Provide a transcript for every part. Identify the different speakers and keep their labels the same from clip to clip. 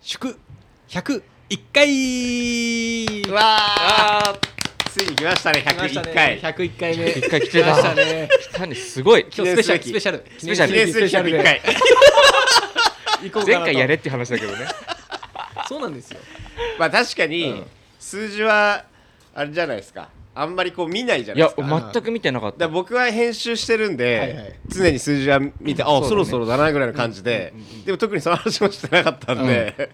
Speaker 1: 祝101回
Speaker 2: うわー
Speaker 3: あ
Speaker 2: ついに来ましたね
Speaker 1: 来ました
Speaker 2: 101
Speaker 1: ね
Speaker 2: 回
Speaker 1: 101回目
Speaker 3: 101回来
Speaker 1: 来
Speaker 3: てた
Speaker 1: ましたね
Speaker 3: ー、何すごい。
Speaker 1: 今日スペシャル
Speaker 2: 記
Speaker 1: スペ
Speaker 2: 念す
Speaker 1: シャル
Speaker 3: スペシャ
Speaker 2: 記
Speaker 3: ル
Speaker 2: 念すべき
Speaker 1: 行
Speaker 2: 101回
Speaker 1: こうかな
Speaker 3: 前
Speaker 1: と
Speaker 3: 回やれって話だけどね。
Speaker 1: そうなんですよ
Speaker 2: まあ確か
Speaker 3: う
Speaker 2: に
Speaker 3: ん
Speaker 2: 数字はあれじゃないですかあんまりこう見ないじゃ
Speaker 3: い
Speaker 2: ない
Speaker 3: や
Speaker 2: ですかだか
Speaker 3: 全く見てなかった
Speaker 2: ら。僕は編集してるんで、
Speaker 1: はいはい
Speaker 2: 常に数字は見てあ
Speaker 3: そうだね
Speaker 2: そろそろだなぐらいの感じで、でも特にその話もしてなかったんで、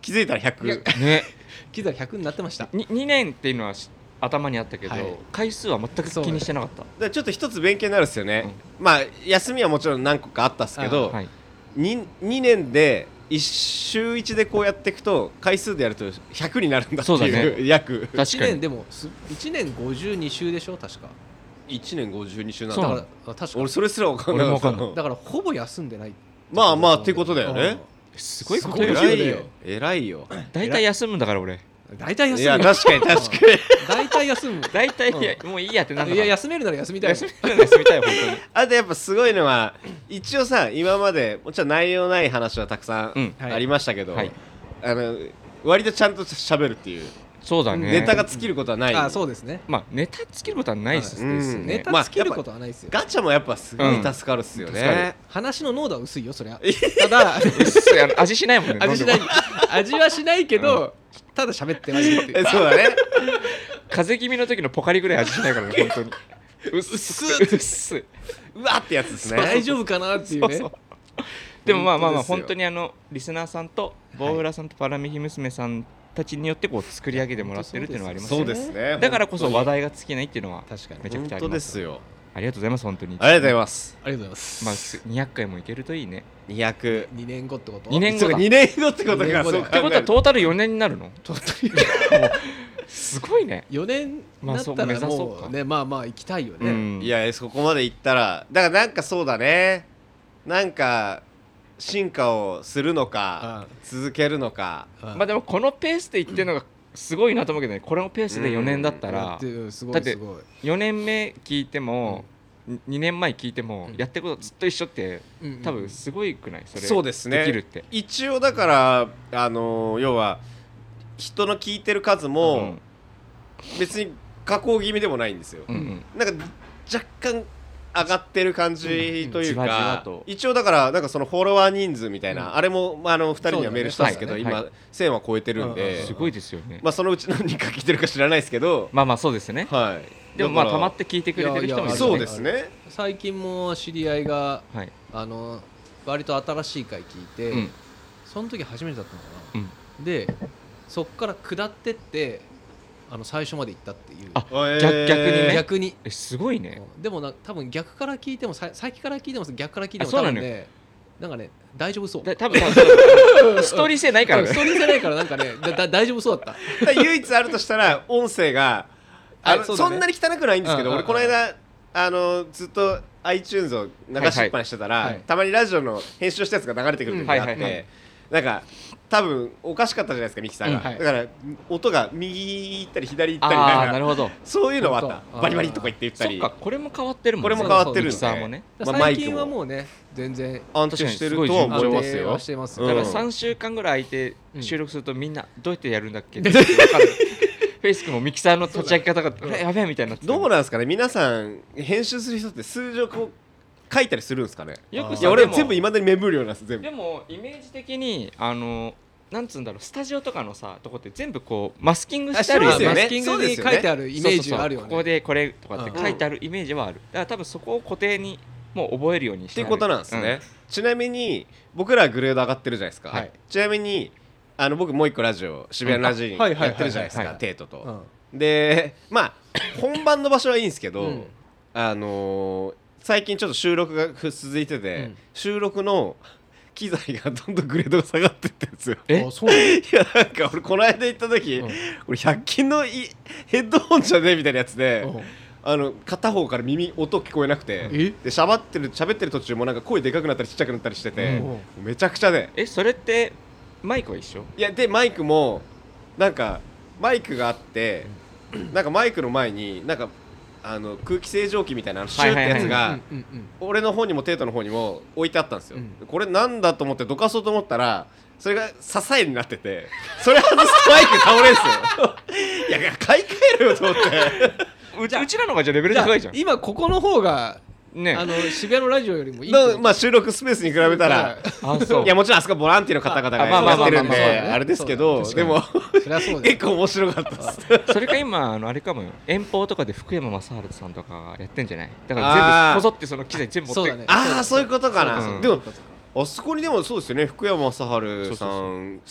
Speaker 2: 気づいたら
Speaker 1: いや
Speaker 2: 100
Speaker 3: ね。
Speaker 1: 機材100になってました
Speaker 3: に2年っていうのはし頭にあったけど、
Speaker 1: はい
Speaker 3: 回数は全く気にしてなかった。
Speaker 2: でちょっと一つ勉強になるんですよね、まあ休みはもちろん何個かあったんですけど、
Speaker 3: はい。
Speaker 2: 2, 2年で1週1でこうやっていくと回数でやると100になるんだって
Speaker 3: そうだ
Speaker 2: いう
Speaker 3: ね
Speaker 2: 約
Speaker 3: 確
Speaker 1: 1
Speaker 3: か
Speaker 1: 年
Speaker 3: に。
Speaker 1: でもす1年52週でしょ確か
Speaker 2: 1年52週なん
Speaker 3: そう
Speaker 1: だ
Speaker 2: だ
Speaker 3: な
Speaker 1: か
Speaker 3: の
Speaker 1: らあ確か
Speaker 2: 俺それすら分かんない
Speaker 3: 俺も分かんない
Speaker 1: だからほぼ休んでない
Speaker 2: まあまあっていうことだよね
Speaker 3: すごいこと
Speaker 1: すごい。
Speaker 2: 偉
Speaker 3: よ
Speaker 2: い
Speaker 1: よ
Speaker 2: よ偉いよ
Speaker 3: 大体休むんだから俺。
Speaker 1: うん大体
Speaker 2: い
Speaker 1: 休む
Speaker 2: や確かに確かに
Speaker 1: 大体休む
Speaker 3: 大体、いやもういいやってなんだ
Speaker 1: い
Speaker 3: か
Speaker 1: や
Speaker 3: ら。
Speaker 1: 休めるなら休みたい
Speaker 3: 休みたい休みたい本
Speaker 2: あとやっぱすごいのは一応さ今までもちろん内容ない話はたくさ
Speaker 3: うん
Speaker 2: ん
Speaker 1: はい
Speaker 2: ありましたけど、
Speaker 3: はい
Speaker 2: あの割とちゃんと喋るっていう、
Speaker 3: 当に。そうだね。
Speaker 2: ネタが尽きることはない、
Speaker 1: あそうですね
Speaker 3: まあネタつけることはないです
Speaker 2: うん
Speaker 3: です
Speaker 1: ネ
Speaker 3: ね。
Speaker 1: タつけることはないですよ
Speaker 2: ガチャもやっぱすごい助かるっすよ
Speaker 3: うん助か
Speaker 2: ね
Speaker 3: る、
Speaker 1: 話の濃度は薄いよそりゃただ
Speaker 3: そうあの味しないもんね。
Speaker 1: 味しない
Speaker 3: 飲んでも
Speaker 1: 味はしないけどただ喋ってないっていう
Speaker 2: えそうだね
Speaker 3: 風邪気味の時のポカリぐらい味しないからね本当に。薄っ薄っ。
Speaker 2: うわってやつですね
Speaker 1: 大丈夫かなっていうね
Speaker 3: そうでもまあまあまあ
Speaker 2: 本
Speaker 3: 本
Speaker 2: 当
Speaker 3: 当
Speaker 2: で
Speaker 3: にあのリスナーさんとボウフラさんとパラミヒ娘さんたちによってこう作り上げてもらってるっていうのはあります
Speaker 2: そ
Speaker 3: よ
Speaker 2: う
Speaker 3: ね
Speaker 2: ですね
Speaker 3: だからこそ話題が尽きないっていうのは
Speaker 1: 確かに
Speaker 3: めちゃく
Speaker 2: 本
Speaker 3: ちゃあ
Speaker 2: 当
Speaker 3: り
Speaker 2: で
Speaker 3: ます
Speaker 2: すよ
Speaker 3: ありがとうございます本当に
Speaker 2: ありがとうござい
Speaker 3: ま
Speaker 2: ます
Speaker 1: ありがとうございます
Speaker 3: すまあ200回もいけるといいね
Speaker 2: 200
Speaker 1: 2年後ってこと
Speaker 3: 二年後だ
Speaker 2: 2年後ってこと
Speaker 1: 二年
Speaker 2: か
Speaker 1: 後だ
Speaker 2: そう
Speaker 1: っ
Speaker 3: って
Speaker 2: 考える
Speaker 3: ことはトータル4年になるのも
Speaker 1: と
Speaker 3: うすごいね
Speaker 1: 4年に
Speaker 3: まあ
Speaker 1: なっ
Speaker 3: そう
Speaker 1: た
Speaker 3: 目
Speaker 1: ら
Speaker 3: 指そう
Speaker 1: も
Speaker 3: か
Speaker 1: うねまあまあ行きたいよ
Speaker 3: う
Speaker 1: ね
Speaker 3: ん
Speaker 2: いやそこまで行ったらだからなんかそうだねなんか進化をするのか
Speaker 1: う
Speaker 2: 続けるのか
Speaker 1: ま
Speaker 3: まあでもこのペースでいってるのがすごいなと思うけどねこれのペースで4年だった
Speaker 1: だ
Speaker 3: ら
Speaker 1: ってうんすご
Speaker 3: だ
Speaker 1: い
Speaker 3: って
Speaker 1: すごい
Speaker 3: 4年目聞いても2年前聞いても
Speaker 1: うん
Speaker 3: やってることずっと一緒って
Speaker 1: うんうん
Speaker 3: 多分すごいくないそれ
Speaker 2: そうですね
Speaker 3: できるって
Speaker 2: 一応だからあのー要は人の聞いてる数も別に下降気味でもないんですよ、
Speaker 3: うんうん
Speaker 2: なんか若干上がってる感じという
Speaker 3: うんうんじわじわ
Speaker 2: か、
Speaker 3: と
Speaker 2: 一応だからなんかそのフォロワー人数みたい
Speaker 1: う
Speaker 2: な、
Speaker 1: ん
Speaker 2: あれも、まあ、あの2人にはメールしたんですけど、
Speaker 3: そうだね
Speaker 2: 今、
Speaker 3: は
Speaker 2: 1000は超えてるん
Speaker 1: うんうん
Speaker 2: で、
Speaker 3: すごいですよね
Speaker 2: まあ、そのうち何人か聞いてるか知らないですけど、
Speaker 3: まあまあそうですね
Speaker 2: はい、
Speaker 3: でもまあ
Speaker 2: だ
Speaker 3: た
Speaker 2: から
Speaker 3: まって聞いてくれてる人もいる
Speaker 2: そう
Speaker 3: ね
Speaker 2: ですね
Speaker 1: 最近も知り合いが
Speaker 3: はい
Speaker 1: あの割と新しい回聞いうて
Speaker 3: ん
Speaker 1: その時初めてだったのか
Speaker 3: うん
Speaker 1: なでそっから下ってってあの最初まで行ったっていう
Speaker 3: あ
Speaker 2: えー
Speaker 3: 逆逆にね
Speaker 1: 逆に
Speaker 3: えすごいね
Speaker 1: でもな多分逆から聞いてもさ先から聞いても逆から聞いて
Speaker 3: あ
Speaker 1: も
Speaker 3: そう
Speaker 1: 多
Speaker 3: な
Speaker 1: 分
Speaker 3: のよ
Speaker 1: ねなんかね大丈夫そう
Speaker 3: だ多分多 分ストーリー性ないから
Speaker 1: うんストー
Speaker 3: ね
Speaker 1: リーじゃないからなんかねだだ大丈夫そうだっ
Speaker 2: だ から唯一あるとしたら音声があの
Speaker 1: あ
Speaker 2: そ
Speaker 1: そうだね
Speaker 2: んなに汚くないんですけど、
Speaker 1: うんうん
Speaker 2: 俺この間あのずっと iTunes を流しっぱなしてたら、
Speaker 1: はいはいはい
Speaker 2: たまにラジオの編集したやつが流れてくる時があって、
Speaker 3: うんはいはいはい
Speaker 2: なんか多分おかしかったじゃないですかミキサーが、
Speaker 3: うんはい
Speaker 2: だから音が右行ったり左行ったり
Speaker 3: あ
Speaker 2: な
Speaker 3: あ
Speaker 2: ん
Speaker 3: ー
Speaker 2: か
Speaker 3: なるほど
Speaker 2: そういうのはあ
Speaker 1: 本当
Speaker 2: った
Speaker 1: あー
Speaker 2: バリバリとか言って言った
Speaker 3: そっ
Speaker 2: り
Speaker 3: かこれも変わってるもん
Speaker 2: これ
Speaker 3: ね
Speaker 2: も変わってるん
Speaker 3: ミ
Speaker 2: で
Speaker 3: キサーもね
Speaker 1: た
Speaker 2: まあ
Speaker 1: 最近
Speaker 2: マイ
Speaker 1: は
Speaker 2: クも
Speaker 1: もうね全然
Speaker 2: 安定してる
Speaker 3: 確
Speaker 2: と
Speaker 3: かにすご
Speaker 2: 思
Speaker 3: い
Speaker 2: いま
Speaker 1: 安
Speaker 2: す
Speaker 1: 定
Speaker 2: よ
Speaker 1: はしてます
Speaker 2: う
Speaker 1: よ
Speaker 2: ん
Speaker 3: だから3週間ぐらい空いて収録するとみんなどうやってやるんだっけって分か るフェイス君もミキサーの立ち上げ方がえやべえみたいになってた
Speaker 2: どうなんですかね皆さん編集する人って数字をこう書いたりするんですかね
Speaker 3: よく
Speaker 1: あー
Speaker 2: い
Speaker 3: さ
Speaker 2: や俺
Speaker 3: でも
Speaker 2: 全部いまだに目分量なんです全部
Speaker 3: でもイメージ的にあのなんつうんだろうスタジオとかのさとこって全部こうマスキングしてある
Speaker 2: あ
Speaker 3: よ
Speaker 2: して
Speaker 3: ね
Speaker 2: ま
Speaker 1: マ
Speaker 2: すよね
Speaker 1: スキングに書いてあるイメージはあるよ
Speaker 3: そうそうそうここ
Speaker 1: ね
Speaker 3: でこれとかって書いてあるイメージはある、だから多分そこを固定にもう覚えるようにし
Speaker 2: っててい
Speaker 3: あ
Speaker 2: う
Speaker 3: る
Speaker 2: ことなんですね、、ちなみに僕らはグレード上がってるじゃないですか、
Speaker 3: はい
Speaker 2: ちなみにあの僕もう一個ラジオ渋谷のラジオ
Speaker 1: はい
Speaker 2: や
Speaker 1: はいはいはい
Speaker 2: ってるじゃないです
Speaker 3: は
Speaker 2: か
Speaker 3: い
Speaker 2: テイトと、
Speaker 1: うん
Speaker 2: でまあ本番の場所はいいんですけど、
Speaker 1: うん
Speaker 2: あのー最近ちょっと収録が続いてて、
Speaker 1: うん
Speaker 2: 収録の機材がどんどんグレードが下がってってんですよ
Speaker 3: え
Speaker 1: あそうなの
Speaker 2: いやなんか俺この間行った時、
Speaker 1: うん
Speaker 2: 俺100均のいヘッドホンじゃねえみたいなやつで、
Speaker 1: うん
Speaker 2: あの片方から耳音聞こえなくて
Speaker 1: え
Speaker 2: で喋ってる喋ってる途中もなんか声でかくなったりちっちゃくなったりしてて、
Speaker 3: うん
Speaker 2: もうめちゃくちゃで
Speaker 3: えそれってマイクは一緒
Speaker 2: いやでマイクもなんかマイクがあってなんかマイクの前になんかあの空気清浄機みたいなあのシューってやつ
Speaker 1: う
Speaker 2: が
Speaker 1: んうんうん
Speaker 2: 俺の方にもテートの方にも置いてあったんですよ、
Speaker 1: うん
Speaker 2: これなんだと思ってどかそうと思ったらそれが支えになっててそれ外すとマイク倒れんすよいや買い替えろよと思って
Speaker 3: うちうちらの方がじゃあレベル高いじゃん
Speaker 1: 今ここの方が、
Speaker 3: ね
Speaker 1: あの渋谷のラジオよりもいいってこと
Speaker 2: の、まあ、収録スペースに比べたら
Speaker 3: あそう
Speaker 2: いやもちろんあそこボランティアの方々が
Speaker 3: あまあま
Speaker 2: や
Speaker 3: あま
Speaker 2: っ
Speaker 3: あ
Speaker 2: てるんで
Speaker 3: まあまあま
Speaker 1: そう
Speaker 3: あ
Speaker 1: だね
Speaker 2: あれですけど
Speaker 1: そう
Speaker 2: で
Speaker 1: だね
Speaker 2: も
Speaker 1: そりゃそうだ よ
Speaker 2: 結構面白かったです
Speaker 3: それか今あのあれかもよ遠方とかで福山雅治さんとかがやってんじゃないだか
Speaker 2: あー
Speaker 3: ら全部こぞってその機材全部持
Speaker 1: そ
Speaker 3: っ
Speaker 1: う
Speaker 3: て
Speaker 1: だね
Speaker 2: ああそういうことかな、
Speaker 3: うん
Speaker 2: でもあそこにでもそうですよね福山雅治さん
Speaker 3: そ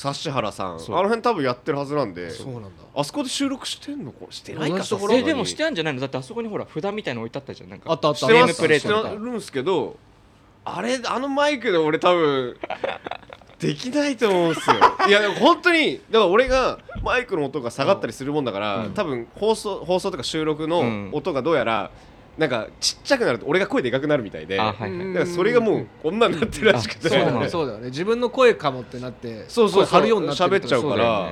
Speaker 3: うそう
Speaker 2: 指原さんあの
Speaker 3: そう
Speaker 2: 辺多分やってるはずなんで
Speaker 1: そうなんだ
Speaker 2: あそこで収録してんのかしてない
Speaker 1: 同
Speaker 2: か
Speaker 1: じところ
Speaker 3: えでもしてあんじゃないのだってあそこにほら札みたいの置いてあったじゃんなんか
Speaker 1: あったあった
Speaker 2: し
Speaker 3: ゲ
Speaker 2: て
Speaker 3: ー
Speaker 2: ま
Speaker 3: ム
Speaker 2: す
Speaker 3: プレイと
Speaker 2: して
Speaker 3: か
Speaker 2: るんですけどあれあのマイクで俺多分できないと思うんですよいやでも本当にだから俺がマイクの音が下がったりするもんだから、
Speaker 3: うん
Speaker 2: 多分放送放送とか収録
Speaker 3: う
Speaker 2: の
Speaker 3: ん
Speaker 2: 音がどうやら、なんかちっちゃくなると俺が声でかくなるみたいで
Speaker 3: あはいはい
Speaker 2: だからそれがもうこんなになってるらしくて
Speaker 1: そうだ
Speaker 3: なん
Speaker 1: ね
Speaker 3: だ
Speaker 1: そうだよね自分の声かもってなって
Speaker 2: そうそう
Speaker 1: 声張るようになってる
Speaker 2: 喋っちゃう
Speaker 1: そ
Speaker 2: か
Speaker 1: だ
Speaker 2: ら
Speaker 1: よ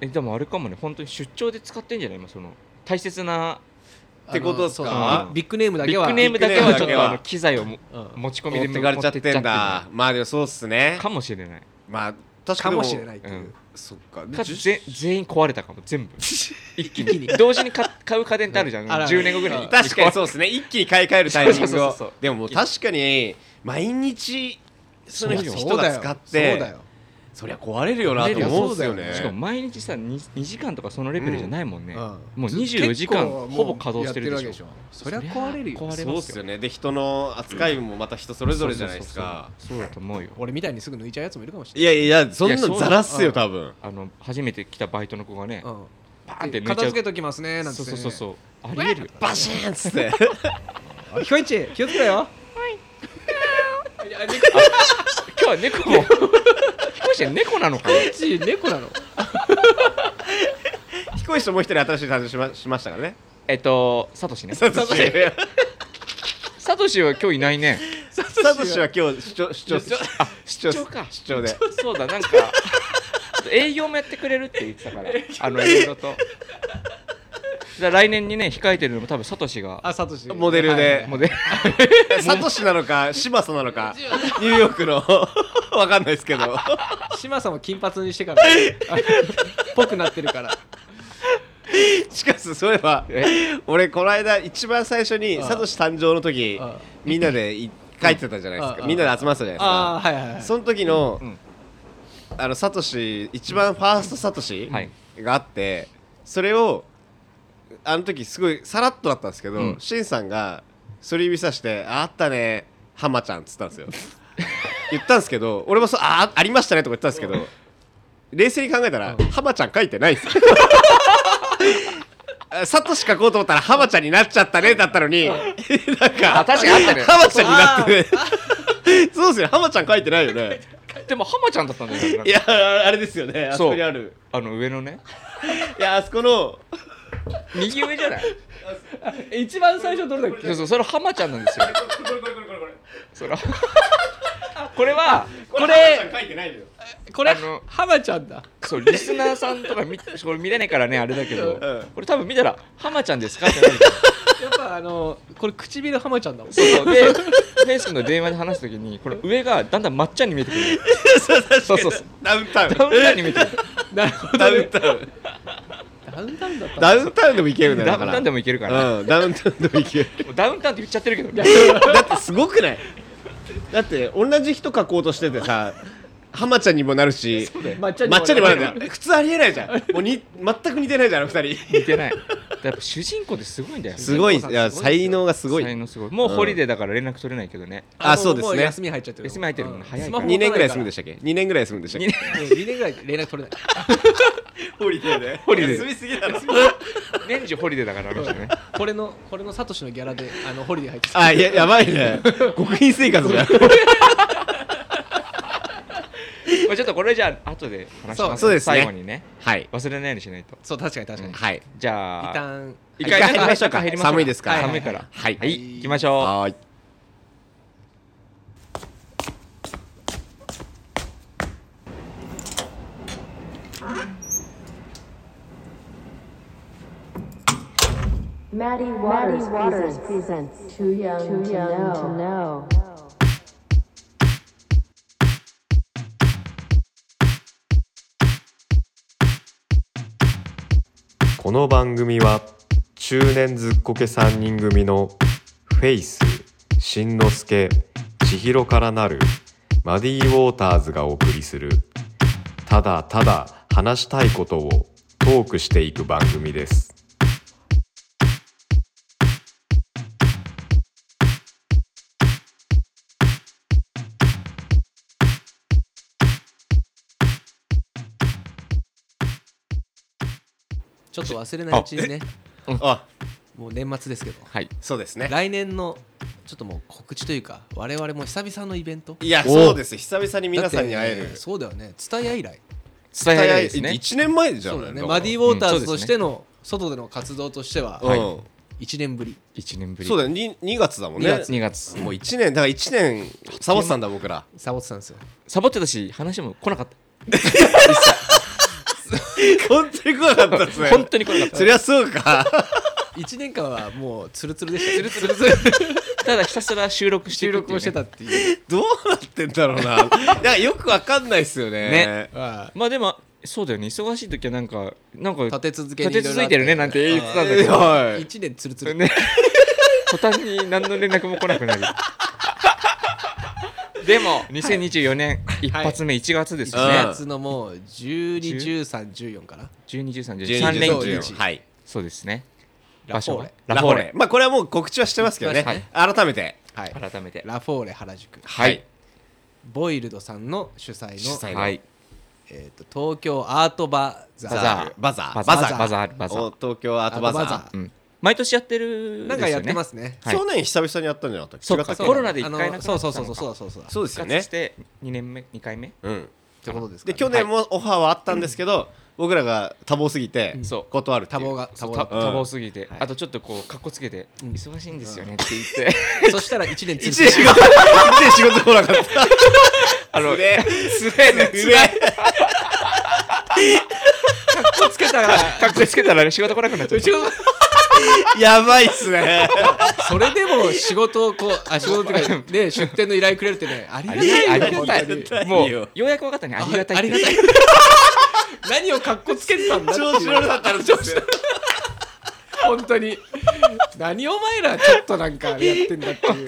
Speaker 3: えでもあれかもね本当に出張で使ってんじゃない今その大切な
Speaker 1: あの
Speaker 2: ってことっす
Speaker 1: そ
Speaker 2: か
Speaker 1: うだねビッグネームだ
Speaker 3: ビ
Speaker 1: け
Speaker 3: ッ
Speaker 1: は
Speaker 3: グネームだけはちょ
Speaker 2: ビッグネームだ
Speaker 3: っ
Speaker 2: け
Speaker 3: と
Speaker 2: は
Speaker 3: あの機材をも
Speaker 1: うん
Speaker 3: 持ち込み
Speaker 2: 持
Speaker 3: で
Speaker 2: ってかれちゃってんだまあでもそうっすね
Speaker 3: かもしれない
Speaker 2: まあ確か
Speaker 1: か
Speaker 2: にで
Speaker 1: もしれないいっていううん
Speaker 2: そっか
Speaker 3: か
Speaker 2: じゅ
Speaker 3: ぜ全員壊れたかも 全部一気に同時に買買う家電ってあるじゃん
Speaker 1: あら
Speaker 3: 10年後ぐらいに
Speaker 2: 確かにそうですね一気に買い替えるタイミ
Speaker 3: そう
Speaker 2: ング
Speaker 3: そうそうそ
Speaker 2: を
Speaker 3: う
Speaker 2: でももう確かに毎日その
Speaker 3: そうよ
Speaker 2: 人が使っ
Speaker 1: そうだ
Speaker 2: て
Speaker 1: よ
Speaker 2: そりゃ壊れるよなと思うんですよね
Speaker 3: しかも毎日さ 2, 2時間とかそのレベルじゃないもんね、
Speaker 1: うん
Speaker 3: もう24時間
Speaker 1: 結構もう
Speaker 3: ほぼ稼働してるでし
Speaker 1: や
Speaker 3: ょ
Speaker 1: ってるわけでしょそりゃ壊れるよ
Speaker 3: そりゃ壊れ
Speaker 2: そうっすよねで人の扱いもまた人それぞれじゃないですか
Speaker 3: そうそうそうそうだと思うよ
Speaker 1: 俺みたいにすぐ抜いちゃうやつもいるかもしれ
Speaker 2: いやいやそん
Speaker 3: い
Speaker 2: な
Speaker 3: やそ
Speaker 2: の
Speaker 3: う
Speaker 2: ざらっすよ多分
Speaker 3: あの初めて来たバイトの子がね、
Speaker 1: ないうん
Speaker 3: パーンって抜いちゃう
Speaker 1: 片付けときますねなんて
Speaker 3: そう
Speaker 1: ね
Speaker 3: そうそうそうありえ るよ
Speaker 2: バシーンっつって
Speaker 1: あひこいち気をつけろよ
Speaker 3: 今日は猫も 彦石は猫なのかな
Speaker 1: ひこいち猫なの
Speaker 2: 彦石ともう一人新しい誕生しましましたからね
Speaker 3: えっとサトシね
Speaker 2: サトシ
Speaker 3: サトシは今日いないね
Speaker 2: サトシは今日主張主張あ主
Speaker 3: 出張か
Speaker 2: 主張で
Speaker 3: そうだなんかあと営業もやってくれるって言ってたからあの営業とじゃあ来年にね控えてるのも多分サトシが
Speaker 1: あサトシ
Speaker 2: モデルで
Speaker 1: はいはい
Speaker 3: もうね
Speaker 2: サトシなのかシバソなのかニューヨークの わかんないですけど
Speaker 1: 志麻さんも金髪にしてから あぽくなってるから
Speaker 2: しかしそういえば
Speaker 3: え
Speaker 2: 俺この間一番最初に
Speaker 1: ああ
Speaker 2: サトシ誕生の時
Speaker 1: ああ
Speaker 2: みんなでい書いてたじゃないです
Speaker 1: あ
Speaker 2: か
Speaker 1: あ
Speaker 2: みんなで集まってたじゃない
Speaker 1: あ
Speaker 2: ですか
Speaker 1: あはいはいはい
Speaker 2: その時の
Speaker 3: うん
Speaker 2: あのサトシ一番ファーストサトシ
Speaker 3: はい
Speaker 2: があってそれをあの時すごいさらっとだったんですけ
Speaker 3: う
Speaker 2: ど
Speaker 3: ん
Speaker 2: しんさんがそれ指さして「ああったねハマちゃん」っつったんですよ 言ったんですけど俺もそうああありましたねとか言ったんですけど冷静に考えたらハマちゃん書いてないですよ あサトシ書こうと思ったらハマちゃんになっちゃったねだったのに なんか
Speaker 3: あ確かにあったね
Speaker 2: ハマちゃんになってねそうですよねハマちゃん書いてないよね
Speaker 3: でもハマちゃんだったんだよ
Speaker 2: いやあれですよねあそこに
Speaker 3: そう
Speaker 2: ある
Speaker 3: あの上のね
Speaker 2: いやあそこの
Speaker 3: 右上じゃない
Speaker 1: 一番最初どれだっ
Speaker 3: そう
Speaker 1: け
Speaker 3: そうそれハマちゃんなんですよ
Speaker 2: これこれこれこれこれ
Speaker 3: それ これは
Speaker 1: これ
Speaker 2: ハマちゃん書いてないのよ
Speaker 1: これ
Speaker 3: あの
Speaker 1: ハマちゃんだ
Speaker 3: そうリスナーさんとか見これ見れないからねあれだけど、
Speaker 2: うん
Speaker 3: これ多分見たら「ハマちゃんですか?」ってなるから
Speaker 1: やっぱあのこれ唇ハマちゃんだ もん
Speaker 3: そうそうでフェイスの電話で話すときにこの上がだんだん抹茶に見えてくる
Speaker 2: そう確かに
Speaker 3: そうそうそう
Speaker 2: ダウンタウン
Speaker 3: ダウンタウンに見えてくる
Speaker 1: なるほ
Speaker 2: ダ
Speaker 1: ど
Speaker 2: ウン
Speaker 1: ね
Speaker 2: タウン
Speaker 1: ダウンタウンだったんだ
Speaker 2: ダウンタウンでもいけるんだよだ
Speaker 3: ダウ
Speaker 2: か
Speaker 3: ン
Speaker 2: ら
Speaker 3: タウンでもいけるから、
Speaker 2: うんダウンタウンでもいける
Speaker 3: もうダウンタウンって言っちゃってるけどね
Speaker 2: だってすごくないだって同じ人書こうとしててさ浜ちゃんにもなるし
Speaker 1: 抹茶にもなる
Speaker 2: 抹茶にもなるじゃん普通ありえないじゃんもうに全く似てないじゃんあの二人
Speaker 3: 似てないやっぱ主人公ですごいんだよ
Speaker 2: すごいい
Speaker 1: すごいで
Speaker 2: や
Speaker 1: すよ
Speaker 2: 才能がすごい
Speaker 3: 才能すごいもうホリデーだから連絡取れないけどね、
Speaker 2: あ
Speaker 1: の
Speaker 2: そうですね
Speaker 1: も休み入っちゃってる
Speaker 3: 休み入ってるもんね早 いから
Speaker 2: 2年ぐらい住んで
Speaker 1: し
Speaker 2: したっけ2年ぐらい住んでしたっ
Speaker 3: 二
Speaker 2: け
Speaker 3: 年
Speaker 1: 2年ぐらい連絡取れない
Speaker 2: ホリデーで
Speaker 3: ホリデー
Speaker 2: 休みすぎだろ
Speaker 3: 年中ホリデーだからあの 人ね
Speaker 1: これのこれのサトシのギャラであのホリデー入ってた
Speaker 2: あややばいね極貧生活 だよ
Speaker 3: まあちょっとこれじゃあ後で話します、
Speaker 2: そうそうですね
Speaker 3: 最後にね
Speaker 2: はい
Speaker 3: 忘れないようにしないと
Speaker 1: そう確かに確かに、
Speaker 2: はい
Speaker 3: じゃあ
Speaker 1: 一旦
Speaker 3: 一
Speaker 2: 一回入りましょうか
Speaker 3: 一回入り
Speaker 2: 寒いですから
Speaker 3: 寒いから
Speaker 2: はい
Speaker 3: はい行きましょう
Speaker 2: はーい
Speaker 4: Maddie Waters, presents, Too Young, to, know.
Speaker 5: この番組は中年ずっこけ3人組のフェイスしんのすけ千尋からなるマディウォーターズがお送りするただただ話したいことをトークしていく番組です。
Speaker 1: ちょっと忘れないうちにね
Speaker 2: あ
Speaker 1: もう年末ですけど
Speaker 3: はい
Speaker 2: そうですね
Speaker 1: 来年のちょっともう告知というか我々も久々のイベント
Speaker 2: いやそうです久々に皆さんに会え
Speaker 1: だっ
Speaker 2: る
Speaker 1: てそうだよね蔦屋以来
Speaker 3: 伝えないですね
Speaker 2: 1年前じゃ
Speaker 1: そ
Speaker 2: ん
Speaker 1: うだよね
Speaker 2: から
Speaker 1: マディ・ウォーターズとしての外での活動としては
Speaker 2: うん
Speaker 3: は
Speaker 1: 1年ぶり
Speaker 3: 1年ぶり
Speaker 2: そうだよ 2, 月だもんね
Speaker 3: 2月2月
Speaker 2: もう1年だから1年サボってたんだ僕ら
Speaker 1: サボってたんですよ
Speaker 3: サボってたし話も来なかっ
Speaker 2: 本当に来なかったです
Speaker 3: た
Speaker 2: ね
Speaker 3: 本当に来なかった
Speaker 2: そりゃそうか
Speaker 1: 1年間はもうツルツルでしたツルツルツル
Speaker 3: ただひたすら収録して い
Speaker 1: 収
Speaker 3: くっ
Speaker 1: 録
Speaker 3: ていうね
Speaker 1: をしてたっていう
Speaker 2: どうなってんだろうないやよくわかんないっすよね
Speaker 1: まあ
Speaker 3: まあでもそうだよね忙しい時はなんかなんか
Speaker 1: 立て続けに
Speaker 3: 立て続いてるねなんて言ってたんだ
Speaker 2: え
Speaker 3: け
Speaker 2: ー
Speaker 3: ど
Speaker 2: はい
Speaker 1: 1年ツルツル
Speaker 3: ね 途端に何の連絡も来な くなるでも2024年 一発目1月ですね、
Speaker 2: はい
Speaker 1: 4
Speaker 2: うん
Speaker 1: 月のもう121314かな
Speaker 3: 12、
Speaker 2: 12
Speaker 3: 13、13連
Speaker 1: 12
Speaker 3: 休
Speaker 1: 日
Speaker 2: はい
Speaker 3: そうですね
Speaker 1: ラ
Speaker 3: 場
Speaker 1: フォ
Speaker 3: 所
Speaker 1: ー
Speaker 3: は
Speaker 1: レ
Speaker 2: ラフォーレまあこれはもう告知はしてますけどね、
Speaker 1: はい
Speaker 2: 改めて
Speaker 1: はい
Speaker 3: 改めて
Speaker 1: ラフォーレ原宿
Speaker 2: はい
Speaker 1: ボイルドさんの主催の
Speaker 2: 主催の
Speaker 3: はい
Speaker 1: えー、と東京アートバザー
Speaker 3: バザ
Speaker 2: バザー
Speaker 3: バザ
Speaker 1: ー
Speaker 3: ーバザーバザ
Speaker 2: お
Speaker 3: ー、
Speaker 2: 東京アートバザー
Speaker 1: アートバ
Speaker 3: うん、毎年やってる
Speaker 1: なんかやってますすね
Speaker 3: はい
Speaker 2: 去年久々にやったんじゃなかったっけ
Speaker 3: そう
Speaker 2: 違った
Speaker 3: か
Speaker 2: っけ
Speaker 1: そう
Speaker 3: コロナで一回なくなったの
Speaker 1: あのそう
Speaker 3: か
Speaker 1: そうそうそうそうそうそう
Speaker 2: そうです
Speaker 3: よ
Speaker 2: よ
Speaker 3: ね復活
Speaker 2: ね
Speaker 3: して2年目2回目
Speaker 2: うん
Speaker 1: ってことですか
Speaker 2: で
Speaker 1: ね、
Speaker 2: 去年もオファーはあったんですけど、僕らが多忙すぎて
Speaker 3: そう
Speaker 2: 断るってい
Speaker 1: 多
Speaker 2: う
Speaker 1: 忙が多
Speaker 3: そう
Speaker 1: 忙
Speaker 3: た
Speaker 1: が
Speaker 3: 多忙すぎて、
Speaker 1: はい
Speaker 3: あとちょっとこうかっこつけて、
Speaker 1: うん
Speaker 3: 忙しいんですよねって言っ て
Speaker 1: そしたら1年つ
Speaker 2: 一
Speaker 1: る
Speaker 2: 年仕事一年仕事来なかった
Speaker 3: あの
Speaker 2: うめえ
Speaker 3: すげえね
Speaker 2: うめえ
Speaker 1: つけたら
Speaker 3: かっこつけたら仕事来なくなっちゃ
Speaker 1: う
Speaker 3: っ
Speaker 1: ち
Speaker 3: た
Speaker 1: の
Speaker 2: やばいっすね
Speaker 1: それでも仕事をこう あ仕事っていうかね出店の依頼くれるってねありがたいよ
Speaker 3: ありがた
Speaker 1: 本
Speaker 3: い
Speaker 1: 当に
Speaker 3: もう
Speaker 2: いいよ
Speaker 3: ようやく分かったねありがたい
Speaker 1: ありがたい 何をかっこつけてたんだっていう
Speaker 2: 調子乗るだったら調子乗る
Speaker 1: 本当に何お前らちょっとなんかやってんだってい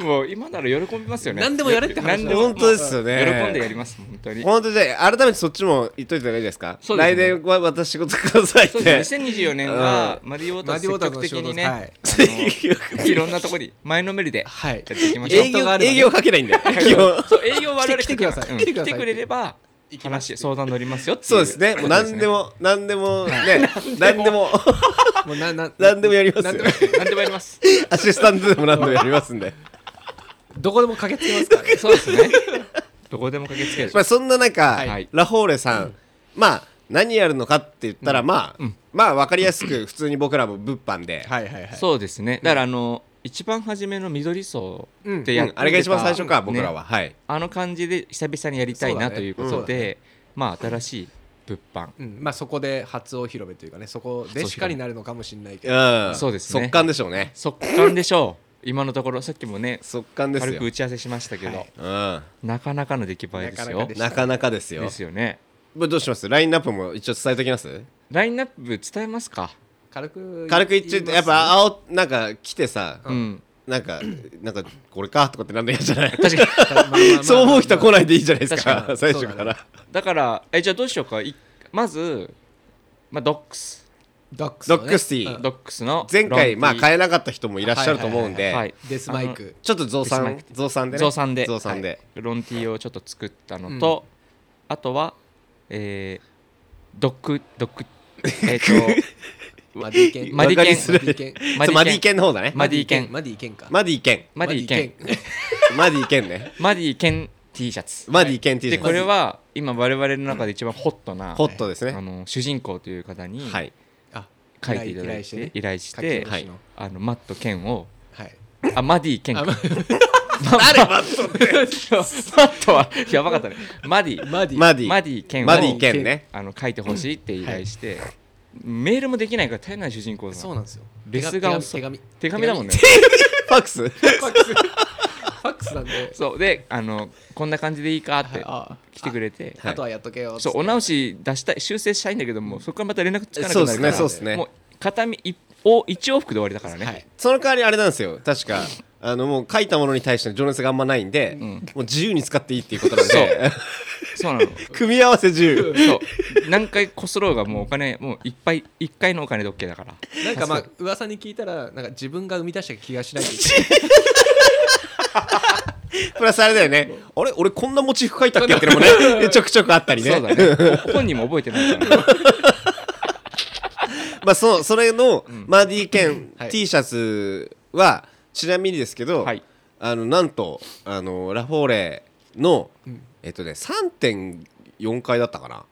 Speaker 1: う
Speaker 3: もう今なら喜びますよね
Speaker 1: 何でもやれって話
Speaker 3: 何でも
Speaker 2: 本当ですよね
Speaker 3: 喜んでやります本当に
Speaker 2: 本当じゃあ改めてそっちも言っといた方がいいですか
Speaker 3: そうですね
Speaker 2: 来年はまた仕事くださいっ
Speaker 3: そう
Speaker 2: て
Speaker 3: ですね2024年はマリオータ積極的にね、
Speaker 1: マリ
Speaker 3: あのいろんなところに前のめりでや
Speaker 1: はい
Speaker 3: っていきまし ょう
Speaker 2: 営
Speaker 1: 仕事
Speaker 2: 業
Speaker 1: があればね
Speaker 2: 営業かけないんだよ基本
Speaker 3: そう営業我々
Speaker 1: 来て来てください
Speaker 3: うん
Speaker 1: 来て
Speaker 3: 来
Speaker 1: ください
Speaker 3: てくれれば話相談乗りますよっていう
Speaker 2: そうですねもう何でも何でも ね何でも
Speaker 1: もうなな
Speaker 2: 何でもやりますよ
Speaker 1: 何でも
Speaker 3: 何でもや ります
Speaker 2: アシスタントでも何でもやりますんで
Speaker 1: どこでも駆けつけますからね
Speaker 3: そうですねどこでも駆けつける
Speaker 2: まあそんな中、
Speaker 3: はい
Speaker 2: ラフォーレさん、まあ何やるのかって言ったら、まあ、まあ分かりやすく普通に僕らも物販で、
Speaker 1: はいはいはい
Speaker 3: そうですねだからあの一番初めの緑層って
Speaker 2: う
Speaker 3: やっ
Speaker 2: んあれが一番最初か、
Speaker 3: ね
Speaker 2: 僕らははい
Speaker 3: あの感じで久々にやりたい
Speaker 1: そうだ
Speaker 3: な
Speaker 1: ね
Speaker 3: というこ
Speaker 1: そう
Speaker 3: と
Speaker 1: だ
Speaker 3: で、まあ新しい物販、
Speaker 1: うんまあ、そこで初お披露目というかねそこでしかになるのかもしれないけど
Speaker 2: うん
Speaker 3: そうですね
Speaker 2: 速乾でしょうね
Speaker 3: 速乾でしょう今のところさっきもね
Speaker 2: 速乾です
Speaker 3: 軽
Speaker 2: よ、
Speaker 3: く
Speaker 2: う
Speaker 3: 打ち合わせしましたけど、
Speaker 1: はい
Speaker 2: ん、
Speaker 3: なかなかの出来栄えです
Speaker 1: なかなか
Speaker 3: よ
Speaker 1: でし
Speaker 2: なかなかですよ
Speaker 3: ですよね
Speaker 2: これどうしますラインナップも一応伝えときます
Speaker 3: ラインナップ伝えますか
Speaker 1: 軽く
Speaker 2: 軽く言っちゃうとやっぱ
Speaker 1: あ
Speaker 2: 青なんか来てさ、
Speaker 3: うん
Speaker 2: なんかなんかこれかとかってなんでいいんじゃ ない
Speaker 3: 確かに
Speaker 2: そう思う人は来ないでいいじゃないですか
Speaker 1: 確かに
Speaker 2: 最初から、
Speaker 3: だからえじゃあどうしようかいまず、まあ、ドックス
Speaker 1: ドックス
Speaker 2: ド
Speaker 1: のね
Speaker 2: ックスティー
Speaker 1: うん
Speaker 3: ドックスの
Speaker 2: 前回まあ
Speaker 3: ロンティー
Speaker 2: 買えなかった人もいらっしゃると思うんで、
Speaker 3: はい
Speaker 1: デスマイク
Speaker 2: ちょっと増
Speaker 3: デスマ
Speaker 2: 産
Speaker 3: イク
Speaker 2: 増産でね
Speaker 3: 増産で
Speaker 2: 増産で、
Speaker 3: ロンティーをちょっと作ったのと、あとは、えー、ドックドックえっ、
Speaker 1: マディケ
Speaker 3: と
Speaker 1: ン
Speaker 3: マディ
Speaker 2: わか
Speaker 3: ケ
Speaker 2: り
Speaker 3: ン
Speaker 2: づら
Speaker 1: マ
Speaker 2: い
Speaker 1: ディケン
Speaker 2: そうマディケンの方だね
Speaker 3: マディケン
Speaker 1: マディケンか
Speaker 2: マディケン
Speaker 3: マディケン
Speaker 1: マディ
Speaker 2: マディケンね
Speaker 3: マディケン T シャツ
Speaker 2: マディケン T シ
Speaker 3: で
Speaker 2: ャツ
Speaker 3: これは今我々の中で一番ホットな、
Speaker 2: ホットですね
Speaker 3: あの主人公という方に
Speaker 2: はい
Speaker 1: あ
Speaker 3: 書いていただい
Speaker 1: 依頼して
Speaker 3: て
Speaker 1: ね
Speaker 3: 依頼し
Speaker 1: 書き下
Speaker 3: て、
Speaker 1: ろしの
Speaker 3: あのマットケンを
Speaker 1: はい
Speaker 3: あマディケン
Speaker 1: あ
Speaker 3: か
Speaker 1: ま
Speaker 2: 誰マットって
Speaker 3: マットはやばかったねマディ
Speaker 1: マディ
Speaker 2: マディ
Speaker 3: マディケンを
Speaker 2: マディケンね
Speaker 3: あの書いてほしいって依頼して、メールもできないから大変な主人公
Speaker 1: そう
Speaker 3: さん
Speaker 1: なんですよ
Speaker 3: レスが遅い
Speaker 1: 手紙
Speaker 3: 手紙だもんね
Speaker 2: ファックス
Speaker 1: 手紙ファックスファックってたんで
Speaker 3: そうであのこんな感じでいいかって
Speaker 1: あ
Speaker 3: 来てくれて
Speaker 1: あとはやっとけよ
Speaker 3: そうお直し出したい修正したいんだけどもそこからまた連絡つかなく
Speaker 2: そう
Speaker 3: な
Speaker 2: で
Speaker 3: る
Speaker 2: す
Speaker 3: から
Speaker 2: ねそうですね
Speaker 3: もう片身一往一往復で終わりだからね、
Speaker 1: はい
Speaker 2: その代わりあれなんですよ確かあのもう書いたものに対しての情熱があんまないんで、もう自由に使っていいっていうことなんで
Speaker 3: そうなの
Speaker 2: 組み合わせ自由
Speaker 3: そう何回こすろうがもうお金もういっぱい1回のお金で OK だから
Speaker 1: なんかまあ噂に聞いたらなんか自分が生み出した気がしないみたい
Speaker 2: プラスあれだよねあれ俺こんなモチーフ書いたっけってのもねちょくちょくあったりね
Speaker 3: そうだねほ本人も覚えてないからね
Speaker 2: まあそうそれのマーディー兼
Speaker 1: はい
Speaker 2: T シャツはちなみにですけど、
Speaker 3: はい
Speaker 2: あのなんとあのラフォーレの、えっとね3.4回だったかな
Speaker 1: な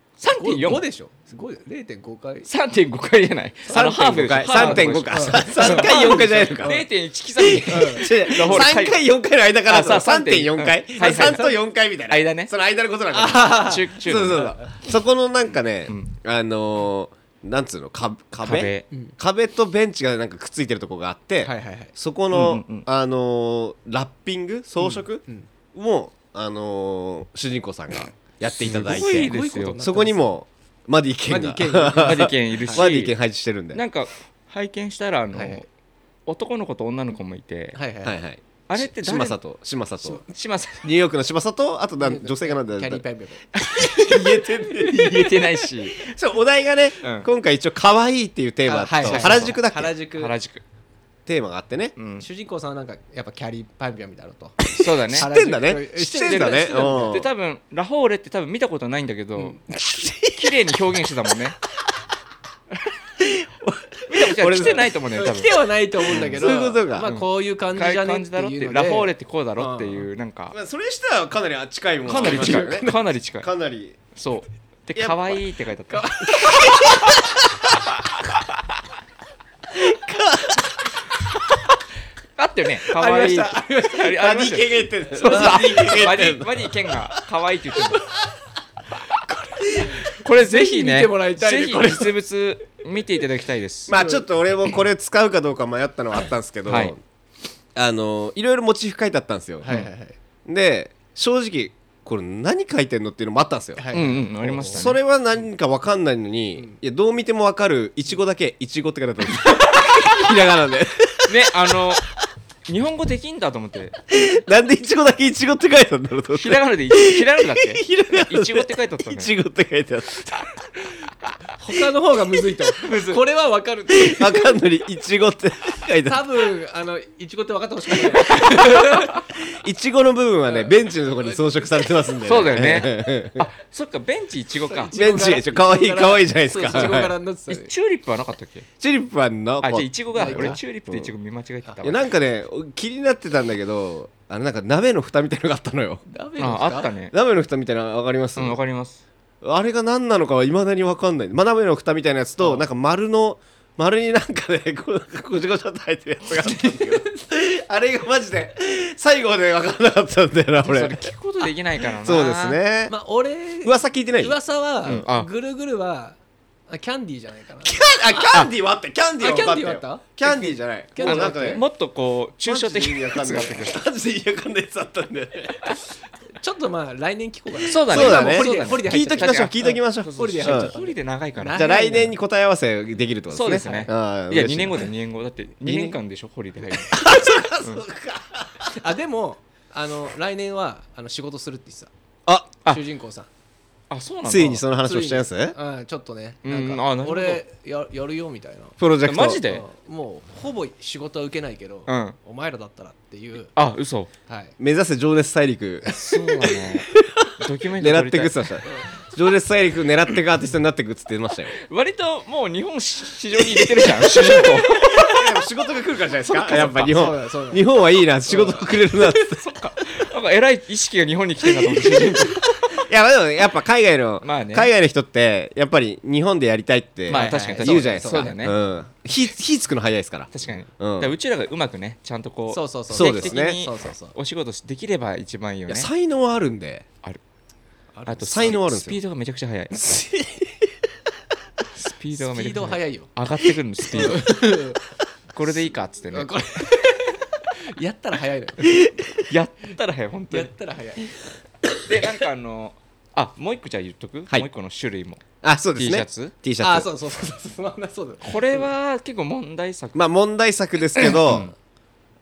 Speaker 1: 5,
Speaker 3: 3.4
Speaker 1: でしょ5 0.5回
Speaker 3: 3.5回じゃないあのハーフ
Speaker 2: 3.5
Speaker 3: でし
Speaker 2: 回
Speaker 3: ょハーフでしょ
Speaker 2: 3.5回3回4回じゃ ないのか
Speaker 3: 0.1刻みラフォーレ
Speaker 2: 3回4回の間から
Speaker 3: あそう
Speaker 2: 3.4回
Speaker 3: 3.4はいはい
Speaker 2: 3と4回みたいな
Speaker 3: 間ね
Speaker 2: その間のことなんだ
Speaker 3: 中
Speaker 2: そ
Speaker 3: 中
Speaker 2: うそうそうそこのなんかねあのーなんつうのか壁
Speaker 3: 壁
Speaker 2: 壁とベンチがなんかくっついてるとこがあって
Speaker 1: はいはいはい
Speaker 2: そこの
Speaker 3: うんうんうん
Speaker 2: あのーラッピング装飾
Speaker 1: うん
Speaker 2: もあのー主人公さんがやっていただい
Speaker 3: すごい
Speaker 2: て
Speaker 3: です
Speaker 1: すごいこと
Speaker 3: よ
Speaker 1: になってます
Speaker 2: そこにもマディケ
Speaker 1: マ
Speaker 2: ン
Speaker 1: デ
Speaker 2: が
Speaker 1: ィケンが
Speaker 3: マディケンいるし
Speaker 2: マディケン配置してるんで
Speaker 3: なんか拝見したらあの、
Speaker 1: はい
Speaker 3: 男の子と女の子もいて、
Speaker 1: はいはい
Speaker 2: は
Speaker 1: はい
Speaker 2: いはい
Speaker 3: あれって誰
Speaker 2: 島里島里
Speaker 3: 島さん
Speaker 2: ニューヨークの柴里とあとなん女性がなんだ
Speaker 1: キャリーペンペン
Speaker 2: 言えてね
Speaker 3: 言えてないし
Speaker 2: そうお題がね、
Speaker 3: うん
Speaker 2: 今回一応可愛いっていうテーマ
Speaker 1: あはいはい
Speaker 2: と原宿だっけ、
Speaker 1: 原宿
Speaker 3: 原宿、
Speaker 2: テーマがあってね、
Speaker 3: うん、
Speaker 1: 主人公さんはなんかやっぱキャリーパンピャンみたいなのと
Speaker 3: そうだね
Speaker 2: 知ってんだね
Speaker 1: 原宿
Speaker 2: 知ってんだね
Speaker 1: 知ってる知ってる
Speaker 2: うん
Speaker 3: で多分ラフォーレって多分見たことないんだけど、綺麗に表現してたもん ね見たことない
Speaker 2: 俺
Speaker 3: 来てないと思うね多分
Speaker 1: 来てはないと思うんだけど
Speaker 2: そういうことか
Speaker 1: まあこういう感じじゃね
Speaker 3: 感
Speaker 1: っ
Speaker 3: じ
Speaker 1: て
Speaker 3: だろって
Speaker 1: いうので
Speaker 3: ラフォーレってこうだろっていうなんか
Speaker 2: まあ、それにしてはかなり近いもの
Speaker 3: かなり近
Speaker 2: あります
Speaker 3: い
Speaker 2: からね
Speaker 3: かなり近い
Speaker 2: かなり
Speaker 3: そうで
Speaker 2: やっぱ
Speaker 3: 可愛いって書いてあった あったよね可愛いって
Speaker 2: あ
Speaker 3: あり
Speaker 2: マ
Speaker 3: あ
Speaker 2: デ
Speaker 3: りま
Speaker 2: ィ
Speaker 3: した
Speaker 2: 系が
Speaker 3: よ
Speaker 2: 言ってんだ
Speaker 3: そうそう
Speaker 2: マディ系が
Speaker 3: マ
Speaker 2: 言
Speaker 3: デ
Speaker 2: ってん
Speaker 3: ィ
Speaker 2: だ
Speaker 3: マディケンが可愛いって言ってるこれぜひね
Speaker 1: 見てもらいたいね
Speaker 3: ぜひ
Speaker 1: これ
Speaker 3: 実物見ていただきたいです
Speaker 2: まあちょっと俺もこれ使うかどうか迷ったのはあったんですけど、
Speaker 3: はい
Speaker 2: あのいろいろモチーフ書いてあったんですよ、
Speaker 1: はいはいはい
Speaker 2: で正直これ何書いてんのっていうのもあったんですよ、
Speaker 1: はい
Speaker 3: うんうんありましたね
Speaker 2: それは何か分かんないのに、いやどう見ても分かるいちごだけいちごって書いてあったんですよひらがなで
Speaker 3: ねあの日本語できんだと思って
Speaker 2: なんでいちごだけいちごって書いてあったんだろうと思って
Speaker 3: ひらがなでいひらがなだっけ
Speaker 2: ひらがなで
Speaker 3: いちごって書いてあったね
Speaker 2: いちごって書いてあった
Speaker 1: 他の方がむずいとこれはわかる
Speaker 2: 分かんのにいちごって書いてあ
Speaker 1: 多
Speaker 2: っ
Speaker 1: 分あのいちごって分かってほしくない
Speaker 2: たいちごの部分はねベンチのところに装飾されてますんで、
Speaker 3: そうだよねあそっかベンチいちごか
Speaker 2: ベンチでしょ可愛い可愛いじゃないですか
Speaker 1: そういちご柄になってた
Speaker 3: い
Speaker 1: ね
Speaker 3: チューリップはなかったっけ
Speaker 2: チューリップはな
Speaker 3: あじゃあいちごが
Speaker 1: ないか
Speaker 3: 俺チューリップといちご見間違えてた
Speaker 2: いや
Speaker 3: わ
Speaker 2: なんかね気になってたんだけどあのなんか鍋の蓋みたいのがあったのよ
Speaker 1: ダメですか
Speaker 3: ああったね
Speaker 2: 鍋の蓋みたいなの分かります、
Speaker 3: うんわかります
Speaker 2: あれが何なのかはいまだに分かんない、まあ、鍋の蓋みたいなやつとなんか丸の丸になんかね こうごちゃごちゃっと入ってるやつがあったんだけど あれがマジで最後まで分かんなかったんだよな
Speaker 3: それ
Speaker 2: 俺
Speaker 3: 聞くことできないからな
Speaker 2: そうですね、
Speaker 1: まあ俺
Speaker 2: 噂聞いてない
Speaker 1: 噂
Speaker 3: んあ
Speaker 1: はぐるぐるはあキャンディーじゃないかな
Speaker 2: キャンあキャンディーはあったキャンディーは分かった
Speaker 1: あキャンデ
Speaker 2: よ
Speaker 1: ィーはあった
Speaker 2: キャンディーじゃない
Speaker 1: キャンディー
Speaker 2: もうなんかね
Speaker 3: もっとこう抽象的な
Speaker 2: な
Speaker 3: や
Speaker 2: や
Speaker 3: つ
Speaker 2: つが
Speaker 3: が
Speaker 2: あったけど マジで意味わかんないやつあったんだよね
Speaker 1: ちょっとまあ来年聞こうかな
Speaker 3: そうだね
Speaker 2: そうだね
Speaker 1: ホリデーホリデー
Speaker 2: 聞
Speaker 1: 入
Speaker 2: い
Speaker 1: っちゃ
Speaker 2: と
Speaker 1: っ
Speaker 2: き
Speaker 1: た
Speaker 2: ましょう聞いときましょう
Speaker 1: ホリデー
Speaker 2: う
Speaker 1: 入っちゃ
Speaker 2: ん
Speaker 1: った
Speaker 3: 一人で長いから
Speaker 1: な
Speaker 2: じゃあ来年に答え合わせできるってこと
Speaker 3: そう
Speaker 2: で
Speaker 3: ですす
Speaker 2: ね
Speaker 3: ね
Speaker 2: ああ
Speaker 3: いや
Speaker 2: 嬉し
Speaker 3: 2年後
Speaker 2: ね
Speaker 3: だ2年後だって2年間でしょホリデー入る
Speaker 1: あでもあの来年はあの仕事するって言って
Speaker 2: あ
Speaker 1: た主人公さん
Speaker 3: あそうなんだ
Speaker 2: ついにその話をしちゃいます
Speaker 1: うんちょっとね
Speaker 3: うん
Speaker 1: なん
Speaker 3: あ
Speaker 1: か
Speaker 3: なるほど
Speaker 1: 俺ややるよみたいな
Speaker 2: プロジェクト
Speaker 3: マジで
Speaker 1: うんもうほぼ仕事は受けないけど
Speaker 3: うん
Speaker 1: お前らだったらっていう
Speaker 3: あ嘘
Speaker 1: はい
Speaker 2: 目指せ情熱大 陸
Speaker 3: そ うだねドキュメント撮
Speaker 2: 狙っ
Speaker 3: り
Speaker 2: て
Speaker 3: たい
Speaker 2: くっつってました情熱大陸狙ってくアーティストになってくっつってました よ
Speaker 3: 割ともう日本市場に入れてる じゃん主人公
Speaker 2: 仕事が来るからじゃないですかやっぱ日
Speaker 1: そうだそう
Speaker 2: 本
Speaker 1: だ
Speaker 2: 日本はいいな仕事がくれるなっつって
Speaker 3: そっか。なんか偉い意識が日本に来てるなと思って主 人公。
Speaker 2: いやまあでもやっぱ海外の
Speaker 3: まあね
Speaker 2: 海外の人ってやっぱり日本でやりたいって
Speaker 3: ま
Speaker 1: は
Speaker 3: あ
Speaker 1: いはい
Speaker 3: 確かに確かに
Speaker 2: 言うじゃないですか
Speaker 3: そうだね。
Speaker 2: うん火火つくの早いですから
Speaker 3: 確かに。だ
Speaker 2: うん
Speaker 3: からうちらがうまくね、ちゃんとこう、
Speaker 1: そうそうそう
Speaker 2: そう
Speaker 3: 定期的
Speaker 2: ですね
Speaker 3: に
Speaker 1: そうそうそう
Speaker 3: お仕事しできれば一番いいよ
Speaker 2: いや
Speaker 3: ね。
Speaker 2: 才能はあるんで
Speaker 3: あと
Speaker 2: 才能あるんです
Speaker 3: ス
Speaker 2: よ
Speaker 3: ピードがめちゃくちゃ 速い。スピードがめちゃ
Speaker 1: スピ
Speaker 3: くちゃ
Speaker 1: ード速いよ
Speaker 3: 上がってくるの、スピード。これでいいかっつってね。
Speaker 1: これ やったら早いね
Speaker 3: やったら早い本当
Speaker 1: やっ
Speaker 3: に
Speaker 1: たら早い
Speaker 3: でなんかあのあもう一個じゃあ言っとく、
Speaker 2: はい
Speaker 3: もう一個の種類も
Speaker 2: あそうです
Speaker 3: T シ
Speaker 2: ね
Speaker 3: ャツ
Speaker 2: T シャツ
Speaker 1: あそうそうそうそう そうそうそうだ
Speaker 3: これは結構問題作、
Speaker 2: まあ問題作ですけど、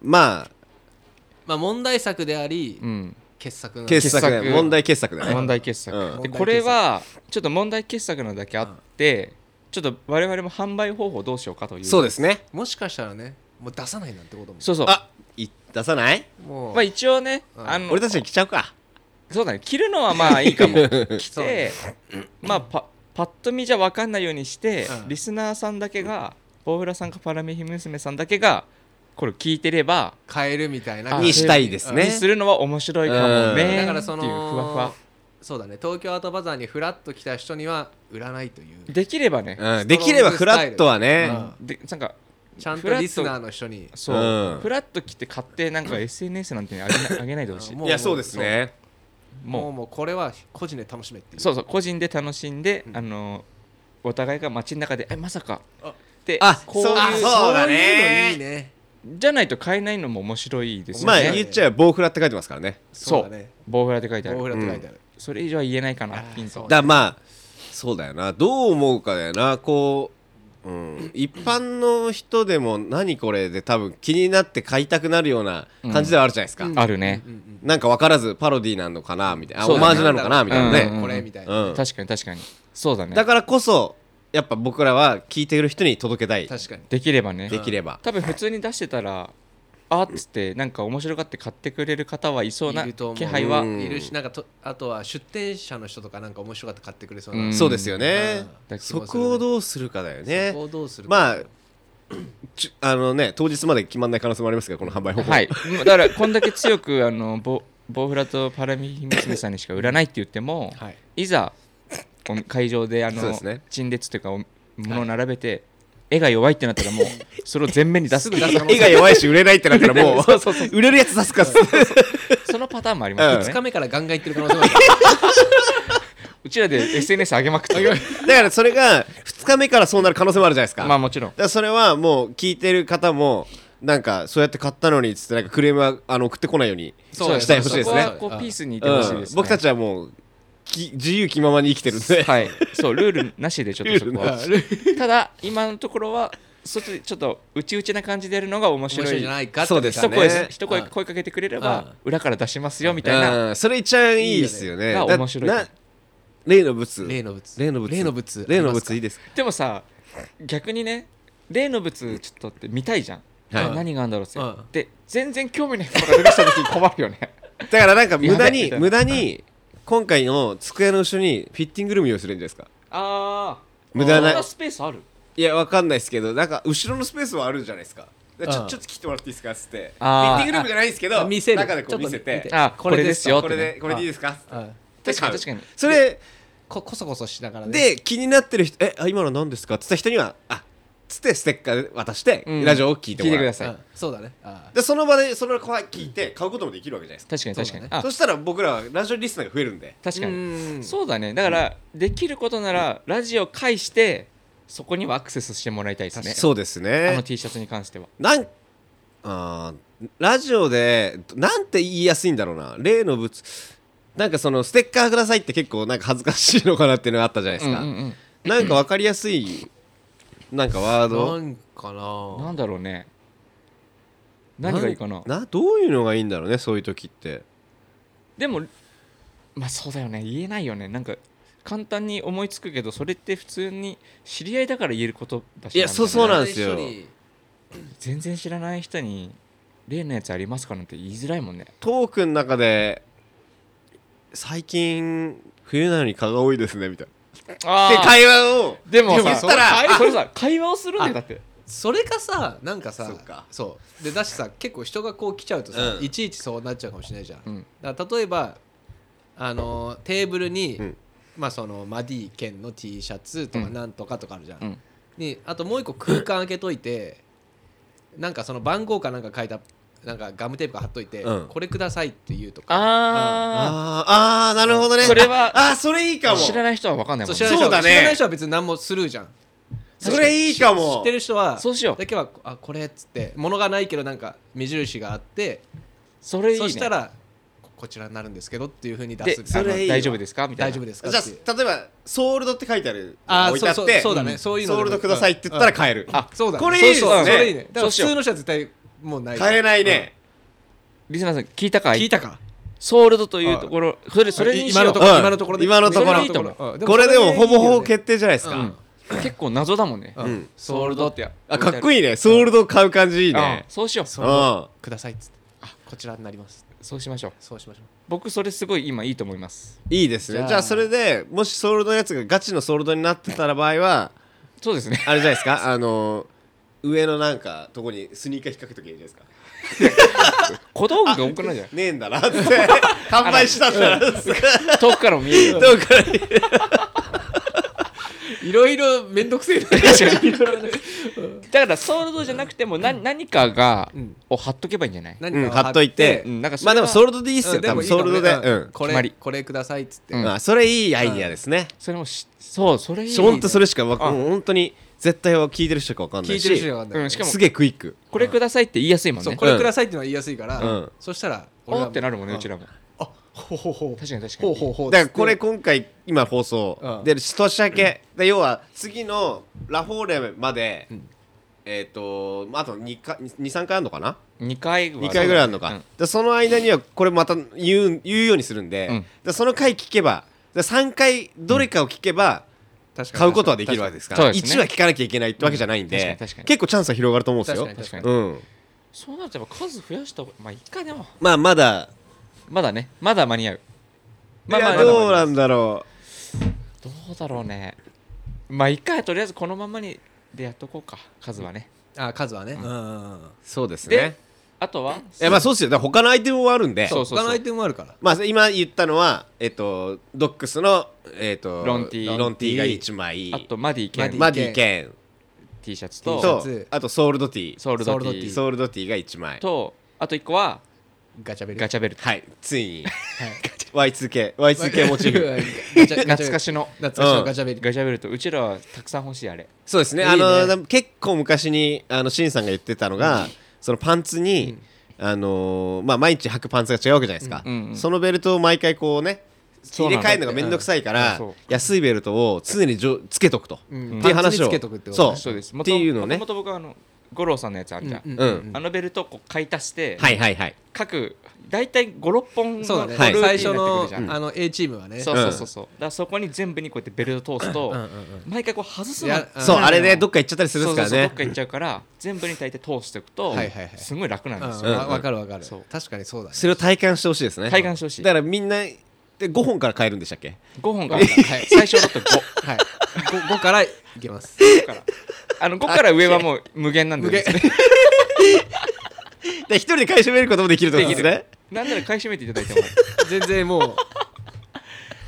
Speaker 2: ま
Speaker 1: まあ問題作であり
Speaker 3: うん、
Speaker 1: 傑作なん
Speaker 2: あ
Speaker 1: で
Speaker 2: 傑作だ
Speaker 3: 傑作
Speaker 2: 問題傑作だね
Speaker 3: 問題傑作、
Speaker 2: うん
Speaker 3: でこれはちょっと問題傑作なだけあって、ちょっと我々も販売方法どうしようかという
Speaker 2: そうですね
Speaker 1: もしかしたらねもう出さないなんてことも
Speaker 3: そうそう
Speaker 2: あい出さない
Speaker 1: もう
Speaker 3: まあ一応ね、
Speaker 1: うん
Speaker 3: あの
Speaker 2: 俺たちに来ちゃうか
Speaker 3: そうだね着るのはまあいいかも着
Speaker 1: そう
Speaker 3: てまあパパッと見じゃ分かんないようにして、
Speaker 1: うん
Speaker 3: リスナーさんだけが大浦さんかパラメヒ娘さんだけがこれ聞いてれば
Speaker 1: 変えるみたいな
Speaker 3: あ
Speaker 2: にしたいですね
Speaker 3: にするのは面白いかも
Speaker 2: うん
Speaker 3: ね
Speaker 1: だからその
Speaker 3: っていうふわふわ
Speaker 1: そうだね東京アートバザーにフラッと来た人には売らないという
Speaker 3: できればね、
Speaker 2: うん、できればフラットはね、
Speaker 1: うん
Speaker 3: でなんか
Speaker 1: ちゃんとリスナーの人に
Speaker 3: そう、
Speaker 2: うん
Speaker 3: フラッと来て買ってなんか SNS なんてあげなあげないでほしい
Speaker 1: あ
Speaker 3: も
Speaker 1: も
Speaker 2: いやそうですね
Speaker 3: う
Speaker 1: もうもうこれは個人で楽しめっていう
Speaker 3: そうそう個人で楽しんで、
Speaker 1: うん
Speaker 3: あのお互いが街の中でえまさか
Speaker 1: あ
Speaker 3: って
Speaker 2: あ
Speaker 3: こう
Speaker 2: そう
Speaker 1: あ
Speaker 2: あ
Speaker 1: そ
Speaker 3: いうう
Speaker 2: そうだね
Speaker 1: いうのいいね
Speaker 3: じゃないと買えないのも面白いですよ
Speaker 2: まあ
Speaker 3: ね、
Speaker 2: 言っちゃえば棒フラって書いてますからね
Speaker 1: そうだね
Speaker 3: 棒フラって書いてあ
Speaker 1: 大
Speaker 3: る
Speaker 1: 浦って書いてある
Speaker 3: それ以上は言えないかな
Speaker 1: あー
Speaker 3: ピンと
Speaker 2: だからまあそうだよなどう思うかだよなこう、うん、一般の人でも何これで多分気になって買いたくなるような感じではあるじゃないですか、
Speaker 1: うん
Speaker 3: あるね
Speaker 1: う、んうん
Speaker 2: なんか分からずパロディーなのかなみたいなあ
Speaker 3: そ
Speaker 2: オ
Speaker 3: う
Speaker 2: マー
Speaker 3: だね
Speaker 2: ジュなのかなみたいな
Speaker 3: うんうん
Speaker 2: ね、
Speaker 1: これみたいな
Speaker 2: うん
Speaker 3: 確かに確かにそうだね
Speaker 2: だからこそやっぱ僕らは聞いてる人に届けたい
Speaker 1: 確かに
Speaker 3: できればね
Speaker 2: できれば、
Speaker 3: 多分普通に出してたらあっつってなんか面白がって買ってくれる方はいそうない
Speaker 1: ると思う
Speaker 3: 気配は、
Speaker 2: うん
Speaker 1: いるしなんかとあとは出店者の人とかなんか面白かったら買ってくれそう
Speaker 3: う
Speaker 1: なん
Speaker 2: そうですよね、
Speaker 3: うん
Speaker 2: そこをどうするかだよね
Speaker 1: そこをどうするか
Speaker 2: まあちゅあのね当日まで決まんない可能性もありますけどこの販売方法、
Speaker 3: はい、だからこんだけ強くあのボボウフラとパラミ娘さんにしか売らないって言っても、
Speaker 1: はい
Speaker 3: い、ざこの会場であ
Speaker 2: そうで
Speaker 3: の
Speaker 2: すね
Speaker 3: 陳列というかお物を並べて、絵が弱いってなったら もうそれを全面に出す
Speaker 1: すぐ出す可能
Speaker 2: 絵が
Speaker 1: 性
Speaker 2: 弱いし売れないってなったらも う売れるやつ出すか
Speaker 3: そのパターンもありますよ
Speaker 2: うん
Speaker 3: ね
Speaker 1: 2、日目からガンガンいってる可能性 もある
Speaker 3: うちらで SNS 上げまくってる
Speaker 2: だからそれが2日目からそうなる可能性もあるじゃないですか,、
Speaker 3: まあ
Speaker 2: だか
Speaker 3: もちろん
Speaker 2: らそれはもう聞いてる方もなんかそうやって買ったのにっつってなんかクレームはあの送ってこないように
Speaker 1: そう
Speaker 2: したい欲しいですね
Speaker 3: そこはこうピースにいて
Speaker 2: う
Speaker 3: ほしい
Speaker 2: ん
Speaker 3: です、ね
Speaker 2: 僕たちはもうき自由気ままに生きてるんで、
Speaker 3: はいそうルールなしでちょっとそこ
Speaker 2: ル
Speaker 3: はただ今のところはそっちちょっと内々な感じでやるのが面
Speaker 1: 面
Speaker 3: 白
Speaker 1: 白い
Speaker 3: い
Speaker 1: じゃないかって
Speaker 2: そうです
Speaker 3: 一
Speaker 2: ね
Speaker 3: 声一声
Speaker 1: うん
Speaker 3: 声かけてくれれ
Speaker 1: うん
Speaker 3: ば裏から出しますよみたいな
Speaker 2: うんそれ一番いいですよね
Speaker 3: いいよね
Speaker 2: だ
Speaker 3: 面白い
Speaker 2: な例の物
Speaker 1: 例の物
Speaker 2: 例の物
Speaker 1: 例の物
Speaker 2: 例の物いいですか
Speaker 3: でもさ逆にね例の物ちょっとって見たいじゃん、
Speaker 2: はい
Speaker 3: あ何があるんだろうって、
Speaker 1: うん
Speaker 3: で全然興味ない人が出てきた時に困るよ ね
Speaker 2: だからなんか無駄
Speaker 3: や
Speaker 2: に
Speaker 3: べえ
Speaker 2: 無駄に今回の机の後ろにフィッティングルーム用意するんじゃないですか
Speaker 3: ああ
Speaker 2: 無駄
Speaker 3: そん
Speaker 2: な
Speaker 3: なスペースある
Speaker 2: いやわかんないですけどなんか後ろのスペースはあるじゃないですかだからち
Speaker 1: うん
Speaker 2: ょちょっと切ってもらっていいですかっつってフ
Speaker 3: あ
Speaker 2: ィッ
Speaker 3: ー
Speaker 2: ティングルームじゃないんですけど
Speaker 1: 見せる
Speaker 2: 中でこ
Speaker 1: ちょ
Speaker 2: う
Speaker 1: っと
Speaker 2: 見せて
Speaker 1: 見てあ
Speaker 3: これですよ
Speaker 2: これでこれでいいですか
Speaker 1: うん
Speaker 3: 確かに確かに
Speaker 2: それ
Speaker 1: ここそこそしながらね
Speaker 2: で気になってる人「えあ今の何ですか?」っつった人には「あつってステッカーで渡して
Speaker 3: うん
Speaker 2: ラジオを聞いてもらう
Speaker 3: 聞いてください
Speaker 1: うんそうだねああ
Speaker 2: でその場でその声聞いて買うこともできるわけじゃないですか
Speaker 3: 確かに確かに、
Speaker 1: そうだ
Speaker 3: あ
Speaker 2: そしたら僕らはラジオリスナーが増えるんで
Speaker 3: 確かに
Speaker 1: うん
Speaker 3: そうだねだから、できることならラジオ介してそこにはアクセスしてもらいたいですね
Speaker 2: そうです
Speaker 3: あ
Speaker 2: ね
Speaker 3: の T シャツに関しては
Speaker 2: なんあーラジオでなんて言いやすいんだろうな例の物なんかそのステッカーくださいって結構なんか恥ずかしいのかなっていうのがあったじゃないですか、
Speaker 3: うんうん
Speaker 2: なんか分かりやすいなんか
Speaker 1: な
Speaker 2: ワード
Speaker 1: んか
Speaker 3: うん、な
Speaker 1: なん
Speaker 3: だろうね何がいいかな
Speaker 2: などういうのがいいんだろうねそういう時って
Speaker 3: でもまあそうだよね言えないよねなんか簡単に思いつくけどそれって普通に知り合いだから言えることだし
Speaker 2: いや
Speaker 3: みた
Speaker 2: そうそうなんんです
Speaker 1: 一緒
Speaker 2: よ
Speaker 1: に
Speaker 3: 全然知らない人に例のやつありますかなんて言いづらいもんね
Speaker 2: トークの中で最近冬なのに蚊が多いですねみたいなで
Speaker 3: あ
Speaker 2: 会話を
Speaker 3: でも
Speaker 2: でも
Speaker 3: さ
Speaker 2: それ会
Speaker 3: それさ会話をするんだよ
Speaker 1: あ
Speaker 3: だって
Speaker 1: それかさなんかさ
Speaker 2: そうか
Speaker 1: そうでだしさ結構人がこう来ちゃうとさ、
Speaker 2: うん
Speaker 1: いちいちそうなっちゃうかもしれないじゃん、
Speaker 3: うん
Speaker 1: だから例えばあのーテーブルに、
Speaker 2: うん
Speaker 1: まあそのマディケンの T シャツとか
Speaker 3: うん
Speaker 1: なんとかとかあるじゃん、
Speaker 3: うん
Speaker 1: にあともう一個空間開けといてなんかその番号かなんか書いたなんかガムテープが貼っといて、
Speaker 2: うん
Speaker 1: これくださいって言うとか
Speaker 3: あ
Speaker 2: あーあーなるほどね
Speaker 3: それは
Speaker 2: ああーそれいいか
Speaker 3: あ
Speaker 2: も
Speaker 3: 知らない人は分かんない
Speaker 1: そ
Speaker 3: も
Speaker 1: うん知らない人
Speaker 2: そうだね
Speaker 1: 知らない人は別に何もするじゃん
Speaker 2: それいいかも
Speaker 1: 知ってる人は
Speaker 3: そうしよう
Speaker 1: だけはあこれっつって物がないけどなんか目印があって
Speaker 3: それいいね
Speaker 1: そしたらここちらになるんですけどっていうふうに出
Speaker 3: です
Speaker 2: それいい
Speaker 3: あの
Speaker 2: わ
Speaker 3: 大丈夫ですかみた
Speaker 1: 大
Speaker 3: いな
Speaker 1: 丈夫ですか
Speaker 2: じゃ
Speaker 1: っていう
Speaker 2: あ例えばソールドって書いてある
Speaker 1: あー
Speaker 2: 置いてあって
Speaker 1: そうそうそうだねそういうので
Speaker 2: ソー
Speaker 1: も
Speaker 2: ルドくださいって言ったら買える、
Speaker 3: あ
Speaker 1: そうだね
Speaker 2: これいいです
Speaker 1: そ
Speaker 2: ね
Speaker 1: うそうそれいいねだか
Speaker 3: そ
Speaker 1: ら
Speaker 3: う
Speaker 1: 普
Speaker 3: しよう
Speaker 1: 通の人は絶対もうない
Speaker 2: 買えないね、
Speaker 3: リスナーさん聞いたか
Speaker 1: 聞いたか
Speaker 3: ソールドというところそれそれにし
Speaker 1: 今
Speaker 3: よ
Speaker 1: の
Speaker 3: う
Speaker 1: ところ
Speaker 2: うん
Speaker 1: 今のところで
Speaker 2: 今のところ
Speaker 1: それいいと思ううんも
Speaker 2: これでも
Speaker 1: そいい
Speaker 2: ほ
Speaker 1: よね
Speaker 2: ぼほぼ決定じゃないですか、
Speaker 1: うん
Speaker 3: 結構謎だもんね
Speaker 1: うん
Speaker 2: うん
Speaker 3: ソールドって
Speaker 2: あかっこ
Speaker 3: い
Speaker 2: いいねソールド買う感じいいね
Speaker 3: そうしよう
Speaker 1: そううん
Speaker 2: あ
Speaker 1: くださいっつってあこちらになります
Speaker 3: そうしましょう
Speaker 1: そうしましょう
Speaker 3: 僕それすごい今いいと思います
Speaker 2: いいですねじ
Speaker 1: じゃ
Speaker 2: ゃあ
Speaker 1: あ
Speaker 2: それでもしソールドのやつがガチのソールドになってたら場合は
Speaker 3: そうですね
Speaker 2: あれじゃないですかあの上のなんかとこにスニーカー引っ掛けときゃいいじゃないですか
Speaker 3: 小道具が多くないじゃん
Speaker 2: ねえんだなって 販売したんだなって
Speaker 3: 遠くからも見える
Speaker 2: どうか
Speaker 1: いろいろめんどく せえな
Speaker 3: だからソールドじゃなくてもな何かが
Speaker 1: うん
Speaker 3: を貼っとけばいいんじゃない
Speaker 2: うん貼っといて
Speaker 3: うんなんかそれ
Speaker 2: ま
Speaker 3: は
Speaker 2: あでもソールドでいいっす
Speaker 1: う
Speaker 2: よ
Speaker 1: んで
Speaker 2: 多
Speaker 1: も
Speaker 2: 分
Speaker 1: いい
Speaker 2: ソ
Speaker 1: か
Speaker 2: ー
Speaker 1: も
Speaker 2: ル
Speaker 1: ね
Speaker 2: ドで
Speaker 1: う
Speaker 2: うん
Speaker 1: こ
Speaker 3: 決まり
Speaker 1: れこれくださいっつって
Speaker 3: うん
Speaker 2: あそれいいアイディアですね
Speaker 3: それもしそうそれいいね
Speaker 2: ほんとそれしかわか
Speaker 3: あ
Speaker 2: もう本当に絶対は聞いてる人しかわかんな
Speaker 1: 聞
Speaker 2: い
Speaker 1: い
Speaker 2: して
Speaker 1: る人がわかんない
Speaker 3: うんしかも
Speaker 2: すげえクイック
Speaker 3: これくださいって言いやすいもん
Speaker 1: そう
Speaker 3: ね
Speaker 1: これくださいっていうのは言いやすいから、
Speaker 2: うん
Speaker 1: そしたら
Speaker 3: おーってな
Speaker 1: る
Speaker 3: るもんねうちらも
Speaker 1: あほうほうほう
Speaker 3: 確かに確か
Speaker 1: ほ
Speaker 3: に
Speaker 1: うほうほう
Speaker 2: だからこれ今回今放送
Speaker 1: うん
Speaker 2: で年明けで要は次のラフォーレまで
Speaker 1: うん
Speaker 2: えっとまああと23回あるのかな
Speaker 3: 2回は
Speaker 2: 2回ぐらいあるの
Speaker 3: う
Speaker 2: か
Speaker 3: ん、
Speaker 2: でその間にはこれまた言う言うようにするんで,、
Speaker 3: うん
Speaker 2: でその回聞けばで3回どれかを聞けば
Speaker 1: 確かに
Speaker 2: 買うことはできるわけですから、
Speaker 3: そうですね
Speaker 2: 1は聞かなきゃいけないってわけじゃないん
Speaker 3: うん確
Speaker 2: で、
Speaker 3: かに確かに
Speaker 2: 結構チャンスは広がると思うんですよ
Speaker 1: 確かに確か
Speaker 3: に
Speaker 2: うん、
Speaker 3: そうなるとやっぱ数増やした方がまあ1回でも
Speaker 2: まあまだ、
Speaker 3: まだねまだ間に合うまあ
Speaker 2: い
Speaker 3: まあ
Speaker 2: や
Speaker 3: まだ間に
Speaker 2: ど
Speaker 3: 合
Speaker 2: う
Speaker 3: う
Speaker 2: なんだろ
Speaker 3: どうだろうねまあ1回はとりあえずこのままにでやっとこうか数はね
Speaker 1: あ数はね、うんうんうん
Speaker 2: うそうです
Speaker 3: であとは
Speaker 2: えまあそうですよだから他のアイテムもあるんで
Speaker 3: そうそうそう
Speaker 1: 他のアイテムもあるから
Speaker 2: まあ、今言ったのは、えっと、ドックスの、えっと、
Speaker 3: ロンティー
Speaker 2: ロンティーが1枚
Speaker 3: あとマディケ
Speaker 1: マディ
Speaker 3: ン
Speaker 2: マディケン
Speaker 3: T シャツ
Speaker 1: T シャ
Speaker 2: と
Speaker 1: ツ
Speaker 3: と
Speaker 2: あとソールドティー
Speaker 3: ソールド
Speaker 1: ソールド
Speaker 3: T
Speaker 1: ティ
Speaker 2: ソールドティーが1枚
Speaker 3: とあと1個は
Speaker 1: ガチャベル
Speaker 3: ガチャベルト
Speaker 2: はい、ついに Y2K、Y2K モチーフ。
Speaker 1: ガチャガチャ
Speaker 3: 懐かしの
Speaker 1: 懐かしのガチャベルト
Speaker 3: ガチャベルトうちらはたくさん欲しいあれ
Speaker 2: そうですね、
Speaker 1: いい
Speaker 2: あ
Speaker 1: ね
Speaker 2: の、でも結構昔に、あの、しんさんが言ってたのが、そのパンツに、あのー、まあ、毎日履くパンツが違うわけじゃないですか
Speaker 3: うんうんう。ん
Speaker 2: そのベルトを毎回こうね、
Speaker 3: そ
Speaker 2: 入れ
Speaker 3: うなんだ
Speaker 2: 替えるのがめんどくさいから
Speaker 3: うんそう、
Speaker 2: 安いベルトを常にじょつけとくと。って
Speaker 1: ん
Speaker 2: いう話
Speaker 1: パンツ
Speaker 2: を
Speaker 1: につけとくって。こと
Speaker 2: そ
Speaker 1: ね
Speaker 3: そうです
Speaker 2: う。っていうのをね
Speaker 3: も。ともと僕はあの五郎さんのやつあるじゃん、
Speaker 1: うん
Speaker 2: うん
Speaker 3: あのベルトをこう買い足して、
Speaker 2: はいはいはい。
Speaker 3: 各大体56本の
Speaker 1: そうだね、
Speaker 2: はい
Speaker 3: ルーティン
Speaker 1: 最初
Speaker 3: になってく
Speaker 1: の,、
Speaker 3: るじゃん
Speaker 1: あの A チームはね
Speaker 3: そううんそうそうそう、だからそこに全部にこうやってベルト通すと、
Speaker 1: うんうん
Speaker 3: 毎回こう外す
Speaker 1: い
Speaker 3: の
Speaker 1: やうん
Speaker 2: そう、あれね、
Speaker 3: で
Speaker 2: どっか行っちゃったりするんですから
Speaker 3: そうそうそう
Speaker 2: ね
Speaker 3: どっ。か行っちゃうから全部に大体通しておくと、
Speaker 1: はいはいはい
Speaker 3: すごい楽なん
Speaker 1: うん
Speaker 3: です
Speaker 1: う
Speaker 3: よ、
Speaker 1: んわわかるわかる
Speaker 3: そう
Speaker 1: 確かにそうだね
Speaker 2: それを体感してほしいですね。
Speaker 3: 体感してほしい
Speaker 2: だからみんな、で5本から買えるんでしたっけ
Speaker 3: 5本があるから、
Speaker 1: はい
Speaker 3: 最初だと 5,
Speaker 1: はい 5, 5からいけます
Speaker 3: からあの5から上はもう無限なんで
Speaker 1: 無限
Speaker 3: 別に
Speaker 2: で、一人で買い占めることもできるってことですね。
Speaker 3: なんなら買い占めていただいても
Speaker 1: 全然もう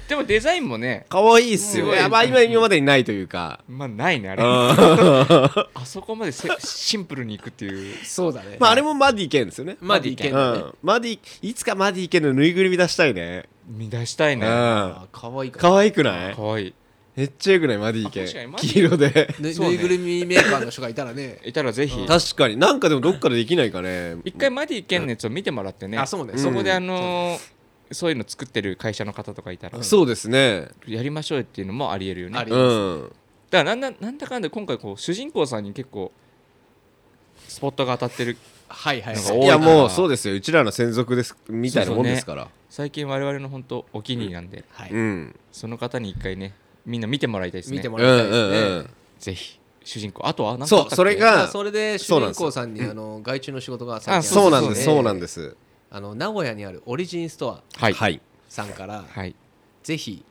Speaker 3: でもデザインもね
Speaker 2: 可愛いっすよ。
Speaker 3: すごい
Speaker 2: やばい、今今までにないというか。
Speaker 3: まあないねあれ
Speaker 2: うん
Speaker 3: あそこまでせシンプルにいくっていう
Speaker 1: そうだね
Speaker 2: まああれもマディケンですよね。
Speaker 1: マディケン
Speaker 2: う
Speaker 1: だね
Speaker 2: ん。マディいつかマディケンのぬいぐるみ出したいね。
Speaker 3: 見出したいうね
Speaker 2: ん。
Speaker 3: か
Speaker 1: あ可愛いか
Speaker 2: 可愛くない
Speaker 3: わいい
Speaker 2: めっちゃよくないマディ
Speaker 3: あ確か
Speaker 2: ケ
Speaker 3: に
Speaker 2: ン。
Speaker 3: マディ
Speaker 2: 黄色で。
Speaker 1: ぬ
Speaker 3: そう
Speaker 1: ぬ
Speaker 3: ね
Speaker 1: いぐるみメーカーの人がいたら ね
Speaker 3: いたらぜひ
Speaker 2: 確かに。なんかでもどっかでできないかね。
Speaker 3: 一回マディケンのやつを見てもらってね、
Speaker 1: あそうね
Speaker 3: そこで
Speaker 2: うん
Speaker 3: あのーそういうの作ってる会社の方とかいたら、
Speaker 2: そうですね。
Speaker 3: やりましょうよっていうのもありえるよね
Speaker 1: あ
Speaker 3: だ
Speaker 1: り
Speaker 3: か
Speaker 2: うん。
Speaker 3: らなんだなんだかんだ今回こう主人公さんに結構スポットが当たってる
Speaker 1: はいはい
Speaker 3: なん
Speaker 1: は
Speaker 3: か
Speaker 1: い
Speaker 3: 多
Speaker 2: い
Speaker 3: から
Speaker 2: やもうそうですよ。うちらの専属ですみたいなもんですから。
Speaker 3: 最近我々の本当お気に入りなんで、
Speaker 1: は
Speaker 2: う
Speaker 1: い
Speaker 2: ん。
Speaker 3: その方に一回ねみんな見てもらいたいですね
Speaker 1: 見ても
Speaker 2: うん
Speaker 1: らいたいで
Speaker 2: う
Speaker 1: すね
Speaker 2: んうん。
Speaker 3: ぜひ主人公あとは何か
Speaker 2: そう、それ
Speaker 1: まあ
Speaker 2: が。
Speaker 1: それで主人公さんにあの外注の仕事が最
Speaker 3: あ
Speaker 1: 近
Speaker 2: そうなんです、
Speaker 1: あ
Speaker 2: そう
Speaker 1: る
Speaker 2: なん
Speaker 1: の
Speaker 2: です。
Speaker 1: あの名古屋にあるオリジンストア
Speaker 3: はいは、
Speaker 2: はいい。
Speaker 1: さんからぜひ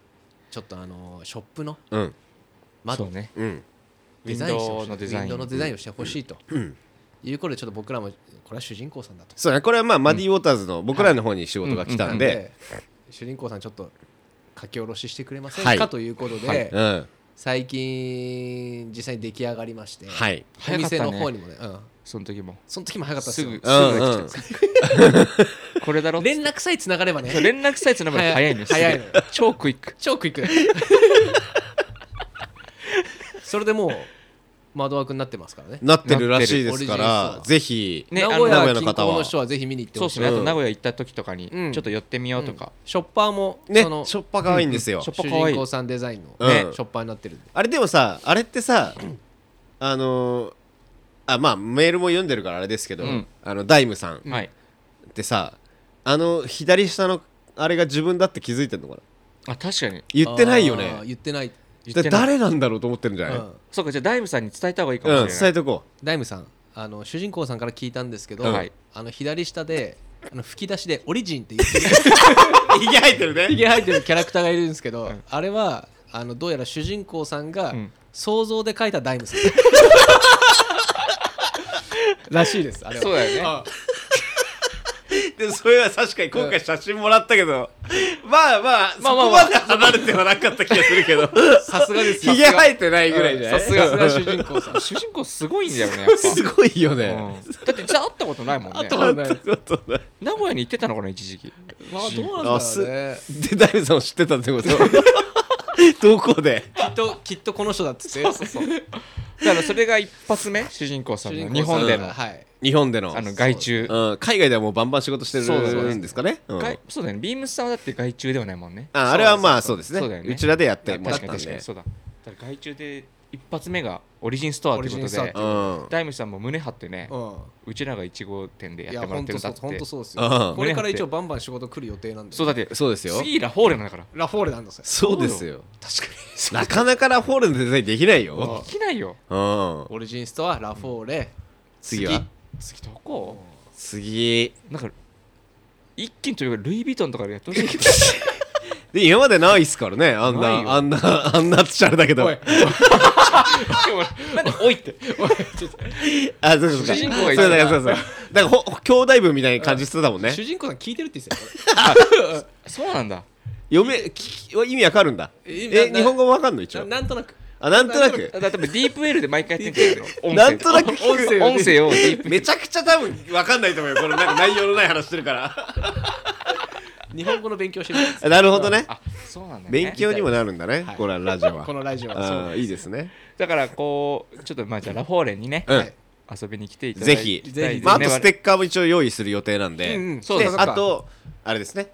Speaker 1: ちょっとあのショップの
Speaker 2: うん。
Speaker 1: 窓
Speaker 3: そうね
Speaker 2: うん。
Speaker 1: デザインして
Speaker 3: ウィンドウ
Speaker 1: ほ
Speaker 3: のデ
Speaker 1: しい
Speaker 3: ザイ
Speaker 1: ウ
Speaker 3: ン
Speaker 1: ィンドウのデザインをしてほしいということでちょっと僕らもこれは主人公さんだと
Speaker 2: そうね、これはまあ、マディ・ウォーターズの僕らの方に仕事が来たんで、
Speaker 1: で主人公さんちょっと書き下ろししてくれません
Speaker 2: はい
Speaker 1: かということで
Speaker 2: うん。
Speaker 1: 最近実際に出来上がりまして
Speaker 2: はい。
Speaker 1: お店の
Speaker 3: 早かったね
Speaker 1: 方にもねうん
Speaker 3: その時も
Speaker 1: その時も早かったですすよ
Speaker 3: ぐすぐ
Speaker 2: うんうん
Speaker 3: 来てたこれだろ
Speaker 1: 連絡さえつながればね
Speaker 3: そう連絡さえつながるの早いんです
Speaker 1: 早いのよ
Speaker 3: 超クイック
Speaker 1: 超クイックそれでもう窓枠になってますからね
Speaker 2: なってるらしいですか
Speaker 1: なってる
Speaker 2: らぜひ
Speaker 3: ね
Speaker 1: 名
Speaker 3: あの
Speaker 1: 古
Speaker 2: 名古
Speaker 1: 屋
Speaker 2: 屋の
Speaker 1: 近
Speaker 2: 方は
Speaker 1: 郊の人はぜひ見に行って
Speaker 3: そ
Speaker 1: ほ
Speaker 3: う
Speaker 1: し
Speaker 3: です
Speaker 1: い
Speaker 3: ね、あ
Speaker 2: う
Speaker 3: と
Speaker 2: ん
Speaker 3: 名古屋行った時とかに
Speaker 1: うん
Speaker 3: ちょっと寄ってみようとか、
Speaker 1: ショッパーも
Speaker 2: ね
Speaker 1: その
Speaker 2: しょっぱ可愛いんですよ
Speaker 3: うんしょっぱ
Speaker 1: 主
Speaker 3: 可愛い
Speaker 1: 人公さんデザインの
Speaker 2: うん
Speaker 1: ショッパーになってるんで
Speaker 2: あれでもさあれってさあのーあまあメールも読んでるからあれですけど
Speaker 3: うん
Speaker 2: あのダイムさんっ
Speaker 3: はい
Speaker 2: てさあの左下のあれが自分だって気づいてんのかな
Speaker 3: あ確かに
Speaker 2: 言ってないよね
Speaker 1: あー言ってない
Speaker 3: 言
Speaker 2: だ
Speaker 3: ってない
Speaker 2: 誰なんだろうと思ってるんじゃない、
Speaker 1: うん
Speaker 3: そうかじゃあダイムさんに伝えた方がいいかもし
Speaker 2: う、
Speaker 3: れなんい、
Speaker 2: 伝えとこ
Speaker 1: ダイムさんあの主人公さんから聞いたんですけど、
Speaker 3: はい
Speaker 1: あの左下であの吹き出しでオリジンって言ってる
Speaker 2: う。ひげ入ってるね。
Speaker 1: ひげ生えてるキャラクターがいるんですけど、
Speaker 3: ん
Speaker 1: あれはあのどうやら主人公さんが
Speaker 3: うん
Speaker 1: 想像で描いたダイム さん、らしいですあれは
Speaker 3: そうだよねあ
Speaker 2: で、それは確かに今回写真もらったけど、まあまあ、
Speaker 3: まあまあまあ
Speaker 2: そこまで離れてはなかった気がするけど、
Speaker 1: さすがです
Speaker 2: ひげ生えてないぐらいじゃな
Speaker 1: さ
Speaker 2: い
Speaker 1: すがさすが主人公さん
Speaker 3: 主人公すごいんだよねやっぱ
Speaker 2: すごいよ
Speaker 3: う
Speaker 2: ね。
Speaker 3: んだってじゃあ会ったことないもんね
Speaker 1: とはない
Speaker 2: 会ったことない
Speaker 3: 名古屋に行ってたのかな一時期
Speaker 1: まあどうなんだ
Speaker 2: あ
Speaker 1: ろ
Speaker 2: す
Speaker 1: うね
Speaker 2: で、ダイムさんを知ってたってこと どこで
Speaker 1: きっときっとこの人だっつって
Speaker 3: だからそれが一発目主人公さん
Speaker 1: 主
Speaker 3: の
Speaker 1: 人
Speaker 3: 日
Speaker 1: 公さん
Speaker 3: 本での
Speaker 1: がはい
Speaker 2: 日本での
Speaker 3: あ。の外注
Speaker 2: うん、海外ではもうバンバン仕事してるんですかね。うん
Speaker 3: 外そうだよねビームスさんはだって外注ではないもんね
Speaker 2: ああれはまあそうですね。
Speaker 3: そうだよね
Speaker 2: うちらでやっ
Speaker 3: いや
Speaker 2: て
Speaker 3: 確
Speaker 2: も
Speaker 3: か
Speaker 2: った
Speaker 3: らに
Speaker 2: ん
Speaker 3: 確か
Speaker 2: で
Speaker 3: に。そうだだから外注で一発目がオリジンストアというこ
Speaker 1: オリジン
Speaker 3: と
Speaker 1: ストアっ
Speaker 3: で
Speaker 1: て
Speaker 2: うん。
Speaker 3: ダイムさんも胸張ってね
Speaker 1: う
Speaker 3: うちらが1号店で
Speaker 1: んいや
Speaker 3: やってもらっ
Speaker 1: 本
Speaker 3: て
Speaker 1: 当そう
Speaker 3: るんだって
Speaker 1: 本当そうです
Speaker 2: うん
Speaker 1: よこれから一応バンバン仕事来る予定なんで
Speaker 3: そうだって
Speaker 2: そうですよ。
Speaker 3: 次ラフォーレなんだから
Speaker 1: ラフォーレなんですよ
Speaker 2: そうですよ。
Speaker 1: 確かに
Speaker 2: なかなかラフォールのデザインできないよ
Speaker 3: で。きないよ
Speaker 2: うん。
Speaker 1: オリジンストアラフォーレ
Speaker 2: 次は
Speaker 3: 次どこ
Speaker 2: 次。
Speaker 3: なんか一気にというかルイ・ヴィトンとかでやって ほしいけど
Speaker 2: で、今までないっすからね。あん
Speaker 3: ないよ
Speaker 2: な、あんな、あんなってしゃれだけど。
Speaker 1: お
Speaker 2: あ
Speaker 1: い、
Speaker 3: なんでおいって
Speaker 2: そうかそうか。
Speaker 3: 主人公がい
Speaker 2: そ
Speaker 3: た
Speaker 2: う
Speaker 3: か
Speaker 2: だ
Speaker 3: ら
Speaker 2: そうだそうだ。なんかほ、兄弟分みたいな感じしてたもんね
Speaker 1: 主。人公さん聞いてるって言っ てたよ
Speaker 3: そうなんだ
Speaker 2: 読め、聞き意味わかるんだ。
Speaker 1: え
Speaker 2: え、
Speaker 1: な
Speaker 2: 日本語もわかんの一
Speaker 1: な
Speaker 2: 応。
Speaker 1: なんとなく
Speaker 2: あ、なんとなく。
Speaker 3: だってディープウェルで毎回やってんだけど
Speaker 2: なんとなく
Speaker 3: 音
Speaker 2: 聞
Speaker 3: 声
Speaker 2: く
Speaker 3: 音声をディープ
Speaker 2: めちゃくちゃ多分わかんないと思うよ。このなんか内容のない話してるから。
Speaker 1: 日本語の勉強してる やつ
Speaker 2: なるほどね。
Speaker 3: あそうなんだね
Speaker 2: 勉強にもなるんだね
Speaker 1: は。い
Speaker 2: これはラジオは。
Speaker 1: このラジオはそう
Speaker 2: あーいいですね。
Speaker 3: だからこうちょっとまあじゃあラフォーレンにね
Speaker 2: うん
Speaker 1: はい
Speaker 3: 遊びに来ていただ
Speaker 2: ぜ
Speaker 3: いて
Speaker 2: ひ。
Speaker 1: ぜひ
Speaker 2: まあ、あと
Speaker 3: ね
Speaker 2: ステッカーも一応用意する予定なんで、
Speaker 1: うんうん
Speaker 3: そう
Speaker 2: で
Speaker 3: だそうだ
Speaker 2: あとあれですね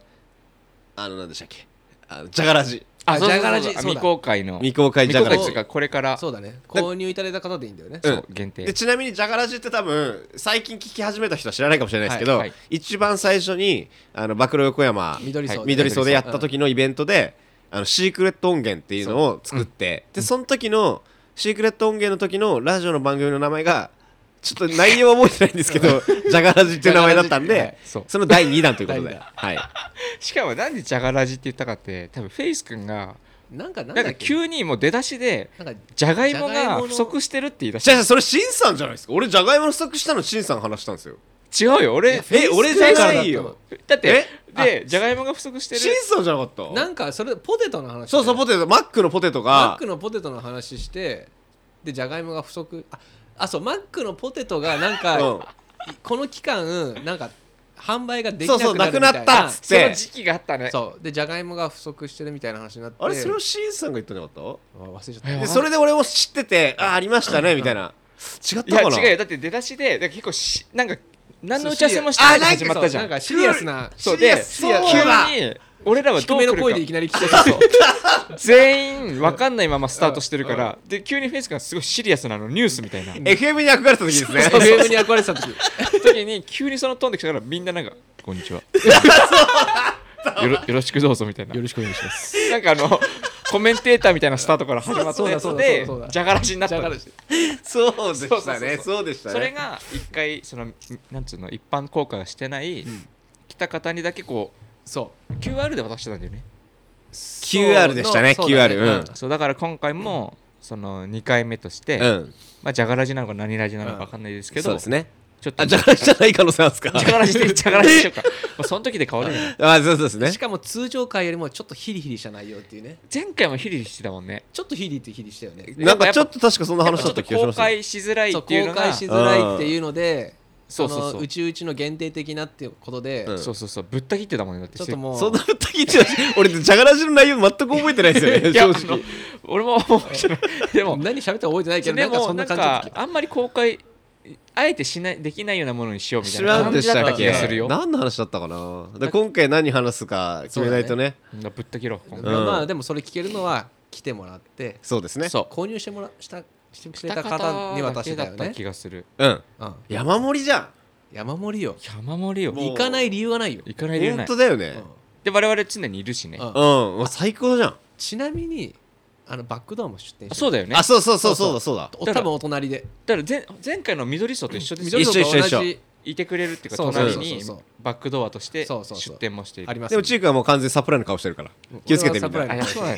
Speaker 2: あの何でしたっけあのジャガラジ
Speaker 3: あそうそう
Speaker 1: ジャガラジ
Speaker 3: そうそう
Speaker 1: そうだ
Speaker 3: 未公開の
Speaker 2: 未公開ジャガ
Speaker 3: 未公
Speaker 2: ラ
Speaker 3: 開
Speaker 2: ジ
Speaker 3: というかこれから
Speaker 1: そうだね購入いただいた方でいいんだよね
Speaker 2: うん
Speaker 3: そう限定
Speaker 2: でちなみにジャガラジって多分最近聞き始めた人は知らないかもしれないですけど、
Speaker 3: はいはい
Speaker 2: 一番最初にあの暴露横山
Speaker 1: 緑
Speaker 3: 層で
Speaker 2: はい緑層でやった時のイベントで、あのシークレット音源っていうのを作って、でその時のシークレット音源の時のラジオの番組の名前がちょっと内容は覚えてないんですけどジャガラジっていう名前だったんで、
Speaker 1: ジャガラジ
Speaker 3: はいそう
Speaker 2: その第2弾ということで
Speaker 1: 第二弾
Speaker 2: はい
Speaker 3: しかもなんでジャガラジって言ったかって多分フェイス君が
Speaker 1: なんかなんだ
Speaker 3: なんか
Speaker 1: っけ
Speaker 3: 急にもう出だしで
Speaker 1: なんか
Speaker 3: じゃがいも
Speaker 1: じゃがい
Speaker 3: が
Speaker 1: もの
Speaker 3: 不足してるって言い出し
Speaker 2: じゃあそれシンさんじゃないですか俺じゃがいもの不足したのシンさん話したんですよ
Speaker 3: た違うよ俺
Speaker 2: え俺じゃないよ
Speaker 3: だって
Speaker 2: え
Speaker 3: でじゃがいもが不足してる
Speaker 2: シンさんじゃなかった
Speaker 1: なんかそれポテトの話だよね
Speaker 2: そうそうポテトマックのポテト
Speaker 1: マッ
Speaker 2: が
Speaker 1: クのポテトの話してでじゃがいもが不足ああそうマックのポテトがなんか、
Speaker 2: うん
Speaker 1: いこの期間なんか販売ができ
Speaker 2: そう
Speaker 1: なくな
Speaker 2: そ
Speaker 1: る
Speaker 2: う
Speaker 1: みた
Speaker 2: ないく
Speaker 1: な
Speaker 2: なったっつっ
Speaker 3: その
Speaker 2: て
Speaker 3: 時期があったね
Speaker 1: そうでじゃがいもが不足してるみたいな話になって
Speaker 2: あれそれをシンさんが言ったんじゃなかっ
Speaker 1: あ忘れちゃっ
Speaker 3: え
Speaker 2: た
Speaker 1: た
Speaker 2: でそれで俺も知っててあありましたねみたいな違っ
Speaker 3: いや
Speaker 2: たかな
Speaker 3: 違うよだって出だしでだから結構しなんか何の打ち合わせもして
Speaker 2: あ
Speaker 3: な
Speaker 2: ないん
Speaker 3: で
Speaker 2: か
Speaker 3: 始まったじゃ
Speaker 1: なんんかシリアスな
Speaker 3: そう
Speaker 2: シリア
Speaker 3: で
Speaker 2: ス
Speaker 3: 急
Speaker 2: そうだ
Speaker 3: に俺らは
Speaker 1: 低
Speaker 3: どう来
Speaker 1: め
Speaker 3: る
Speaker 1: の
Speaker 3: か
Speaker 1: 声でいきなり来てた
Speaker 3: そう 全員わかんないままスタートしてるから、で急にフェイスがすごいシリアスなのニュースみたいな
Speaker 2: FM に憧れた時です ね
Speaker 1: FM に憧れてた時
Speaker 3: 時に急にその飛んできたからみんななんか「こんにちは」よろよろしくどうぞみたいなよろしくお願いしますなんかあのコメンテーターみたいなスタートから始まったや
Speaker 1: そ
Speaker 3: つ
Speaker 1: うだそうだ
Speaker 3: で
Speaker 1: そうだ
Speaker 3: じゃがらしになっ
Speaker 1: じ
Speaker 3: た
Speaker 1: ゃが
Speaker 3: の
Speaker 1: らし
Speaker 2: そうで
Speaker 3: そう
Speaker 2: し
Speaker 3: そう
Speaker 2: た
Speaker 3: そう
Speaker 2: ねそうでした
Speaker 3: それ
Speaker 2: ね
Speaker 3: が一回そのなんつうの一般公開はしてない、来た方にだけこ
Speaker 1: そう
Speaker 3: QR で渡してたんだよね
Speaker 2: QR でしたね
Speaker 1: そうだ
Speaker 2: QR うん
Speaker 3: そうだから今回もその2回目として、
Speaker 2: うん
Speaker 3: まあ、じゃがらじなのか何ラジなのか分かんないですけど、
Speaker 2: そうですね
Speaker 3: ちょっと
Speaker 2: あじゃがらしじゃない可能性あるんですか
Speaker 3: じゃがらじで、じゃがらじでしようか。もうその時で変わるよね。
Speaker 2: あそうそうですね
Speaker 1: しかも通常回よりもちょっとヒリヒリした内容っていうね
Speaker 3: 前回もヒリヒリしてたもんね。
Speaker 1: ちょっとヒリってヒリしたよね
Speaker 2: なんかちょっと確かそんな話
Speaker 3: ち
Speaker 2: だっ
Speaker 3: ょっと
Speaker 2: た気がし
Speaker 3: 公
Speaker 2: ますね
Speaker 3: 開しづらい
Speaker 1: そ
Speaker 3: っ
Speaker 1: う
Speaker 3: ていう
Speaker 1: 公
Speaker 3: のが
Speaker 1: 開しづらいっていうので
Speaker 3: そう
Speaker 1: そ
Speaker 3: そうそう
Speaker 1: の宇宙一の限定的なっていうことで、
Speaker 2: うん
Speaker 3: そうそうそうぶった切ってたもんねだって
Speaker 1: ちょっともう
Speaker 2: そんなぶった切ってたし俺ジャガラジの内容全く覚えてないですよね
Speaker 3: いやあ
Speaker 2: 正
Speaker 3: の
Speaker 2: 直
Speaker 3: 俺も思うじゃない でも
Speaker 1: 何喋ったか覚えてないけど
Speaker 3: で
Speaker 1: なんかそ
Speaker 3: も
Speaker 1: ん
Speaker 3: な
Speaker 1: なん感じだった
Speaker 3: か
Speaker 1: っけ
Speaker 3: あんまり公開あえてしないできないようなものにしようみた
Speaker 2: 知
Speaker 3: いな
Speaker 2: らん
Speaker 3: 感
Speaker 2: で
Speaker 3: じ
Speaker 2: し
Speaker 3: だ
Speaker 2: た
Speaker 3: っ
Speaker 2: ったけ
Speaker 3: 気がするよな
Speaker 2: 何の話だったかなで今回何話すか決めないとね
Speaker 3: ぶった切ろう今
Speaker 2: う
Speaker 3: 回
Speaker 2: ん
Speaker 1: まあでもそれ聞けるのは来てもらって
Speaker 2: そうですね
Speaker 3: そう
Speaker 1: 購入してもらしたしてくれた方に渡してたよ
Speaker 3: だけだっ
Speaker 1: ね
Speaker 3: た気がする
Speaker 2: うん
Speaker 1: うん、
Speaker 2: 山盛りじゃん
Speaker 1: 山盛りよ
Speaker 3: 山盛りよ
Speaker 2: もう
Speaker 1: 行かない理由がないよ、
Speaker 3: 行かないでよ
Speaker 2: 本
Speaker 3: ない
Speaker 2: 当だよね
Speaker 3: で我々常にいるしね
Speaker 1: うん
Speaker 2: うんもう最高じゃん
Speaker 1: ちなみにあのバックドアも出店して
Speaker 3: あ
Speaker 1: る
Speaker 3: そうだよね
Speaker 2: あそうそうそうそうだそうだ
Speaker 1: お多分お隣で
Speaker 3: だから前前回の緑荘と一緒ですよ
Speaker 1: 緑
Speaker 2: 一緒
Speaker 1: と
Speaker 2: 一緒
Speaker 1: 同
Speaker 2: 一
Speaker 1: じ
Speaker 3: いてくれるっていうか
Speaker 1: そう
Speaker 2: そう
Speaker 3: 隣
Speaker 2: そう
Speaker 3: に
Speaker 1: そうそう
Speaker 3: バックドアとして
Speaker 1: そうそうそう
Speaker 3: 出店もしてい
Speaker 1: あり
Speaker 3: る
Speaker 1: ます
Speaker 2: でもチークはもう完全にサプライの顔してるから気をつけてみん
Speaker 1: 俺はサプライ
Speaker 2: な
Speaker 3: あそうなんや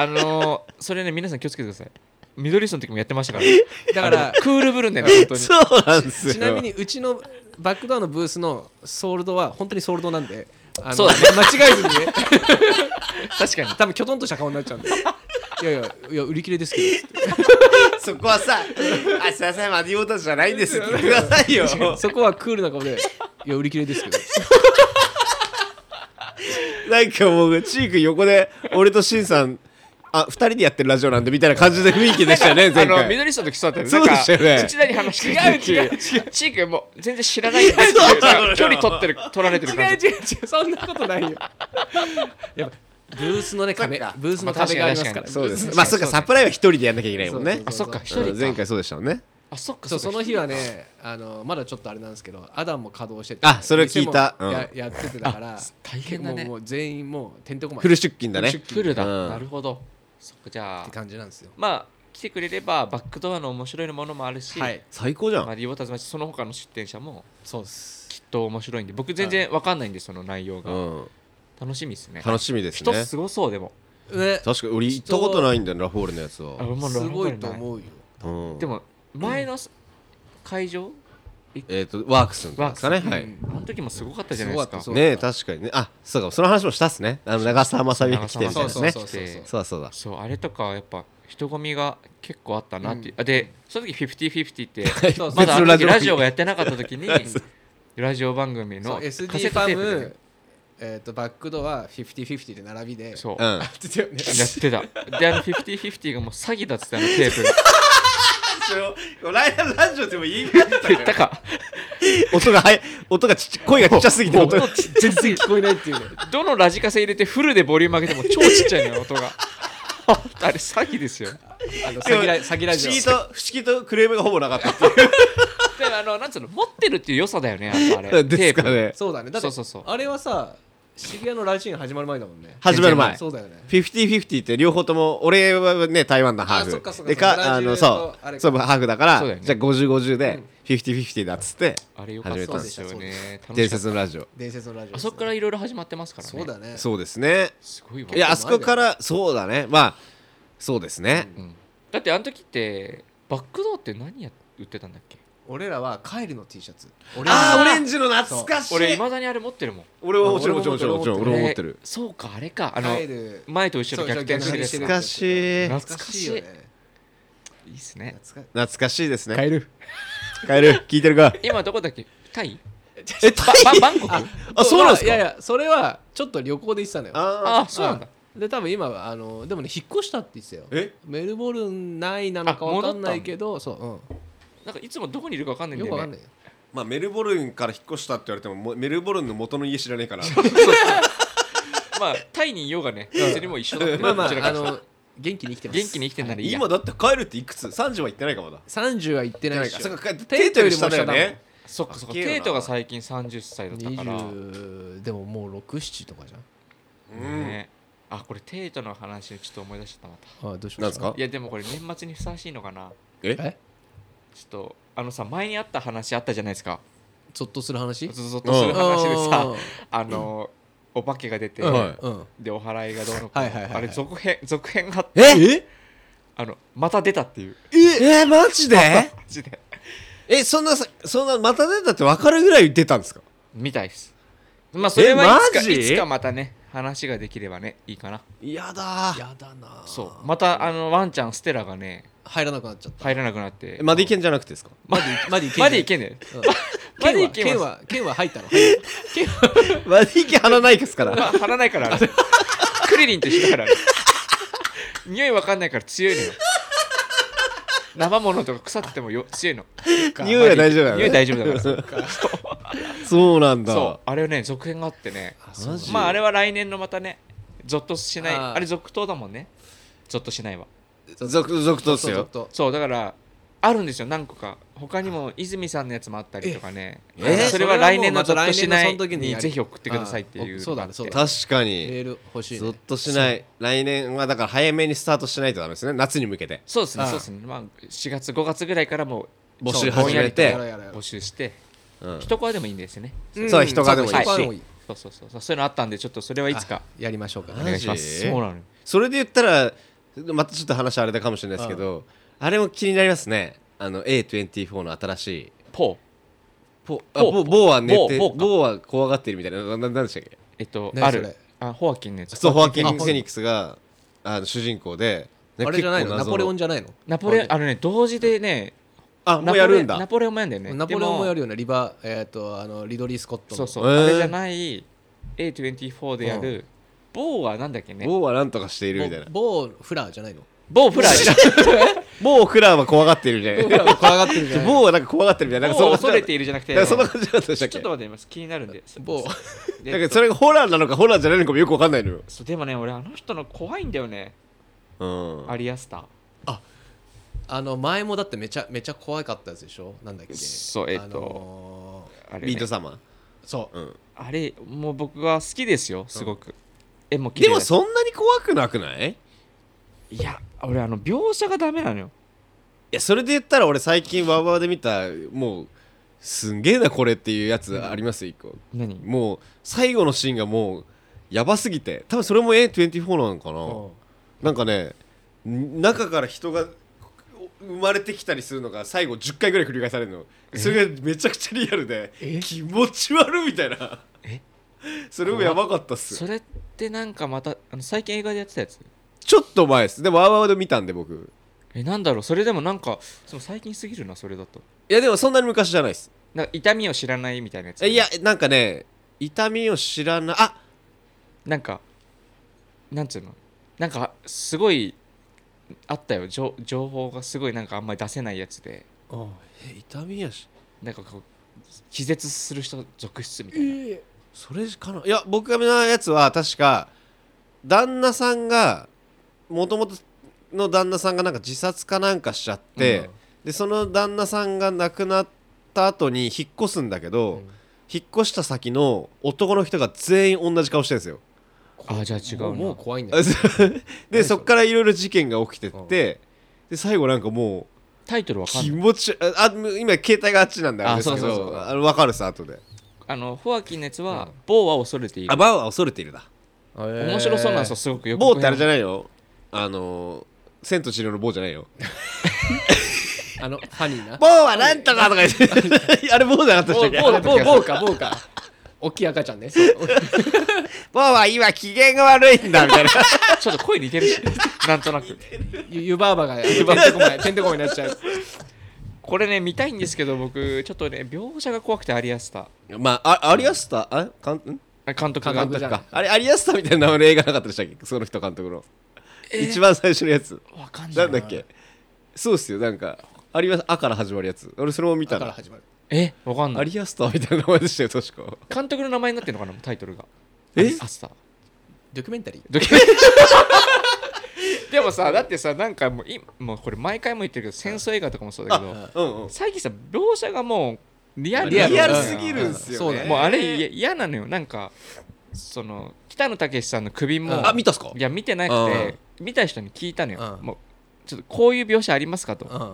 Speaker 3: あのーそれね皆さん気をつけてください緑荘の時もやってましたから
Speaker 1: だから
Speaker 3: クールブルンでね本当に
Speaker 2: そうなんですよ
Speaker 1: ちなみにうちのバックドアのブースのソールドは本当にソールドなんであの
Speaker 3: そうだ
Speaker 1: 間違えずにね
Speaker 3: 確かに
Speaker 1: 多分きょとんとした顔になっちゃうんでいやいやいや売り切れですけどつって
Speaker 2: そこはさ「あすいませんマディウォーターじゃないんです」って言ってくださいよ
Speaker 1: そこはクールな顔でいや売り切れですけ ど
Speaker 2: なんかもうチーク横で俺とシンさんあ二人でやってるラジオなんでみたいな感じで雰囲気でしたよね
Speaker 3: あ
Speaker 2: 前
Speaker 3: の
Speaker 2: 回
Speaker 3: 緑荘の時そうだった
Speaker 2: そうでしたよね
Speaker 3: なんか内田に話してる時違う違うチークもう全然知らないんです
Speaker 2: そう
Speaker 3: け
Speaker 2: そうそう
Speaker 3: ど距離取ってる取られてる感じ
Speaker 1: 違う違うそんなことないよやっぱブースのね壁
Speaker 2: そっか
Speaker 1: ブースの壁がありますか
Speaker 3: ま
Speaker 1: ら
Speaker 3: あ確かに
Speaker 2: そうですまあそっかサプライは一人でやんなきゃいけないもんね
Speaker 3: あそっか一
Speaker 2: う
Speaker 3: 人
Speaker 2: ん前回そうでしたもんね
Speaker 3: あそっか
Speaker 1: そう
Speaker 3: っ
Speaker 1: そ
Speaker 3: か
Speaker 1: の日はねあのまだちょっとあれなんですけどアダムも稼働してて
Speaker 2: あそれ聞いた
Speaker 1: 店もや,、
Speaker 2: う
Speaker 1: やっててだから
Speaker 3: 大変だね
Speaker 1: もうもう全員もうてんてこまい
Speaker 2: フル
Speaker 1: っ
Speaker 2: 出勤だね
Speaker 3: フルだ、
Speaker 2: うん
Speaker 3: なるほどそっかじゃあ
Speaker 1: て感じなんですよ
Speaker 3: まあ来てくれればバックドアの面白いものもあるし、
Speaker 1: はい
Speaker 2: 最高じゃ
Speaker 3: まあ、
Speaker 2: ん
Speaker 3: リオタズマチその他の出店者も
Speaker 1: そうです
Speaker 3: きっと面白いんで僕全然わかんないんでその内容
Speaker 2: う
Speaker 3: が、
Speaker 2: ん
Speaker 3: 楽しみですね
Speaker 2: 楽しみです
Speaker 3: 人
Speaker 2: ね
Speaker 3: すごそうでも
Speaker 1: ね
Speaker 2: 確かに俺行ったことないんだよラフォールのやつは
Speaker 3: あ俺も
Speaker 1: すごいと
Speaker 3: う
Speaker 1: 思うよ
Speaker 2: うん
Speaker 3: でも前のす会場
Speaker 2: えっとワークスの時ですかねは
Speaker 1: う
Speaker 2: い
Speaker 1: ん
Speaker 3: あの時もすごかったじゃないですか
Speaker 1: すごかっ
Speaker 2: ねえ確かにねあそうかその話もしたっすねあの長澤まさみが来てるみたい
Speaker 1: そう
Speaker 2: な
Speaker 1: そうそう
Speaker 2: ね
Speaker 1: そう
Speaker 3: ね
Speaker 2: そうだそうだ
Speaker 3: そうあれとかやっぱ人混みが結構あったなっていう、
Speaker 1: うん
Speaker 3: あでその時50/50って
Speaker 1: そう
Speaker 3: まだあの
Speaker 2: 別
Speaker 3: 時
Speaker 2: のラ
Speaker 3: ラ
Speaker 2: ジ
Speaker 3: ジ
Speaker 2: オ
Speaker 3: オがやってなかった 時にラジオ番組
Speaker 1: そ
Speaker 3: の
Speaker 1: う
Speaker 3: カセ
Speaker 1: SD フ
Speaker 3: ットテ
Speaker 1: ァ
Speaker 3: ープでね
Speaker 1: ムえっとバックドア50-50で並びで
Speaker 3: そう、
Speaker 2: う
Speaker 3: や
Speaker 2: ん
Speaker 1: ってたよね
Speaker 3: ってたであの50/50がもう詐欺だっつってあのテープが
Speaker 2: この間のラジオでも言い方
Speaker 3: 言ったか
Speaker 2: 音がはい音がちっちゃ声がちっちゃすぎて音が
Speaker 1: 全然聞こえないっていうね
Speaker 3: どのラジカセ入れてフルでボリューム上げても超ちっちゃいのよ 音があれ詐欺ですよ
Speaker 1: あの詐欺ラ詐欺ラジオ
Speaker 2: 不思議と不思議とクレームがほぼなかったっていう
Speaker 3: だからあのなんつうの持ってるっていう良さだよねやっぱあ れ
Speaker 2: ですかね
Speaker 1: そうだねだって
Speaker 3: そうそうそう
Speaker 1: あれはさ渋谷のラジン始まる前だもんね
Speaker 2: 始まる前
Speaker 1: そうだよね
Speaker 2: 50-50って両方とも俺はね台湾のハ
Speaker 1: あそっ
Speaker 2: ー
Speaker 1: かそっ
Speaker 2: フ
Speaker 1: か
Speaker 2: で
Speaker 1: ブラジル
Speaker 2: かあのそ
Speaker 1: とあれ
Speaker 2: う
Speaker 1: か
Speaker 2: そうハーフだから
Speaker 3: そうだよね
Speaker 2: じゃあ50-50で50-50だっつって
Speaker 3: テープあれ良かった
Speaker 2: 始めたん
Speaker 3: で
Speaker 2: です
Speaker 1: すよ
Speaker 3: よね楽し
Speaker 2: 伝
Speaker 3: かっ
Speaker 2: 説のラジオ
Speaker 1: 伝説のラジオ
Speaker 3: たあそこからいろいろ始まってますからね
Speaker 1: そうだね
Speaker 2: そうですね
Speaker 3: すごいわ
Speaker 2: いやあそこからそうだねまあそうですね
Speaker 3: うんだってあの時ってバックドアって何や売ってたんだっけ
Speaker 1: 俺らはカエルの T シャツ俺
Speaker 2: あーオレン
Speaker 1: ジ
Speaker 2: ジの懐かしい
Speaker 3: 俺いまだにあれ持ってるもん
Speaker 2: 俺はもちろんもちろんもちろんもちろん俺も持
Speaker 3: え
Speaker 2: ってる
Speaker 3: そうかあれかあの
Speaker 1: カエル
Speaker 3: 前と後ろ逆転してるや
Speaker 1: そう
Speaker 3: つ
Speaker 1: そう
Speaker 3: だ
Speaker 1: 逆
Speaker 2: 懐かしい
Speaker 3: な
Speaker 1: 懐かしいよね
Speaker 3: いいっすね
Speaker 1: 懐か
Speaker 2: 懐かしいですね
Speaker 1: える
Speaker 2: カエル聞いてるか
Speaker 3: 今どこだっけタイ
Speaker 2: えタ
Speaker 3: バ
Speaker 2: イ
Speaker 3: バンコクあ
Speaker 2: あそうなんです
Speaker 1: いやい
Speaker 2: か
Speaker 1: やそれはちょっと旅行で行ってたのよ
Speaker 2: あ
Speaker 3: あそうなんだ
Speaker 1: で多分今はあのでもね引っ越したって言ってたよ
Speaker 2: え
Speaker 1: メルボルンないなのか
Speaker 3: あ
Speaker 1: わ
Speaker 3: 戻
Speaker 1: か
Speaker 3: った
Speaker 1: ん
Speaker 3: んだ
Speaker 1: ないけどそ
Speaker 3: なんかいつもどこにいるかわかん
Speaker 1: う、
Speaker 3: な
Speaker 1: う
Speaker 3: い
Speaker 1: ん、
Speaker 3: ん
Speaker 1: よ
Speaker 3: だ
Speaker 1: くわかん
Speaker 3: よ
Speaker 1: な
Speaker 3: ね
Speaker 1: いよ
Speaker 2: まあメルボルンから引っ越したって言われてももうメルボルンの元の家知らねえから
Speaker 3: まあタイにいようがね別にもう一緒だって
Speaker 1: まあまあ
Speaker 3: どちらか
Speaker 1: あ
Speaker 3: ら
Speaker 1: の元気に生きてます
Speaker 3: 元気に生きてんならいいや
Speaker 2: 今だって帰るっていくつ ?30 は行ってないかまだ
Speaker 1: 30は行ってないでしょ
Speaker 2: そっ
Speaker 1: テ
Speaker 2: かテ
Speaker 1: イ
Speaker 2: イ
Speaker 1: ト
Speaker 2: ト
Speaker 1: よ
Speaker 2: よ
Speaker 1: り
Speaker 2: り
Speaker 1: も下
Speaker 2: 下
Speaker 1: だ
Speaker 2: だ
Speaker 1: もん
Speaker 2: よね
Speaker 3: そっかそっか
Speaker 2: かっけえよな
Speaker 3: テイトが最近30歳だったから
Speaker 1: 20でももう67とかじ
Speaker 2: うん
Speaker 3: ねあこれテイトの話をちょっと思い出しちゃったまた
Speaker 1: ゃんあどうし
Speaker 2: な
Speaker 1: ま
Speaker 2: ん
Speaker 1: し
Speaker 2: す
Speaker 1: た
Speaker 2: か
Speaker 3: いやでもこれ年末にふさわしいのかな
Speaker 2: え
Speaker 1: え
Speaker 3: ちょっとあのさ前にあった話あったじゃないですか
Speaker 1: ゾッとする話
Speaker 3: ずっとずっとする話でさあのお化けが出て
Speaker 1: うん
Speaker 2: はい
Speaker 1: うん
Speaker 3: でお祓いがどうのこう
Speaker 1: はいはいはいはい
Speaker 3: のあれ続編続編があって
Speaker 2: え
Speaker 3: あのまた出たっていう
Speaker 2: えマジで
Speaker 3: 感じで
Speaker 2: えそんなさそんなまた出たって分かるぐらい出たんですか
Speaker 3: みたいですまあそれはいつ
Speaker 2: マ
Speaker 3: か
Speaker 2: ジ
Speaker 3: いつかまたね話ができればねいいかな
Speaker 2: やだ
Speaker 1: やだなぁ
Speaker 3: そうまたあのワンちゃんステラがね
Speaker 1: 入らなくなっちゃった
Speaker 3: 入らなくなって
Speaker 2: マディケンじゃなくてですか
Speaker 1: マディマディ
Speaker 3: までいけんね
Speaker 1: うん
Speaker 3: マ
Speaker 1: 剣は
Speaker 3: ディキ
Speaker 1: 剣
Speaker 3: は
Speaker 1: は剣は入ったの
Speaker 2: マディキ鼻ないですから
Speaker 3: まあ貼らないからあれクリリンと一緒だからあれ匂いわかんないから強いのよ生物とか腐っててもよ強い の
Speaker 2: 匂いは大丈夫だよね
Speaker 3: 匂い大丈夫だから
Speaker 2: そうなんだ
Speaker 3: そうあれはね続編があってね
Speaker 2: マジ
Speaker 3: まああれは来年のまたねゾッとしない
Speaker 1: あ
Speaker 3: あ
Speaker 1: ー
Speaker 3: れ続投だもんねゾッとしないわ
Speaker 2: 続々とですよ
Speaker 1: と
Speaker 3: そうだからあるんですよ何個か他にも泉さんのやつもあったりとかね
Speaker 2: ええ
Speaker 3: それは来年のゾッとしない
Speaker 1: それはもうまた来年のその時にや
Speaker 3: に
Speaker 1: り
Speaker 3: ぜひ送ってくださいっていう
Speaker 1: あそうだねそうだ
Speaker 2: 確かに
Speaker 1: メール欲しい
Speaker 2: ゾッ
Speaker 1: ね
Speaker 2: としない来年はだから早めにスタートしないとダメですね夏に向けて
Speaker 3: そうですね
Speaker 1: ああ
Speaker 3: そうですねまあ4月5月ぐらいからもう
Speaker 2: 募集
Speaker 3: そうぼん
Speaker 2: 始
Speaker 3: やり
Speaker 2: め
Speaker 3: と
Speaker 1: やろう
Speaker 2: て
Speaker 1: やろうやろ
Speaker 3: 募集して
Speaker 2: うん
Speaker 3: 一コアでもいいんですよね
Speaker 2: そう人がでもいい
Speaker 1: そう
Speaker 2: し
Speaker 1: 人がでもいい
Speaker 3: そうそうそうそうそういうのあったんでちょっとそれはいつか
Speaker 1: あやりましょうか
Speaker 2: あ
Speaker 1: ね
Speaker 3: お願いします
Speaker 2: マジ
Speaker 3: そうなのよ
Speaker 2: それで言ったらまたちょっと話あれだかもしれないですけどあれも気になりますねあの A24 の新しい
Speaker 3: ポー
Speaker 2: ポあ
Speaker 3: ポ
Speaker 2: ボボーは寝て
Speaker 3: ボーボーか
Speaker 2: ボーは怖がってるみたいななななんでしたっけ
Speaker 3: えっと
Speaker 1: 何
Speaker 3: あ
Speaker 1: それ
Speaker 3: るあホアキンのやつ
Speaker 2: そうホアキン・
Speaker 1: あ
Speaker 2: フ
Speaker 1: ホアキン
Speaker 2: ェニックスがあの主人公で
Speaker 1: あれじゃないのナポレオン
Speaker 2: じ
Speaker 1: じゃないの
Speaker 3: ナポレ
Speaker 1: あ
Speaker 3: あのね同時でね
Speaker 2: ゃあもうやるん
Speaker 3: ナ
Speaker 2: だ
Speaker 3: ポレオンもやるんだよね
Speaker 1: ナポレオンもや
Speaker 3: る
Speaker 1: るよねリバえっとあのリドリー・スコットの
Speaker 3: そうそう
Speaker 2: へー
Speaker 3: あれじゃない A24 でやるボーはなんだっけね
Speaker 2: ボーはなんとかしているみたいな
Speaker 1: ボボーフラーじゃないの
Speaker 3: ボーフライ
Speaker 2: ボークラーは怖がってるみた
Speaker 1: フラ
Speaker 2: いな
Speaker 1: ーも 怖がってるんじゃ ない
Speaker 2: ボーはなんか怖がってるみたい ななんか
Speaker 3: ボー恐れて
Speaker 2: い
Speaker 3: いるじゃなくて
Speaker 2: なんかそんな感じだったでし
Speaker 3: ち
Speaker 2: た
Speaker 3: ょ
Speaker 2: っ
Speaker 3: っと
Speaker 2: け
Speaker 3: 待ってます気になるんで
Speaker 1: ボー
Speaker 3: で
Speaker 2: だからそれがホラーなのかホラーじゃないのかもよくわかんないのよ
Speaker 3: そうでもね俺あの人の怖いんだよね
Speaker 2: うん
Speaker 3: アリアスター
Speaker 1: あの前もだってめちゃめちゃ怖かったやつでしょなんだっけ
Speaker 3: そうえ
Speaker 1: あ
Speaker 3: っと
Speaker 1: の
Speaker 3: あれね
Speaker 2: ビート様
Speaker 1: ーそう
Speaker 2: うん
Speaker 3: あれもう僕は好きですよすごく絵も綺
Speaker 2: で
Speaker 3: 麗だ
Speaker 2: も
Speaker 3: し
Speaker 2: そんなに怖くなくないい
Speaker 3: いや俺あの描写がダメなのよ
Speaker 2: やそれで言ったら俺最近ワーワーで見たもうすんげえなこれっていうやつありますよ一個
Speaker 3: 何
Speaker 2: もう最後のシーンがもうやばすぎて多分それも A24 なのかな、なんかねん中から人が生まれてきたりするのが最後10回ぐらい繰り返されるのそれがめちゃくちゃリアルで
Speaker 3: え
Speaker 2: 気持ち悪いみたいな
Speaker 3: え
Speaker 2: それもやばかったっす
Speaker 3: それってなんかまたあの最近映画でやってたやつ
Speaker 2: ちょっと前ですでもワーワーで見たんで僕
Speaker 3: えなんだろうそれでもなんかその最近すぎるなそれだと
Speaker 2: いやでもそんなに昔じゃないです
Speaker 3: なんか痛みを知らないみたいなやつ
Speaker 2: えいやなんかね痛みを知らないあ
Speaker 3: なんかなんつうのなんかすごいあったよ情情報がすごいなんかあんまり出せないやつで
Speaker 2: え痛みやし
Speaker 3: なんかこう気絶する人続出みたいな、
Speaker 2: それかないや僕が見たやつは確か旦那さんがもともとの旦那さんがなんか自殺かなんかしちゃって、
Speaker 3: うん
Speaker 2: でその旦那さんが亡くなった後に引っ越すんだけど、
Speaker 3: うん
Speaker 2: 引っ越した先の男の人が全員同じ顔してるんですよ
Speaker 3: あじゃあ違うな
Speaker 1: ももう怖いんだよ
Speaker 2: で
Speaker 1: 何それ
Speaker 2: でそっからいろいろ事件が起きてって、
Speaker 1: うん
Speaker 2: で最後なんかもう
Speaker 3: タイトルわかんない
Speaker 2: 気持ちああ今携帯があっちなんだ
Speaker 3: あ
Speaker 2: あれですけ
Speaker 3: そうそうそう
Speaker 2: どあの分かるさ後で
Speaker 3: あのホアキンのやつは、ボーは恐れている
Speaker 2: あバウは恐れているだ
Speaker 3: 面白そうなんですよ
Speaker 1: す
Speaker 3: すごくよく
Speaker 2: 棒ってあれじゃ
Speaker 3: な
Speaker 2: な
Speaker 3: い
Speaker 2: いよあのー「千と千尋の棒」じゃない よ
Speaker 1: あのハニーな
Speaker 2: 「棒はなんとか」とか言って あれ棒じゃなかったで
Speaker 1: ボ
Speaker 2: した
Speaker 1: ーボ
Speaker 2: っけ
Speaker 1: ーボーボーかボーか大きい赤ちゃんねそう
Speaker 2: 棒は今機嫌が悪いんだみたいな
Speaker 3: ちょっと声似てるしなんとなく
Speaker 1: ゆ ゆばあばがてんてこまいてんてこまいになっちゃう
Speaker 3: これね見たいんですけど僕ちょっとね描写が怖くてアリアスタ
Speaker 2: まああアリアスタあかんん
Speaker 3: ー監督
Speaker 1: 監
Speaker 3: が
Speaker 1: 督じゃない
Speaker 2: かあれアリアスタみたいな名前の映画なかったでしたっけその人監督の、一番最初のやつ
Speaker 3: わかんな
Speaker 2: ないんだっけそうっすよなんかあります「あ」から始まるやつ俺それも見た
Speaker 1: だから
Speaker 2: ら
Speaker 1: 始まる
Speaker 3: えわかんな
Speaker 2: ア
Speaker 3: い
Speaker 2: リアスタみたいな名前でしたよ確か
Speaker 3: 監督の名前になってるのかなタイトルが
Speaker 2: え
Speaker 3: アリアスター
Speaker 1: ドキュメンタリー
Speaker 3: ドキュメン でもさだってさなんかもういもうこれ毎回も言ってるけど戦争映画とかもそうだけど
Speaker 2: うんうん
Speaker 3: 最近さ描写がもうリアル
Speaker 2: リ
Speaker 1: リアル
Speaker 2: アルすぎるんすよ
Speaker 1: そうだ
Speaker 2: ね
Speaker 1: ね
Speaker 3: もうあれいや嫌なのよなんかその北野武さんの首も
Speaker 2: あ見たっすか
Speaker 3: いや見てなくて見た人に聞いたのよ
Speaker 1: うん
Speaker 3: もうちょっとこういう描写ありますかと
Speaker 1: うん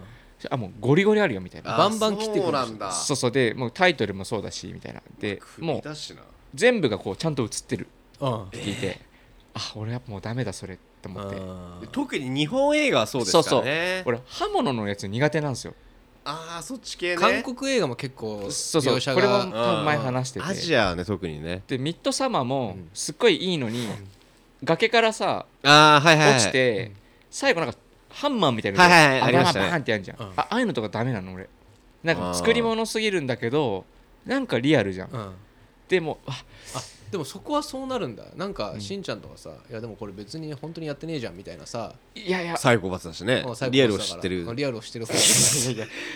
Speaker 3: あもうゴリゴリあるよみたいな
Speaker 1: あバンバン切ってくる
Speaker 2: そうなんだ
Speaker 3: そうそうでもうタイトルもそうだしみたいなでもう
Speaker 2: だしな
Speaker 3: 全部がこうちゃんと映ってる
Speaker 1: うん
Speaker 3: って聞いてあ俺やっぱもうダメだそれって思って
Speaker 2: 特に日本映画はそうです
Speaker 3: そう
Speaker 2: か
Speaker 3: そ
Speaker 2: ら
Speaker 3: う
Speaker 2: ね
Speaker 3: 俺刃物のやつ苦手なんですよ
Speaker 2: ああそっち系ね
Speaker 1: 韓国映画も結構
Speaker 3: そうそう
Speaker 1: 描写
Speaker 3: これ
Speaker 1: が
Speaker 3: は多分前話してて
Speaker 2: アジアはね特にね
Speaker 3: でミッドサマーも
Speaker 1: うん
Speaker 3: すっごいいいのに、崖からさ
Speaker 2: ああはいはいはい
Speaker 3: 落ちて、最後なんかハンマーみたいな
Speaker 2: はいはいはいありま
Speaker 3: バ
Speaker 2: し
Speaker 3: ン
Speaker 2: たね
Speaker 3: バンってやるじゃん、
Speaker 1: うん
Speaker 3: あああいうのとかダメなの俺なん
Speaker 2: あ
Speaker 3: か
Speaker 2: ー
Speaker 3: 作り物すぎるんだけどなんかリアルじゃん、
Speaker 1: うん
Speaker 3: でもあ
Speaker 1: でもそこはそうなるんだなんかしんちゃんとかさ、いやでもこれ別に本当にやってねえじゃんみたいなさ
Speaker 3: いやいや
Speaker 2: サイコパスだしね
Speaker 1: もう最後
Speaker 2: リアルを知ってる
Speaker 1: リアルを知ってる 方い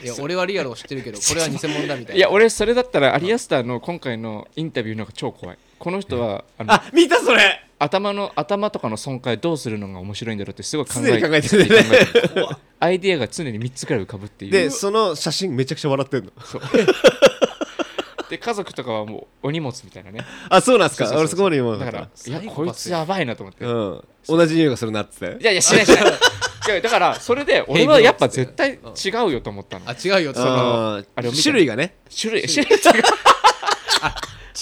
Speaker 1: や俺はリアルを知ってるけどこれは偽物だみたいない
Speaker 3: や俺それだったらアリアスターの今回のインタビューの方が超怖いこの人はあの
Speaker 2: あ見たそれ
Speaker 3: 頭の頭とかの損壊どうするのが面白いんだろうってすごい考
Speaker 2: 常
Speaker 3: え
Speaker 2: に考えてる
Speaker 3: 常に考
Speaker 2: ね
Speaker 3: え てるアイディアが常に3つくらい浮かぶっていう
Speaker 2: でその写真めちゃくちゃ笑ってんの
Speaker 3: で家族とかはもうお荷物みたいなね
Speaker 2: あそうなんすか
Speaker 3: そうそうそう
Speaker 2: 俺そこまで今
Speaker 3: だ
Speaker 2: ま
Speaker 3: か
Speaker 2: で
Speaker 3: らい
Speaker 1: サイコパ
Speaker 3: や
Speaker 1: ス
Speaker 3: こいつやばいなと思って、
Speaker 2: う
Speaker 3: い
Speaker 2: ん同じ匂いがするなっつって
Speaker 3: やいやしないし ないいやだからそれで俺はやっぱ絶対違うよと思ったの
Speaker 1: あ違うよその
Speaker 2: あ
Speaker 3: あれを見
Speaker 2: ー
Speaker 3: て
Speaker 2: 種類がね
Speaker 3: 種類
Speaker 1: 種
Speaker 3: 種類違う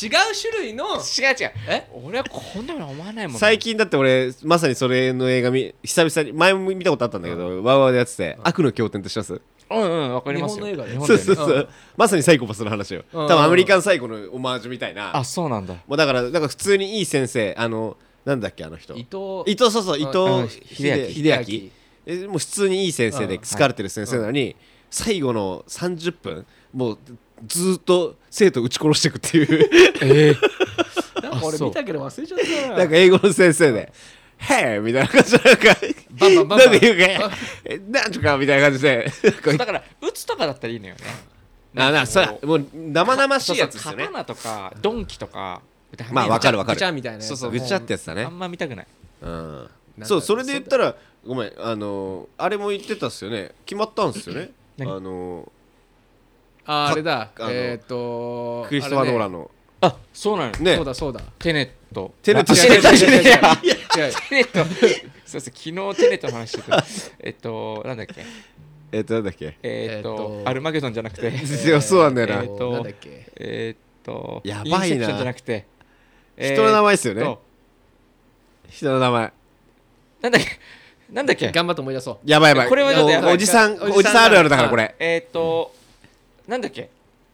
Speaker 1: 違う種類の
Speaker 3: 違う違う
Speaker 1: え
Speaker 3: 俺はこんなの思わないもん
Speaker 2: 最近だって俺まさにそれの映画見久々に前も見たことあったんだけどワーワーでやってて悪の経典って知ってます
Speaker 3: うんうんわかりますよ
Speaker 1: 日本の映画で
Speaker 3: 日
Speaker 2: そう
Speaker 3: 本
Speaker 2: そうそ
Speaker 3: だよね
Speaker 2: ううんまさにサイコパスの話よ
Speaker 1: うん
Speaker 2: 多分アメリカンサイコのオマージュみたいな
Speaker 3: あそうなんだ
Speaker 2: もうだからだから普通にいい先生あのなんだっけあの人
Speaker 1: 伊
Speaker 2: 伊
Speaker 1: 藤
Speaker 2: 藤そうそう伊
Speaker 3: うん
Speaker 2: 藤
Speaker 3: 秀明
Speaker 2: 秀明えもう普通にいい先生で
Speaker 1: うん
Speaker 2: 好かれてる先生なのに、最後の30分もうずーっと生徒を撃ち殺していくっていう
Speaker 3: ええ
Speaker 1: なんか俺見たけど忘れちゃったな
Speaker 2: なんか英語の先生で「Hey!」みたいな感じでなんか
Speaker 1: バンバンバンバン
Speaker 2: なんていうかえなんとかみたいな感じでなんか
Speaker 3: だから打つとかだったらいいのよね
Speaker 2: あなそれもう生々しいやつです
Speaker 3: そう
Speaker 2: よ
Speaker 3: そう
Speaker 2: ね
Speaker 3: 刀とかドンキとかダメ
Speaker 2: まあわかるわか
Speaker 1: ぐちゃ
Speaker 2: る
Speaker 1: みたいなやつ
Speaker 3: そうそう
Speaker 2: ぐちゃってやつだね
Speaker 3: あんま見たくない
Speaker 2: うん
Speaker 1: か
Speaker 2: そうそれで言ったらごめんあのあれも言ってたっすよね決まったんですよねあ
Speaker 3: 何
Speaker 2: の
Speaker 1: ああれだ
Speaker 2: あの
Speaker 1: えっと
Speaker 2: クリストファー・ノーラ
Speaker 1: ン
Speaker 2: ンの
Speaker 3: あそうなの
Speaker 2: ね
Speaker 1: そうだそうだ
Speaker 3: テネット
Speaker 2: テネット
Speaker 3: あテネットじゃねえや
Speaker 1: 違う違う違う違う
Speaker 3: テネットそうそう昨日テネットの話してたえっとなんだっけ
Speaker 2: えっとなんだっけ
Speaker 3: えっ
Speaker 1: え
Speaker 3: と
Speaker 1: っと
Speaker 3: アルマゲドンじゃなくて
Speaker 2: いやそうなんだよな
Speaker 1: えーとなんだっけ
Speaker 3: えっと
Speaker 2: やばいな
Speaker 3: インセプションじゃなくて
Speaker 2: 人の名前っすよ
Speaker 3: えっ
Speaker 2: ね
Speaker 3: と
Speaker 2: 人の名前
Speaker 3: なんだっけなんだっけ
Speaker 1: 頑張って思い出そう
Speaker 2: やばいやばい。
Speaker 3: これはちょっとやばい
Speaker 2: おじさん、
Speaker 1: おじさん
Speaker 2: おじさんあるあるだからこれ。
Speaker 3: えっとなんだっけ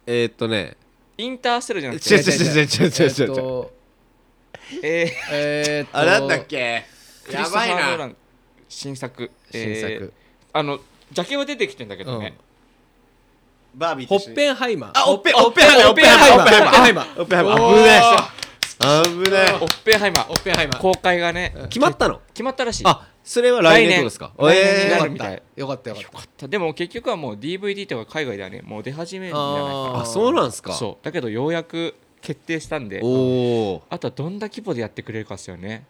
Speaker 2: えーっとね。
Speaker 3: インターセルじゃなく
Speaker 2: 違う
Speaker 3: て
Speaker 2: 違う違う違う違う違
Speaker 1: え
Speaker 2: う違う
Speaker 1: ーと
Speaker 3: えー
Speaker 1: えーと
Speaker 2: あ、なんだっけ
Speaker 3: クリ
Speaker 2: や
Speaker 3: ストフ
Speaker 2: ば
Speaker 3: ァ
Speaker 2: い
Speaker 3: ー・ノー
Speaker 2: な。
Speaker 3: ラン新作
Speaker 1: 新
Speaker 3: えー
Speaker 1: 作
Speaker 3: あのジャケは出てきてんだけどね、
Speaker 2: バービー
Speaker 1: ホ
Speaker 2: と
Speaker 1: ッペンハイマー
Speaker 2: あ、オッペン、オッペンハイマー、オ
Speaker 3: オッ
Speaker 2: ッ
Speaker 3: ペ
Speaker 2: ペ
Speaker 3: ン
Speaker 2: ン
Speaker 3: ハ
Speaker 2: ハ
Speaker 3: イ
Speaker 2: イ
Speaker 3: マ
Speaker 2: マ
Speaker 3: ー
Speaker 2: ー、オッペンハイマー。危ねえ。危ね
Speaker 3: オッペンハイマー
Speaker 1: オッペンハイマー
Speaker 3: 公開がね
Speaker 2: え。決まったの
Speaker 3: 決まったらしい
Speaker 2: あ、それは来年ってことですか
Speaker 3: 来年来年
Speaker 2: え
Speaker 3: にな
Speaker 2: ー
Speaker 3: るみたい
Speaker 1: よかったよかった
Speaker 3: でも結局はもう DVD とか海外ではねもう出始めるんじゃない
Speaker 1: あ
Speaker 2: あ、そうなんす
Speaker 3: かな
Speaker 2: か
Speaker 3: そうだけどようやく決定したんで
Speaker 2: おー。
Speaker 3: あとはどんな規模でやってくれるかですよね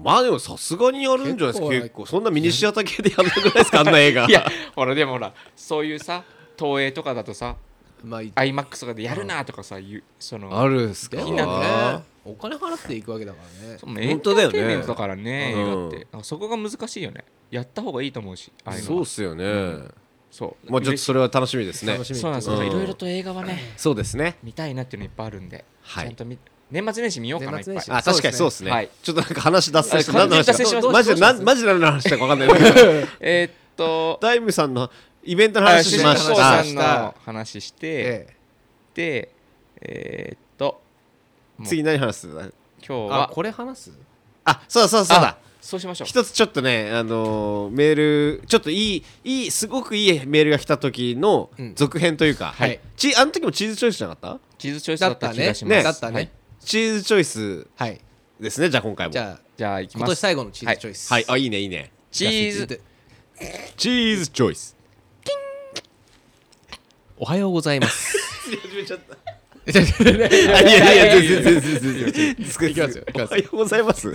Speaker 2: まあでもさすがにやるんじゃないです
Speaker 1: 結
Speaker 2: か
Speaker 1: 構
Speaker 2: 結構そんなミニシアター系でやんな くないですかあんな映画
Speaker 3: いやほらでもほらそういうさ東映とかだとさ
Speaker 1: まあい
Speaker 3: iMAX とかでやるなとかさ言うその
Speaker 2: あるっすか
Speaker 1: で
Speaker 3: いい
Speaker 1: も
Speaker 3: な
Speaker 1: ねお金払っていくわけだからね
Speaker 3: そのエ
Speaker 2: 本
Speaker 3: ンタ
Speaker 2: 当だよ
Speaker 3: ー
Speaker 2: ね
Speaker 3: テインメントだからね
Speaker 2: うん
Speaker 3: 映画ってなんかそこが難しいよねやった方がいいと思うしああいの
Speaker 2: そう
Speaker 3: は
Speaker 2: っすよね
Speaker 3: そう
Speaker 2: まあちょっとそれは楽しみですね
Speaker 1: 楽しみ
Speaker 3: そうなんですよ
Speaker 2: うん
Speaker 3: いろいろと映画はね
Speaker 2: そうですね
Speaker 3: 見たいなっていうのいっぱいあるんで、
Speaker 2: はい
Speaker 3: ちゃんと見年末年始見ようかないっ
Speaker 1: 年
Speaker 3: ぱ
Speaker 1: 末
Speaker 3: い
Speaker 1: 年始
Speaker 2: あ、確かにそうですね。
Speaker 3: はい
Speaker 2: ちょっとなんか話脱線して、
Speaker 3: あ
Speaker 2: 何の話だ
Speaker 3: 完全に脱線しました
Speaker 2: マジ
Speaker 1: どう
Speaker 2: で、
Speaker 1: しま
Speaker 2: な
Speaker 1: す
Speaker 2: マジで何の話だか分かんないけど。
Speaker 3: えーっと
Speaker 2: ダイムさんのイベントの話しまし
Speaker 1: 主人公
Speaker 2: た。
Speaker 3: さ
Speaker 2: あ
Speaker 3: んの話して、
Speaker 1: ええ
Speaker 3: でえーっともう
Speaker 2: 次何話す
Speaker 3: 今日
Speaker 1: あ
Speaker 3: は
Speaker 1: これ話す
Speaker 2: あ、そうだそうだそうだ
Speaker 3: あ。そうしましょう
Speaker 2: 一つちょっとね、あのーメール、ちょっといい、いい、すごくいいメールが来た時の
Speaker 1: うん
Speaker 2: 続編というか、
Speaker 1: はい
Speaker 2: ちあの時もチーズチョイスじゃなかった
Speaker 3: 地図チョイスだ
Speaker 1: だ
Speaker 3: っ
Speaker 1: ったた
Speaker 3: 気
Speaker 1: ね
Speaker 3: がします、
Speaker 2: ね
Speaker 1: だった
Speaker 3: はい
Speaker 1: ね
Speaker 2: チーズチョイス
Speaker 1: はい
Speaker 2: ですね、じゃあ今回も。
Speaker 1: じゃあ
Speaker 3: じゃあ行き
Speaker 1: 今
Speaker 3: ま
Speaker 1: 年
Speaker 3: す
Speaker 1: 最後のチーズチョイス
Speaker 2: はい、あ、いいね、いいね。
Speaker 3: チーズ
Speaker 1: ズ
Speaker 2: チーズチョイス。
Speaker 1: おはようございます
Speaker 2: 始めちゃった。
Speaker 1: いや
Speaker 2: いやいやいや、全然全然全然。
Speaker 1: いきますよいき
Speaker 2: お
Speaker 1: ます
Speaker 2: はようございます。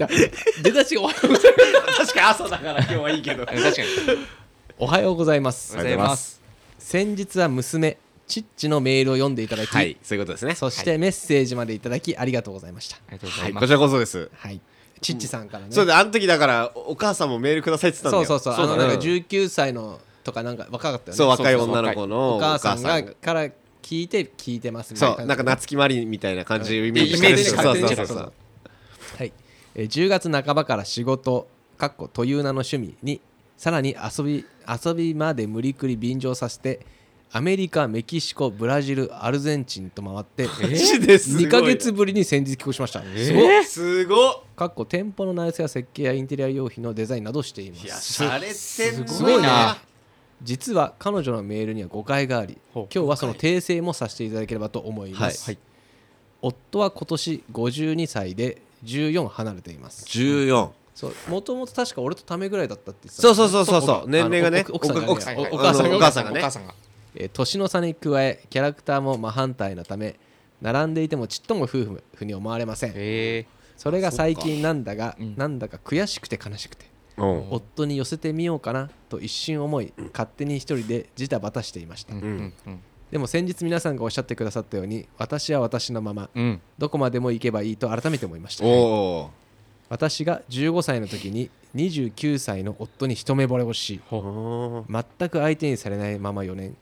Speaker 1: 出だしがおはようございます
Speaker 2: 確かに朝だから今日はいいけど。
Speaker 3: うん確かに
Speaker 1: おはようございます
Speaker 2: おはようございます。
Speaker 1: 先日は娘チッチのメールを読んでいただき、
Speaker 2: はい、そういうことですね。
Speaker 1: そしてメッセージまでいただきありがとうございました
Speaker 3: ありがとうござ
Speaker 2: はいい、
Speaker 3: ま
Speaker 2: こ
Speaker 3: す、
Speaker 2: ちらこそです。
Speaker 1: はいチッチさんからね
Speaker 2: そうで、あの時だから、お母さんもメールくださいって言ってた
Speaker 1: そ
Speaker 2: ん
Speaker 1: う
Speaker 2: だ
Speaker 1: そ
Speaker 2: よ。
Speaker 1: うそうあのなんか
Speaker 2: ん
Speaker 1: 19歳のとかなんか若かったよね
Speaker 2: そう、若い
Speaker 3: そうそう
Speaker 2: 女の子の
Speaker 1: お
Speaker 2: お
Speaker 1: 母
Speaker 2: 母
Speaker 1: さ
Speaker 2: さ
Speaker 1: ん
Speaker 2: ん
Speaker 1: が
Speaker 2: が。
Speaker 1: から聞いて聞いてますみたい
Speaker 2: そう、なんか夏木マリみたいな感じをイメージ
Speaker 3: イ
Speaker 2: し
Speaker 3: メ
Speaker 2: て
Speaker 3: ー
Speaker 2: る
Speaker 3: ジで
Speaker 2: そう
Speaker 3: 勝手
Speaker 2: そ
Speaker 3: に
Speaker 2: う
Speaker 3: して
Speaker 2: そ
Speaker 3: た
Speaker 2: うそう。
Speaker 1: はい、えー10月半ばから仕事かっこという名の趣味にさらに遊び遊びまで無理くり便乗させてアメリカメキシコブラジルアルゼンチンと回って
Speaker 2: マジですごい
Speaker 1: 2ヶ月ぶりに先日帰国しました、
Speaker 3: すごい
Speaker 2: すごっ
Speaker 1: かっこ店舗の内装や設計やインテリア用品のデザインなどしていま
Speaker 2: いや、
Speaker 1: す
Speaker 2: しゃれてん
Speaker 3: す
Speaker 1: ごい
Speaker 3: な
Speaker 1: 実は彼女のメールには誤解があり
Speaker 3: ほう
Speaker 1: 今日はその訂正もさせていただければと思います、
Speaker 2: はい
Speaker 1: 夫は今年52歳で14離れています
Speaker 2: 14
Speaker 1: そうもともと確か俺とためぐらいだったって言ってた
Speaker 2: そうそうそうそうそう年齢がね
Speaker 1: あの奥奥さんがね
Speaker 2: 奥さん
Speaker 1: お
Speaker 2: が
Speaker 1: お母さんが
Speaker 2: お母さんがね
Speaker 3: お母さんが
Speaker 1: えー年の差に加えキャラクターも真反対なため並んでいてもちっとも夫婦に思われません
Speaker 3: え
Speaker 1: それが最近なんだが、
Speaker 3: うん
Speaker 1: なんだか悔しくて悲しくて
Speaker 2: うん
Speaker 1: 夫に寄せてみようかなと一瞬思い勝手に一人でジタバタしていました、
Speaker 3: うんうんうん
Speaker 1: でも先日皆さんがおっしゃってくださったように私は私のまま
Speaker 3: うん
Speaker 1: どこまでも行けばいいと改めて思いました
Speaker 2: おお
Speaker 1: 私が15歳の時に29歳の夫に一目惚れをし
Speaker 3: ほう
Speaker 1: 全く相手にされないまま4年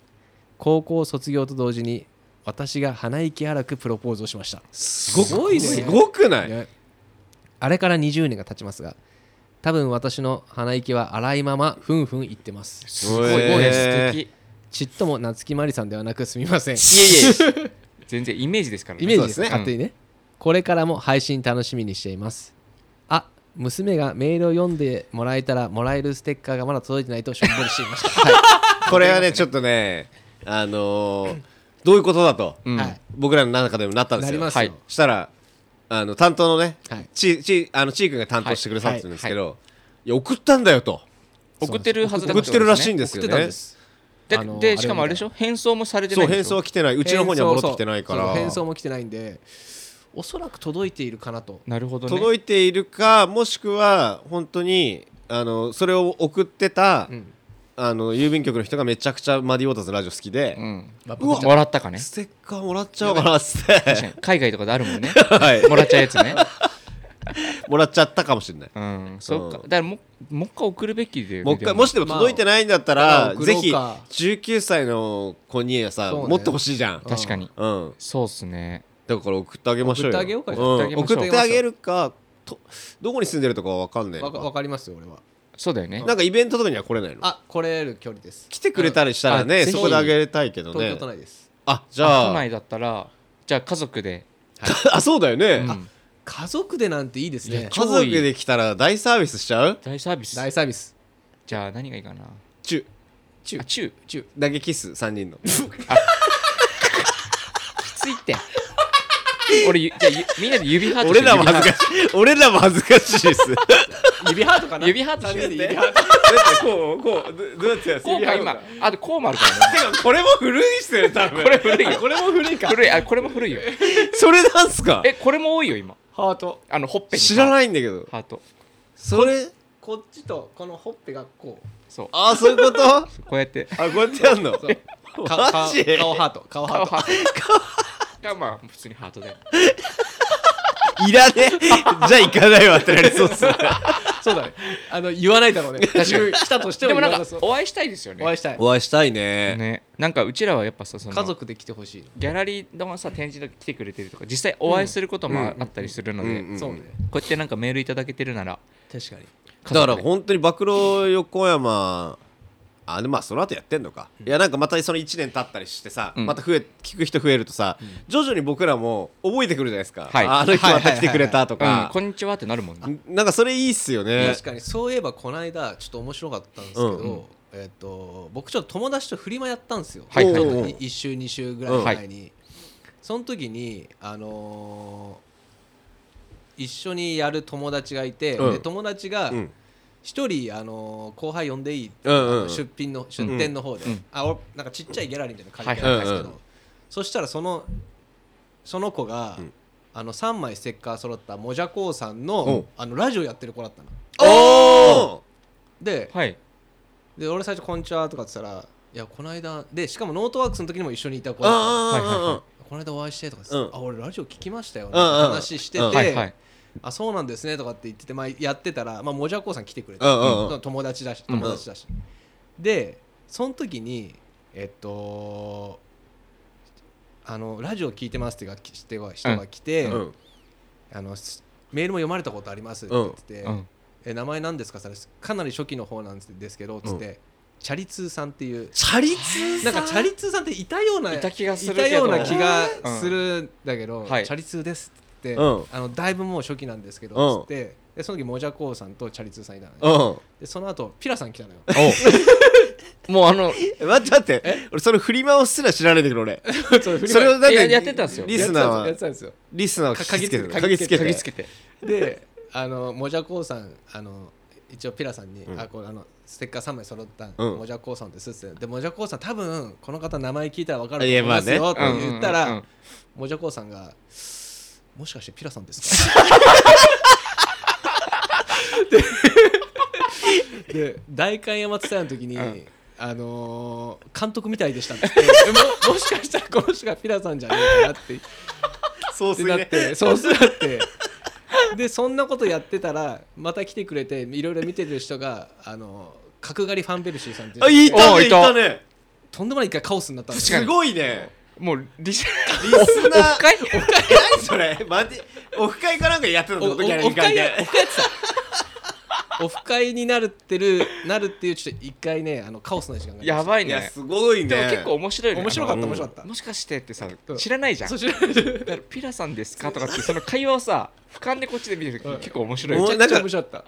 Speaker 1: 高校卒業と同時に私が鼻息荒くプロポーズをしました
Speaker 2: すご
Speaker 1: ごいね
Speaker 2: すごくない
Speaker 1: ねあれから20年が経ちますが多分私の鼻息は荒いままふんふん言ってます
Speaker 3: すごい
Speaker 2: へー
Speaker 3: ね素敵
Speaker 1: ちっとも夏木マリさんではなくすみません
Speaker 3: いえいえ 全然イメージですからね
Speaker 1: イメージです
Speaker 2: そう
Speaker 1: ね
Speaker 2: ですね
Speaker 1: 勝手にね、これからも配信楽しみにしていますあ娘がメールを読んでもらえたらもらえるステッカーがまだ届いてないとしょんぼりしていました
Speaker 2: これはねちょっとねあのーどういうことだと
Speaker 3: うん
Speaker 1: はい
Speaker 2: 僕らの中でもなったんです
Speaker 1: な
Speaker 2: よ
Speaker 1: りますよ、
Speaker 3: はい
Speaker 2: したらあの担当のね、
Speaker 1: はい
Speaker 2: ちちあのちーくんが担当してくださってるんですけど、いや送ったんだよと
Speaker 3: 送ってるはずだ
Speaker 2: 送ってるらしいん
Speaker 3: で
Speaker 2: ですよ
Speaker 1: 送ってた
Speaker 2: ね
Speaker 1: んです
Speaker 3: で
Speaker 1: あの
Speaker 3: でしかもあれでしょ返送もされて
Speaker 2: そ
Speaker 3: ないうんで
Speaker 2: 返
Speaker 3: し
Speaker 2: 送
Speaker 3: ょ
Speaker 2: は来てないうちの方には戻ってきてないから
Speaker 1: そう返送も来てないんでおそらく届いているかなと
Speaker 3: なるほどね
Speaker 2: 届いているかもしくは本当にあのそれを送ってた、
Speaker 1: ん
Speaker 2: あの郵便局の人がめちゃくちゃマディ・ウォーターズのラジオ好きで、
Speaker 3: うん
Speaker 1: まあ
Speaker 3: うわもらったかね
Speaker 2: ステッカーもらっちゃおうかなっつって
Speaker 3: 確かに海外とかであるもんね
Speaker 2: はい
Speaker 3: もらっちゃうやつね
Speaker 2: もらっちゃったかもしれ ない
Speaker 3: うんそっかだからももう一回送るべきで
Speaker 2: もう一回もし
Speaker 3: し
Speaker 2: でも届いてないんだった
Speaker 1: ま
Speaker 2: ら、
Speaker 1: あ送
Speaker 2: ぜ
Speaker 1: ろう
Speaker 2: ひ
Speaker 1: か
Speaker 2: 19歳の子にはさ、
Speaker 1: そうね
Speaker 2: 持ってほしいじゃん
Speaker 3: 確かに
Speaker 2: うん
Speaker 3: そうっすね
Speaker 2: だから送ってあげましょう
Speaker 1: 送って
Speaker 2: よ
Speaker 1: あげようかじゃあ
Speaker 2: ん送
Speaker 3: 送
Speaker 2: っ
Speaker 3: って
Speaker 1: あげましょう
Speaker 2: てあげるかとどこに住んでるとかは分かんない
Speaker 1: わかわ
Speaker 2: な
Speaker 1: かりますよ俺は
Speaker 3: そうだよね
Speaker 2: んかイベントとかには来れないの
Speaker 1: あ来れる距離です
Speaker 2: 来てくれたりしたら
Speaker 1: あ
Speaker 2: ね
Speaker 1: ぜひ
Speaker 2: そこであげたいけど
Speaker 1: 東
Speaker 2: ね
Speaker 1: 京都内です
Speaker 2: あじ
Speaker 3: あ都
Speaker 2: ゃあ
Speaker 3: 内だったらじゃあ家族で
Speaker 2: あそうだよね、
Speaker 3: う
Speaker 2: あ
Speaker 3: ん
Speaker 1: 家族でなんていいです
Speaker 3: いや
Speaker 1: ね
Speaker 2: 家族で来たら大サービスしちゃう
Speaker 3: 大サービス
Speaker 1: 大サービス
Speaker 3: じゃあ何がいいかな
Speaker 2: チュ
Speaker 1: 中
Speaker 3: あチュー
Speaker 1: 中
Speaker 2: 投げキス3 人の
Speaker 3: きついって俺ゆじゃあゆみんなで指ハートし
Speaker 2: 俺
Speaker 3: よう
Speaker 2: らも恥ずかしい俺らも恥ずかしいです
Speaker 1: 指ハートかな
Speaker 3: 指ハートしよう
Speaker 1: 指ハート
Speaker 2: こうこうどどうやってやる
Speaker 3: こうか今あとこうもあるからね
Speaker 2: これも古いっすよね多分
Speaker 3: これ古いよ
Speaker 1: これも古いか
Speaker 3: 古いあこれも古いよ
Speaker 2: それなんすか
Speaker 3: えこれも多いよ今
Speaker 1: ハート
Speaker 3: あのほっぺに
Speaker 2: 知ら
Speaker 3: い
Speaker 2: ないんだけど
Speaker 3: ハート
Speaker 2: それ
Speaker 1: こっちとこのほっぺがこう
Speaker 3: そう
Speaker 2: あそういうことあ
Speaker 3: こうやって
Speaker 2: こうやってやんの
Speaker 1: そうか
Speaker 2: マジ
Speaker 1: 顔顔ハート顔ハ
Speaker 3: 顔
Speaker 1: ート
Speaker 3: ハートがまあ普通にハートで
Speaker 2: いらねえじゃあ行かないわってなりそうっすね
Speaker 1: そうだねあの言わないだろうね
Speaker 3: 確かに
Speaker 1: 来たとして
Speaker 3: で
Speaker 1: も
Speaker 3: も
Speaker 1: 言わ
Speaker 3: な
Speaker 1: な
Speaker 3: んか
Speaker 1: そう
Speaker 3: お会いしたいですよね
Speaker 1: お会いしたい
Speaker 2: お会いしたいね
Speaker 3: ねなんかうちらはやっぱさその
Speaker 1: 家族で来てほしい
Speaker 3: ギャラリーのさ展示とか来てくれてるとか実際お会いすることもああったりするので、
Speaker 2: うんうん
Speaker 1: のそうね
Speaker 3: こうやってなんかメールいただけてるなら
Speaker 1: 確かに
Speaker 3: 家
Speaker 2: だ
Speaker 3: 族
Speaker 2: から
Speaker 3: で
Speaker 2: 本当に暴露横山あでまあその後やってんのか、いやなんかまたその1年経ったりしてさ、
Speaker 3: うん
Speaker 2: また増え聞く人増えるとさ、徐々に僕らも覚えてくるじゃないですか、
Speaker 3: はい
Speaker 2: ああの人また来てくれたと
Speaker 3: うん、
Speaker 2: か、
Speaker 3: こんにちはってなるもんね
Speaker 2: なんかそれいいっすよね
Speaker 1: 確かにそういえばこの間ちょっと面白かったんですけど、
Speaker 2: うんう
Speaker 1: えっと僕ちょっと友達とフリマやったんですよ、
Speaker 3: はいはい
Speaker 2: はい
Speaker 1: なんか1週2週ぐらい前に、その時にあのー一緒にやる友達がいて、
Speaker 2: うん
Speaker 1: で友達が
Speaker 2: うん
Speaker 1: 一人、あのー後輩呼んでいい、
Speaker 2: うんうんうん
Speaker 1: 出品の出店の方で、
Speaker 3: うん
Speaker 1: あ俺なんかちっちゃいギャラリーみたいなの借りてたんですけど、
Speaker 2: はいはいうんうん
Speaker 1: そしたらそのその子が、
Speaker 2: ん
Speaker 1: あの3枚ステッカー揃ったもじゃこうさん
Speaker 2: う
Speaker 1: の
Speaker 2: ん
Speaker 1: あのラジオやってる子だったの。
Speaker 2: お
Speaker 1: で,、
Speaker 3: はい
Speaker 1: で俺最初「こんにちは」とかって言ったら「いやこの間でしかもノートワークスの時にも一緒にいた子
Speaker 2: ー
Speaker 1: だっ
Speaker 2: あーあ
Speaker 1: たこの間お会いして」とかって言ってあ
Speaker 2: うん
Speaker 1: 俺ラジオ聞きましたよ」
Speaker 2: うんうん
Speaker 1: 話してて、
Speaker 2: うん
Speaker 3: はいはい
Speaker 1: あそうなんですね」とかって言ってて、まあ、やってたら、まあ、もじゃこうさん来てくれて、
Speaker 2: うんうんうん
Speaker 1: 友達だし
Speaker 3: うん
Speaker 1: 友達だし、でその時にえっとあのラジオ聞いてますっていうかきしては人が来て、
Speaker 2: ーうん
Speaker 1: あのすメールも読まれたことありますって言ってて、
Speaker 3: うん
Speaker 1: え名前なんですかそれかなり初期の方なんですけどつって、チャリ通さんっていう
Speaker 2: チャリ 通
Speaker 1: なんかチャリ通さんっていたようない
Speaker 3: いた気がする
Speaker 1: いたような
Speaker 3: けど
Speaker 1: 気がするんだけど、
Speaker 3: はい
Speaker 1: チャリ通ですって、
Speaker 2: うん
Speaker 1: あのだいぶもう初期なんですけ
Speaker 2: う
Speaker 1: ど
Speaker 2: ん
Speaker 1: つって、でその時もじゃこうさんとチャリ通さんいたのね、
Speaker 2: うん
Speaker 1: でその後ピラさん来たのよ
Speaker 2: お
Speaker 3: もうあの、
Speaker 2: え待って待って俺その振り回すら知られてくる俺
Speaker 1: そ
Speaker 2: それをだって
Speaker 3: ややってたんですよ。
Speaker 2: リスナーは
Speaker 1: やってたんですよ
Speaker 2: リスナーは嗅ぎつけて
Speaker 1: 嗅ぎつけて
Speaker 2: 嗅
Speaker 3: 嗅
Speaker 2: ぎ
Speaker 3: ぎ
Speaker 2: つ
Speaker 3: つ
Speaker 2: け
Speaker 3: け
Speaker 2: て
Speaker 3: て。
Speaker 1: であのもじゃこうさんあの一応ピラさんに、あこれあのステッカー3枚揃った、
Speaker 2: うん
Speaker 1: もじゃこうさんですってでもじゃこうさん多分この方名前聞いたら分かると思
Speaker 2: いや
Speaker 1: い
Speaker 2: まあ
Speaker 1: ます
Speaker 2: ね
Speaker 1: よって言ったら、
Speaker 3: うんうんうん
Speaker 1: もじゃこうさんがもしかしてピラさんですかでで代官山伝えの時に、
Speaker 3: ん
Speaker 1: あのー監督みたいでしたって言ってももしかしたらこの人がピラさんじゃねえかなって
Speaker 2: そう
Speaker 1: って
Speaker 2: す
Speaker 1: な
Speaker 2: ね
Speaker 1: ってそうするなってでそんなことやってたらまた来てくれていろいろ見てる人があの角刈りファンベルシーさんっていう
Speaker 2: あいた
Speaker 3: お
Speaker 2: ね
Speaker 3: ー
Speaker 2: い
Speaker 3: い
Speaker 2: た
Speaker 3: た
Speaker 2: ね
Speaker 1: とんでもない一回カオスになったんですよ
Speaker 2: すごいね
Speaker 3: もう、リス
Speaker 2: リスナー
Speaker 3: ナー。
Speaker 2: え何それマジオフ会かなんかやってた
Speaker 1: おおオ
Speaker 2: の
Speaker 1: フ
Speaker 2: ギ
Speaker 1: 会
Speaker 2: ャラ
Speaker 1: やオ
Speaker 2: リー
Speaker 1: フ
Speaker 2: 会
Speaker 1: 会や
Speaker 2: で
Speaker 1: ってたオフ会になるってるなるっていうちょっと一回ねあのカオスな時間がありま
Speaker 3: や
Speaker 1: した
Speaker 3: ばい
Speaker 2: いや
Speaker 3: ね。
Speaker 2: すごいね
Speaker 3: でも結構面白いね。
Speaker 1: 面白かった
Speaker 3: あの
Speaker 1: 面白かった
Speaker 3: もしかしてってさ
Speaker 1: うん、
Speaker 3: 知らないじゃん
Speaker 1: そ。ちらめ
Speaker 3: だからピラさんですかとかって、その会話をさ、俯瞰でこっちで見てると
Speaker 1: うん
Speaker 3: き結構面白いよ
Speaker 2: お
Speaker 3: ね。
Speaker 1: ちゃくちゃ面白かった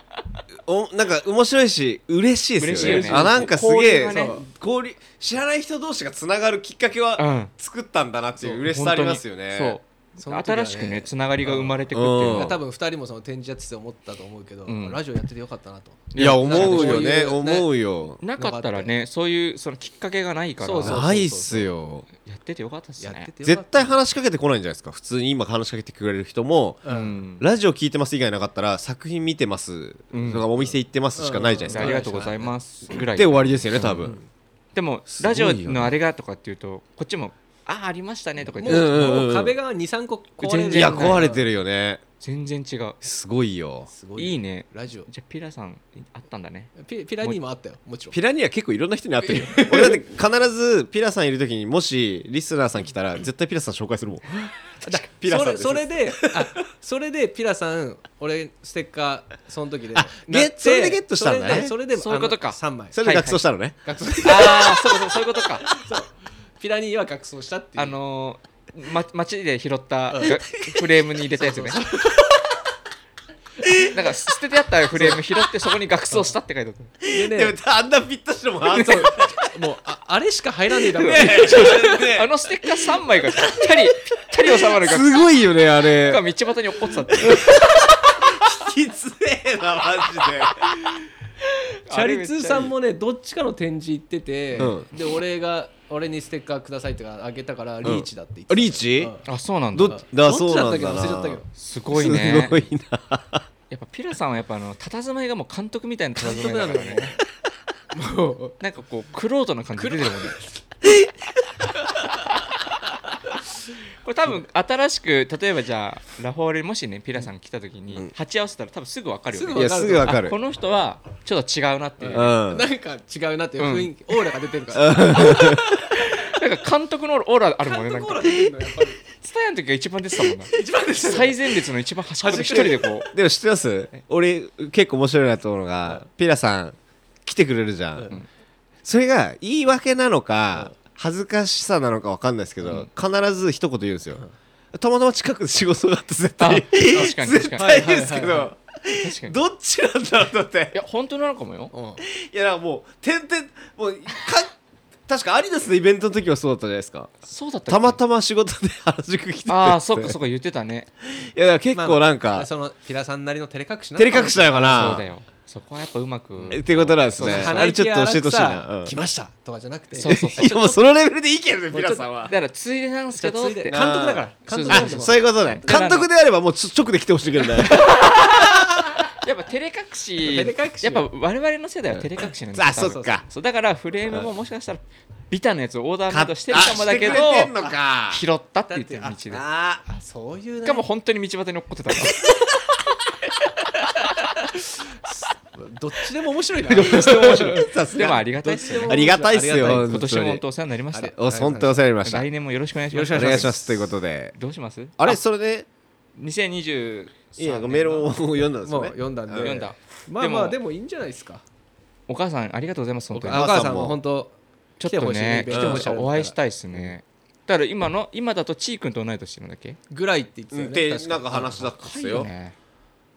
Speaker 2: おなんか面白いし嬉しいですよね
Speaker 3: 嬉しいよね
Speaker 2: あなんかす
Speaker 3: 交
Speaker 2: げ
Speaker 3: 流
Speaker 2: え
Speaker 3: がね
Speaker 2: そう交流知らない人同士がつながるきっかけ
Speaker 3: う
Speaker 2: は
Speaker 3: ん
Speaker 2: 作ったんだなっていう嬉しさありますよね
Speaker 3: そう。
Speaker 1: その時はね
Speaker 3: 新しくね、つながりが生まれてくっていうの
Speaker 2: うん
Speaker 3: は
Speaker 1: 多分二人もその展示やってて思ったと思うけど、
Speaker 3: うん
Speaker 1: ラジオやっててよかったなと
Speaker 2: いや思うよね
Speaker 1: そういうね
Speaker 2: 思うよ
Speaker 3: なかったらね、そういうそのきっかけがないから、
Speaker 1: そうそう
Speaker 2: ないっすよ
Speaker 3: やっててよかったです
Speaker 1: やって
Speaker 3: ね。
Speaker 1: てよか
Speaker 2: 絶
Speaker 1: った
Speaker 2: 対話しかけてこないんじゃないですか普通に今話しかけてくれる人も
Speaker 1: う
Speaker 3: うんん
Speaker 2: ラジオ聞いてます以外なかったら作品見てます
Speaker 3: うん
Speaker 2: とかお店行ってますしかないじゃない
Speaker 3: あり
Speaker 2: で
Speaker 3: が
Speaker 2: すか
Speaker 3: とうございますぐらい
Speaker 2: で終わりですよね多分
Speaker 3: でも
Speaker 2: すごい
Speaker 3: ラジ
Speaker 2: よ
Speaker 3: オ
Speaker 2: ね
Speaker 3: のあれがとかっていうとこっちもああありましたねとか
Speaker 1: も
Speaker 3: 言
Speaker 1: う,、
Speaker 3: って
Speaker 2: んうんうん
Speaker 1: もう壁が23個壊れ
Speaker 3: 全
Speaker 1: る
Speaker 2: い
Speaker 3: 然
Speaker 2: や壊れて
Speaker 1: る
Speaker 2: るよね
Speaker 3: 全然違う
Speaker 2: すごいよ
Speaker 1: すごい
Speaker 3: いいね
Speaker 1: ラジオ
Speaker 3: じゃあピラさんあったんだね
Speaker 1: ピピラにもあったよもちろん
Speaker 2: ピラニア結構いろんな人に会ってるよ 俺だって必ずピラさんいる時にもしリスナーさん来たら絶対ピラさん紹介するもん ピラさんです
Speaker 1: それそれであそれでピラさん俺ステッカーその時で
Speaker 2: ゲ
Speaker 1: なって
Speaker 2: それでゲットしたんだね
Speaker 1: それで
Speaker 3: そういうことか
Speaker 1: 3枚
Speaker 2: それで学装したのね、
Speaker 1: 学装
Speaker 3: ああそうそうそういうことか
Speaker 1: ピラには学装したっていう
Speaker 3: あのーま、街で拾ったがフレームに入れたやつよね なんか捨ててあったフレーム拾ってそこに額装したって書いてあっ
Speaker 1: でね
Speaker 2: でもあんなピッタシのもあん
Speaker 1: そ
Speaker 2: た
Speaker 1: うもうああれしか入らねえだろうね
Speaker 3: たあのステッカー3枚がぴったりぴったり収まる額
Speaker 2: すごいよねあ
Speaker 3: が
Speaker 2: れ
Speaker 3: 道端に落っこってたって
Speaker 2: きつえなマジ
Speaker 1: チャリ通さんもねどっちかの展示行ってて、
Speaker 2: う
Speaker 1: で俺が俺にステッカーくださいとかあげたからリーチだって言ってた、
Speaker 2: でリーチ
Speaker 1: うん
Speaker 3: あそうなん
Speaker 2: ど
Speaker 3: だ
Speaker 2: っ
Speaker 1: ど
Speaker 2: だ
Speaker 1: っ
Speaker 2: そう
Speaker 1: ちだ
Speaker 2: な
Speaker 1: っ
Speaker 2: ん
Speaker 1: た
Speaker 2: だ
Speaker 1: けど忘れちゃったけ
Speaker 2: な
Speaker 1: ど
Speaker 3: すごいね
Speaker 2: すごいな
Speaker 3: やっぱピラさんはやっぱあの佇まいがもう監督みたいな佇まい
Speaker 1: な
Speaker 3: だ
Speaker 1: の
Speaker 3: か
Speaker 1: よ
Speaker 3: らね
Speaker 1: ねもう
Speaker 3: なんかこうクロートな感じ出てるもんねこれ多分新しく例えばじゃあラフォーレもしねピラさん来た時に鉢合わせたら多分すぐ分かるよ
Speaker 1: す
Speaker 3: ね
Speaker 1: ぐ
Speaker 2: いやすぐわか
Speaker 3: あ
Speaker 2: る
Speaker 3: この人はちょっと違うなっていう、
Speaker 2: う
Speaker 3: なん
Speaker 1: なんか違うなっていう雰囲気、オーラが出てるから、
Speaker 3: んか監督のオーラあるもんね
Speaker 1: 監
Speaker 3: なん
Speaker 1: 督オー
Speaker 3: か
Speaker 1: ラ出てるのやっぱり
Speaker 3: スタヤの時が一番出てたもんな
Speaker 1: 一番です
Speaker 3: 最前列の一番端っこで一人でこ う
Speaker 2: でも知ってます俺結構面白いなと思うのがピラさん来てくれるじゃん、それが言い訳なのか、恥ずかしさなのか分かんないですけど、必ず一言言うんですよ、たまたま近くで仕事があって絶対
Speaker 3: あ確かに
Speaker 2: 絶
Speaker 3: 確か
Speaker 2: 対
Speaker 3: に
Speaker 2: 言うんですけど、
Speaker 1: はいはいは
Speaker 3: 確かにい
Speaker 2: どっちなんだろうだって
Speaker 3: や本当なのかもよ
Speaker 2: いやだからもう点々もうか確かアリダスのイベントの時はそうだったじゃないですか
Speaker 3: そうだった
Speaker 2: たま
Speaker 3: ま
Speaker 2: たま仕事で原宿来てて
Speaker 3: ああそっかそっか言ってたね
Speaker 2: いやだから結構なんか、
Speaker 1: そのピラさんなりの照れ隠しな
Speaker 2: 照れ隠しなのかな
Speaker 3: そうだよそこはやっぱうまく
Speaker 2: ってことなんですね
Speaker 1: 鼻息
Speaker 2: あれちょっと教えてほし
Speaker 1: 荒く
Speaker 2: い
Speaker 1: さ
Speaker 2: な、うん
Speaker 1: 来ましたとかじゃなくて
Speaker 3: そうそうそう
Speaker 2: いやもうそのレベルでいいけどね、ピラさんは
Speaker 3: だ。からついでなんですけどっ
Speaker 1: じゃあついで
Speaker 3: て
Speaker 1: 監督だから
Speaker 3: そう
Speaker 1: 監督
Speaker 3: あ
Speaker 1: だ
Speaker 2: あ、
Speaker 1: から
Speaker 2: そういうことね。
Speaker 3: だから
Speaker 2: 監督であればもうちょ直で来てほしいけどね。
Speaker 3: やっぱ照れ隠し
Speaker 1: 照れ隠し
Speaker 3: やっぱ我々の世代は照れ隠しなんです
Speaker 2: あ、
Speaker 3: 多分
Speaker 2: そっか。
Speaker 3: そうだからフレームももしかしたらビタのやつをオーダーメイドしてる
Speaker 2: あ
Speaker 3: かもだけど
Speaker 2: してくれてんのか。
Speaker 3: 拾ったって言ってる道
Speaker 1: だっ
Speaker 3: でし
Speaker 2: あ
Speaker 1: あそういうね
Speaker 3: かも本当に道端に落っこってたか
Speaker 1: どっちでも面白いな
Speaker 3: ら面白い
Speaker 2: さす
Speaker 3: でも
Speaker 2: が
Speaker 3: ありがたいっすよ
Speaker 1: どっちでも
Speaker 2: あ
Speaker 3: ね
Speaker 2: りがたいっすよ。
Speaker 1: ありがたい
Speaker 3: 今
Speaker 2: 本
Speaker 3: 年
Speaker 2: 当
Speaker 3: も
Speaker 2: に
Speaker 3: 本当お世話になりまし
Speaker 1: あ
Speaker 3: た
Speaker 1: れ
Speaker 2: お、本当にお世話になりました。
Speaker 3: 来年もよろしくお願いし
Speaker 1: よ
Speaker 3: ま
Speaker 1: ろ
Speaker 3: す
Speaker 1: しくお
Speaker 2: お願いします。ということで。
Speaker 3: どうします
Speaker 2: あれ、それで、
Speaker 3: 2023
Speaker 2: いや、メールを読んだんです
Speaker 1: も
Speaker 2: よ
Speaker 1: う
Speaker 2: ね。
Speaker 1: 読んだんで
Speaker 2: う
Speaker 3: 読んだ
Speaker 1: まあまあで
Speaker 3: で
Speaker 1: もいいんじゃないですか
Speaker 3: お母さんありがとうございます本
Speaker 1: お
Speaker 3: 当に
Speaker 1: 母さんも本当
Speaker 3: ちょっとね、
Speaker 1: 来
Speaker 3: 来
Speaker 1: て
Speaker 3: て
Speaker 1: ほ
Speaker 3: ほ
Speaker 1: し
Speaker 3: し
Speaker 1: い
Speaker 3: い。
Speaker 1: うん
Speaker 3: お会いしたいですね。だから今の、今だとちーくんと同い年なんだっけ
Speaker 1: ぐらいって言ってたよ
Speaker 2: うん
Speaker 1: ね
Speaker 2: で、
Speaker 1: 確
Speaker 2: なんか話だったっすよ。
Speaker 3: ね。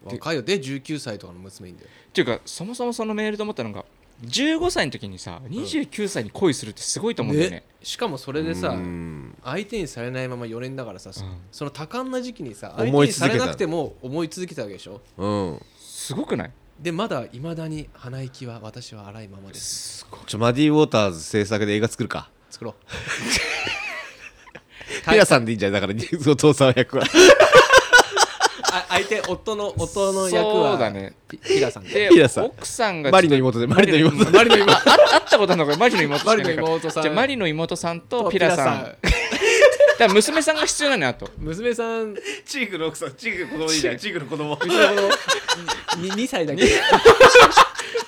Speaker 1: 若いよで19歳とかの娘いいんだよ
Speaker 3: っていうか、そもそもそのメールと思ったのが、 15歳の時にさ29歳に恋するってすごいと思うんだよね
Speaker 1: ね、しかもそれでさ
Speaker 2: うん
Speaker 1: 相手にされないまま4年だからさ、
Speaker 3: うん
Speaker 1: その多感な時期にさ相
Speaker 2: 思
Speaker 1: 手
Speaker 2: い
Speaker 1: に
Speaker 2: 続
Speaker 1: さ
Speaker 2: けた
Speaker 1: れなくても思い続けたわけでしょ
Speaker 2: うん
Speaker 3: すごくない
Speaker 1: でまだいまだに鼻息は私は荒いままです
Speaker 3: すごい
Speaker 2: ちょマディ・ウォーターズ制作で映画作るか
Speaker 1: 作ろう
Speaker 2: ペラさんでいいんじゃないだからお 父さん役は
Speaker 1: あ相手夫の夫の役は
Speaker 3: そうだね
Speaker 1: ピピラさんで
Speaker 3: で
Speaker 2: いやさ
Speaker 3: 奥さんが
Speaker 2: マリの妹でマリの妹で
Speaker 3: マリの妹ああったことあるのかマリの妹しかいないから
Speaker 1: マリの妹さん
Speaker 3: じゃあマリの妹さんとピラさんだから娘さんが必要なのよあと
Speaker 1: 娘さん
Speaker 2: チークの奥さんチークの子供いいじゃんチークの子供
Speaker 1: うちの子の 2, 歳だけど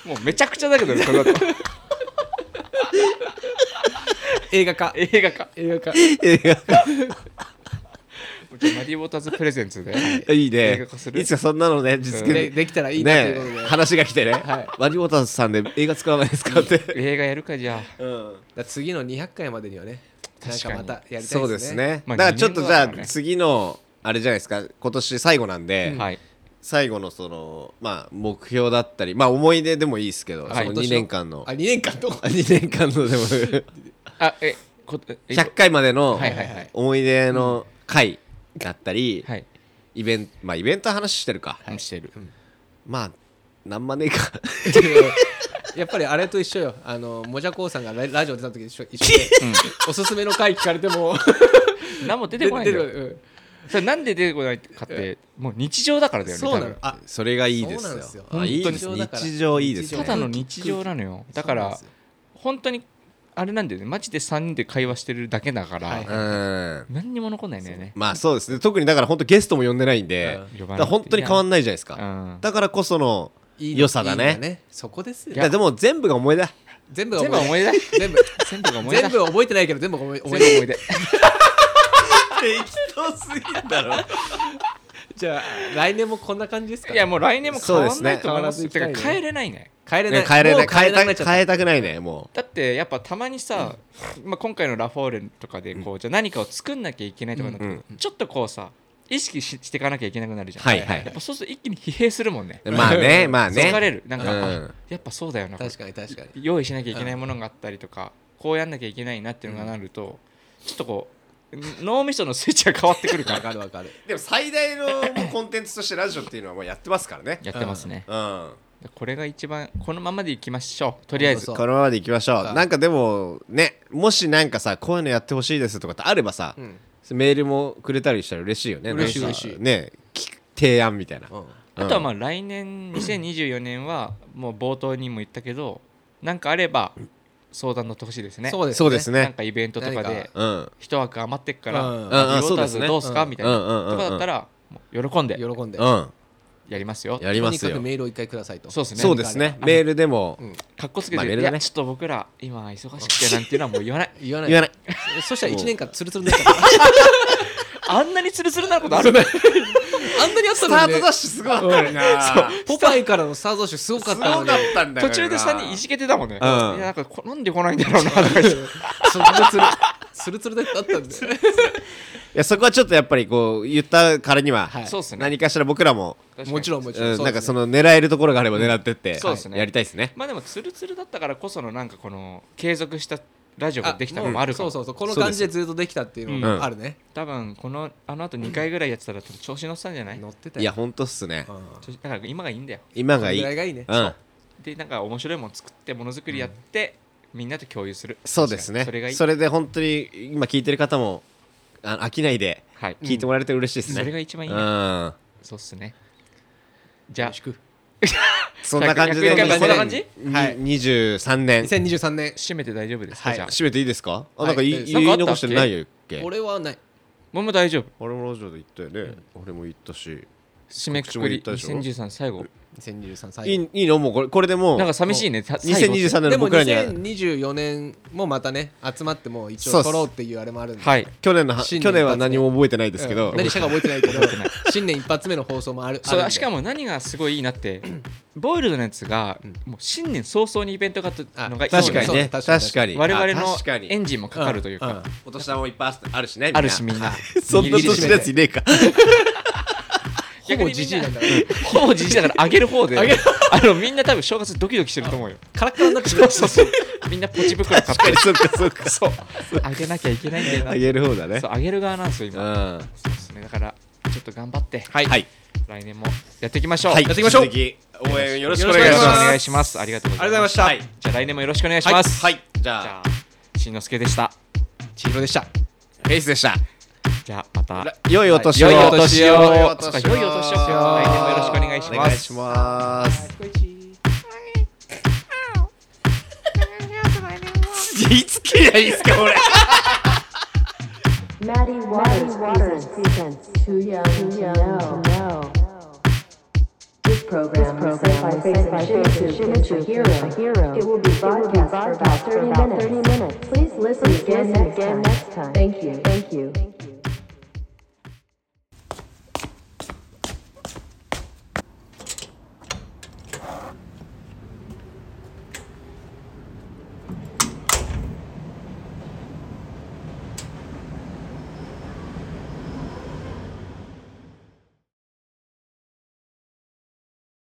Speaker 3: もうめちゃくちゃだけどねこれだと
Speaker 1: 映画化
Speaker 3: 映画化
Speaker 1: 映画化
Speaker 2: 映画
Speaker 3: じゃあマディ・ウォーターズ・プレゼンツで
Speaker 2: いい
Speaker 3: 映画
Speaker 2: ね
Speaker 3: 化する
Speaker 2: いつかそんなのね実
Speaker 1: で
Speaker 2: 現
Speaker 1: できたらいいなという
Speaker 2: ね
Speaker 1: ことで、
Speaker 2: 話が来てね
Speaker 1: はい
Speaker 2: マディ・ウォーターズさんで映画作らないですかって
Speaker 3: 映画やるかじゃあ
Speaker 2: うん
Speaker 1: だから次の200回までにはねなん
Speaker 3: 確か
Speaker 1: か
Speaker 3: に
Speaker 1: またやりたいですね
Speaker 2: そうですね。
Speaker 3: まあ
Speaker 2: だからちょっとじゃあ
Speaker 3: 二年後だからね
Speaker 2: 次のあれじゃないですか今年最後なんで、
Speaker 3: はい
Speaker 2: 最後のそのまあ目標だったりまあ思い出でもいいですけど、
Speaker 3: はい
Speaker 2: その2年間の
Speaker 1: あ2年間と
Speaker 2: 2年間のでも
Speaker 3: あえこえ
Speaker 2: 100回までの
Speaker 3: はいはいはい
Speaker 2: 思い出の回だったり、
Speaker 3: はい
Speaker 2: イベントまあイベントの話してるか、
Speaker 3: してる
Speaker 2: まあなんまねえか
Speaker 1: やっぱりあれと一緒よあのもじゃこうさんがララジオ出た時と一緒一緒で、おすすめの回聞かれても
Speaker 3: 何 も出てこないんだ
Speaker 1: 出
Speaker 3: よ
Speaker 1: てる
Speaker 3: それなんで出てこないかってもう日常だからだ
Speaker 1: うん
Speaker 3: よね
Speaker 1: そうな
Speaker 3: 多
Speaker 1: の
Speaker 3: 分
Speaker 1: あ
Speaker 2: それがいいです
Speaker 1: そう
Speaker 2: よ
Speaker 1: なんですよ
Speaker 2: あいいです
Speaker 1: 本当に
Speaker 2: 日常いいです
Speaker 1: そ
Speaker 2: ね
Speaker 1: う
Speaker 3: ただの日常なのよだか
Speaker 1: そうなん
Speaker 3: ら
Speaker 1: ですよ
Speaker 3: 本当にあれなんだよねマジで3人で会話してるだけだから、
Speaker 1: はい
Speaker 2: うん
Speaker 3: 何にも残んないんだよね
Speaker 2: まあそうですね特にだから本当ゲストも呼んでないんで、
Speaker 1: うん
Speaker 2: だ
Speaker 3: 呼ばなくて
Speaker 2: から本当に変わんないじゃないですか、
Speaker 3: うん
Speaker 2: だからこその
Speaker 1: いい
Speaker 2: 良さだね
Speaker 1: いいんそこですよ
Speaker 2: いやでも全部が思い出
Speaker 1: 全部が
Speaker 3: 全部思い出
Speaker 1: 出全部
Speaker 3: 全部が思い出
Speaker 1: 全部覚えてないけど全部思い思
Speaker 3: 全
Speaker 1: い
Speaker 3: 部
Speaker 1: 出
Speaker 3: 思い出
Speaker 2: 適当すぎんだろ
Speaker 1: じゃあ来年もこんな感じですか
Speaker 3: いやもう来年も変わんないと思います
Speaker 1: そうですね
Speaker 3: てか帰れないね
Speaker 1: 帰れない
Speaker 2: 帰れ
Speaker 1: も
Speaker 2: な
Speaker 1: う
Speaker 2: い変え
Speaker 1: な
Speaker 2: た
Speaker 1: くなっちゃった
Speaker 2: 変えたくないねも
Speaker 3: だってやっぱたまにさ、まあ、今回のラフォーレとかでこうじゃあ何かを作んなきゃいけないとかになってくるちょっとこうさ意識ししていかなきゃいけなくなるじゃん、
Speaker 2: はいはい
Speaker 3: やっぱそうすると一気に疲弊するもんね
Speaker 2: うま あねまあね
Speaker 3: 疲れるなんか、
Speaker 2: うん
Speaker 3: あやっぱそうだよな
Speaker 1: 確かに確かに
Speaker 3: 用意しなきゃいけないものがあったりとか、こうやんなきゃいけないなっていうのがなると、ちょっとこう脳みそのスイッチが変わっ てくるか
Speaker 1: わ
Speaker 3: ら
Speaker 1: かるわかる
Speaker 2: でも最大のコンテンツとしてラジオっていうのはもうやってますからね
Speaker 3: やってますね、
Speaker 2: うん
Speaker 3: これが一番このままでいきましょうとりあえず
Speaker 1: そう
Speaker 2: このままでいきましょう
Speaker 1: はい
Speaker 2: なんかでもねもしなんかさこういうのやってほしいですとかってあればさ、
Speaker 1: ん
Speaker 2: メールもくれたりしたら嬉しいよね
Speaker 1: 嬉しい
Speaker 2: なんか
Speaker 1: 嬉しい
Speaker 2: ね聞く提案みたいな、
Speaker 1: うん
Speaker 3: あとはまあ来年2024年はもう冒頭にも言ったけどなんかあれば相談乗ってほしいですね
Speaker 1: そうですね
Speaker 2: そうです
Speaker 3: なん
Speaker 2: ね
Speaker 3: かイベントとか
Speaker 1: 何
Speaker 3: で
Speaker 1: か
Speaker 2: うん
Speaker 3: 一枠余ってっから
Speaker 1: うんうん
Speaker 2: うん
Speaker 3: 「リオーター
Speaker 2: そ
Speaker 3: ズ
Speaker 2: うですね
Speaker 3: どうすか?」みたいな
Speaker 2: うんうんうんうん
Speaker 3: とかだったらもう喜んで
Speaker 1: 喜んで
Speaker 2: うん
Speaker 3: やりますよ
Speaker 2: やります
Speaker 1: とにか
Speaker 2: よ
Speaker 1: くメールを一回くださいと
Speaker 3: そうですね
Speaker 2: そうですね
Speaker 3: あの
Speaker 2: メールでも
Speaker 3: かっこつけ
Speaker 2: まあ
Speaker 3: て
Speaker 2: メー
Speaker 3: 「
Speaker 2: ル
Speaker 3: い
Speaker 2: だね
Speaker 3: やちょっと僕ら今忙しくて」なんていうのはもう言わない
Speaker 1: 言わない
Speaker 2: 言わない
Speaker 1: そしたら1年間ツルツルになっちゃった
Speaker 3: あんなにツルツルなことある
Speaker 1: あんなにあった
Speaker 2: ス
Speaker 1: のに
Speaker 2: タート
Speaker 1: ね
Speaker 2: ダッシュすごかったのにな
Speaker 1: ポパイからのスタートダッシュすごか
Speaker 2: す
Speaker 1: っ
Speaker 2: ご
Speaker 1: た
Speaker 2: か
Speaker 1: の
Speaker 2: っ
Speaker 1: に
Speaker 2: たんだよな
Speaker 3: 途中で3人いじけてたもんね、
Speaker 2: うん
Speaker 3: いやなんかこなんで来ないんだろうなとか言って
Speaker 1: そんなツルツルツルだったんで
Speaker 2: いやそこはちょっとやっぱりこう言ったからには、
Speaker 1: はい
Speaker 3: そうっすね
Speaker 2: 何かしら僕らも、
Speaker 3: 確かに
Speaker 1: もちろんもちろん
Speaker 2: う
Speaker 1: う
Speaker 2: ん
Speaker 1: ですね
Speaker 2: なんかその狙えるところがあれば狙ってって、
Speaker 3: そうですね
Speaker 2: やりたいですね
Speaker 3: まあでもツルツルだったからこそのなんかこの継続したラジオができたのもあるか
Speaker 1: そ
Speaker 3: ら
Speaker 1: うそうそうこの感じでずっとできたっていうのがあるね
Speaker 3: 多分このあのあと2回ぐらいやってたら多分調子乗ってたんじゃない
Speaker 1: 乗ってた
Speaker 2: いやほんとっすね、
Speaker 1: うん
Speaker 3: 調子だから今がいいんだよ
Speaker 2: 今
Speaker 1: こ
Speaker 2: が
Speaker 1: れ
Speaker 2: いい
Speaker 1: ぐらいがいいね
Speaker 2: うん、
Speaker 3: でなんか面白いもの作ってものづくりやって、みんなと共有する
Speaker 2: そうですね
Speaker 3: それがいい
Speaker 2: で本当に今聞いてる方もあ飽きないで
Speaker 3: はい、
Speaker 2: 聞いてもらえると嬉しいですね、
Speaker 3: それが一番いいね
Speaker 2: うん
Speaker 3: そうっすねじゃあ
Speaker 2: そんな感じで
Speaker 3: 100
Speaker 1: こんな感
Speaker 3: じ
Speaker 1: はい
Speaker 2: 23年
Speaker 1: 2023年
Speaker 3: 締めて大丈夫ですか、
Speaker 1: はい
Speaker 3: じゃあ
Speaker 2: 締めていいですかあ、
Speaker 1: はい
Speaker 2: なんかい
Speaker 1: 大丈夫
Speaker 2: 言い残してるないよっけ
Speaker 1: 俺はない
Speaker 3: もうもう大丈夫
Speaker 2: 俺もラジオで言ったよね、俺も言ったし
Speaker 3: 締めく
Speaker 2: 告知も
Speaker 3: く
Speaker 2: 言
Speaker 3: り
Speaker 2: ったでしょ
Speaker 3: 2013最後
Speaker 1: 2023最
Speaker 2: い
Speaker 1: 後
Speaker 2: いいいのもうこれこれでもう
Speaker 3: なんか寂しいねた最後って
Speaker 2: 2023年
Speaker 1: で
Speaker 2: の
Speaker 1: も
Speaker 2: 僕らには
Speaker 1: 2024年もまたね集まってもう一
Speaker 2: そう
Speaker 1: 応
Speaker 2: っす
Speaker 1: 撮ろうっていうあれもあるんで
Speaker 3: はい
Speaker 2: 去年のは
Speaker 1: 新
Speaker 2: 去
Speaker 1: 年
Speaker 2: 年は何も覚えてないですけど、
Speaker 1: うん何したか覚えてないけど
Speaker 3: 覚えてない
Speaker 1: 新年一発目の放送もある
Speaker 3: そ
Speaker 1: あるん
Speaker 3: う
Speaker 1: で
Speaker 3: しかも何がすごいいいなってボイルドのやつが、もう新年早々にイベントがあったのがいいよ
Speaker 2: 確かにね
Speaker 1: そう
Speaker 2: 確
Speaker 1: そう
Speaker 2: かに
Speaker 3: 我々
Speaker 2: 確か
Speaker 3: のエ
Speaker 2: に
Speaker 3: ンジンもかかるというか、
Speaker 2: お 年玉もいっぱいあるしね
Speaker 3: あるしみんな
Speaker 2: そんな年のやついねえか
Speaker 1: ほぼじじいなんだから
Speaker 3: ほぼじじいだからあげる方で
Speaker 1: あげる
Speaker 3: あのみんな多分正月ドキドキしてると思うよ
Speaker 1: カラッカラになってしまう
Speaker 3: そうそうみんなポチ袋買って
Speaker 2: そっかそっかそう
Speaker 3: あげなきゃいけないんだよな
Speaker 2: あげる方だね
Speaker 3: そうあげる側なんです
Speaker 2: う
Speaker 3: よ
Speaker 2: ん
Speaker 3: 今
Speaker 2: は
Speaker 3: そうですねだからちょっと頑張って
Speaker 2: いはい
Speaker 3: 来年もやっていきましょう
Speaker 2: はい
Speaker 1: やっていきましょう
Speaker 2: 引き続き応援よろしくお
Speaker 3: よ
Speaker 2: 願
Speaker 3: ろ
Speaker 2: い
Speaker 3: し
Speaker 2: し
Speaker 3: くお
Speaker 2: ます
Speaker 3: 願いしますありがとうご
Speaker 1: あ
Speaker 3: ざ
Speaker 1: り
Speaker 3: い
Speaker 1: がとうございます
Speaker 3: ま
Speaker 1: した、
Speaker 2: はい
Speaker 3: じゃあ来年もよろしくお願いします
Speaker 2: はいじ
Speaker 3: じゃ
Speaker 2: ゃ
Speaker 3: あしんのすけでした
Speaker 1: 千尋でした
Speaker 2: あフェイスでした
Speaker 3: じゃあまた
Speaker 2: 良いお年を
Speaker 3: 良いお年を
Speaker 2: 良いお
Speaker 3: そう
Speaker 2: 年
Speaker 3: か
Speaker 2: を
Speaker 3: 良いお年を来年もよろしくお願いします
Speaker 2: お願いしますいつ切りゃいいっすか俺
Speaker 4: Maddie Waters, presents, Too Young, too young to Know. This program, is sent by Face and Shimizu, Shimizu, Hero. Hero. It will be broadcast for about 30 minutes. Please listen again next time. Thank you. Thank you.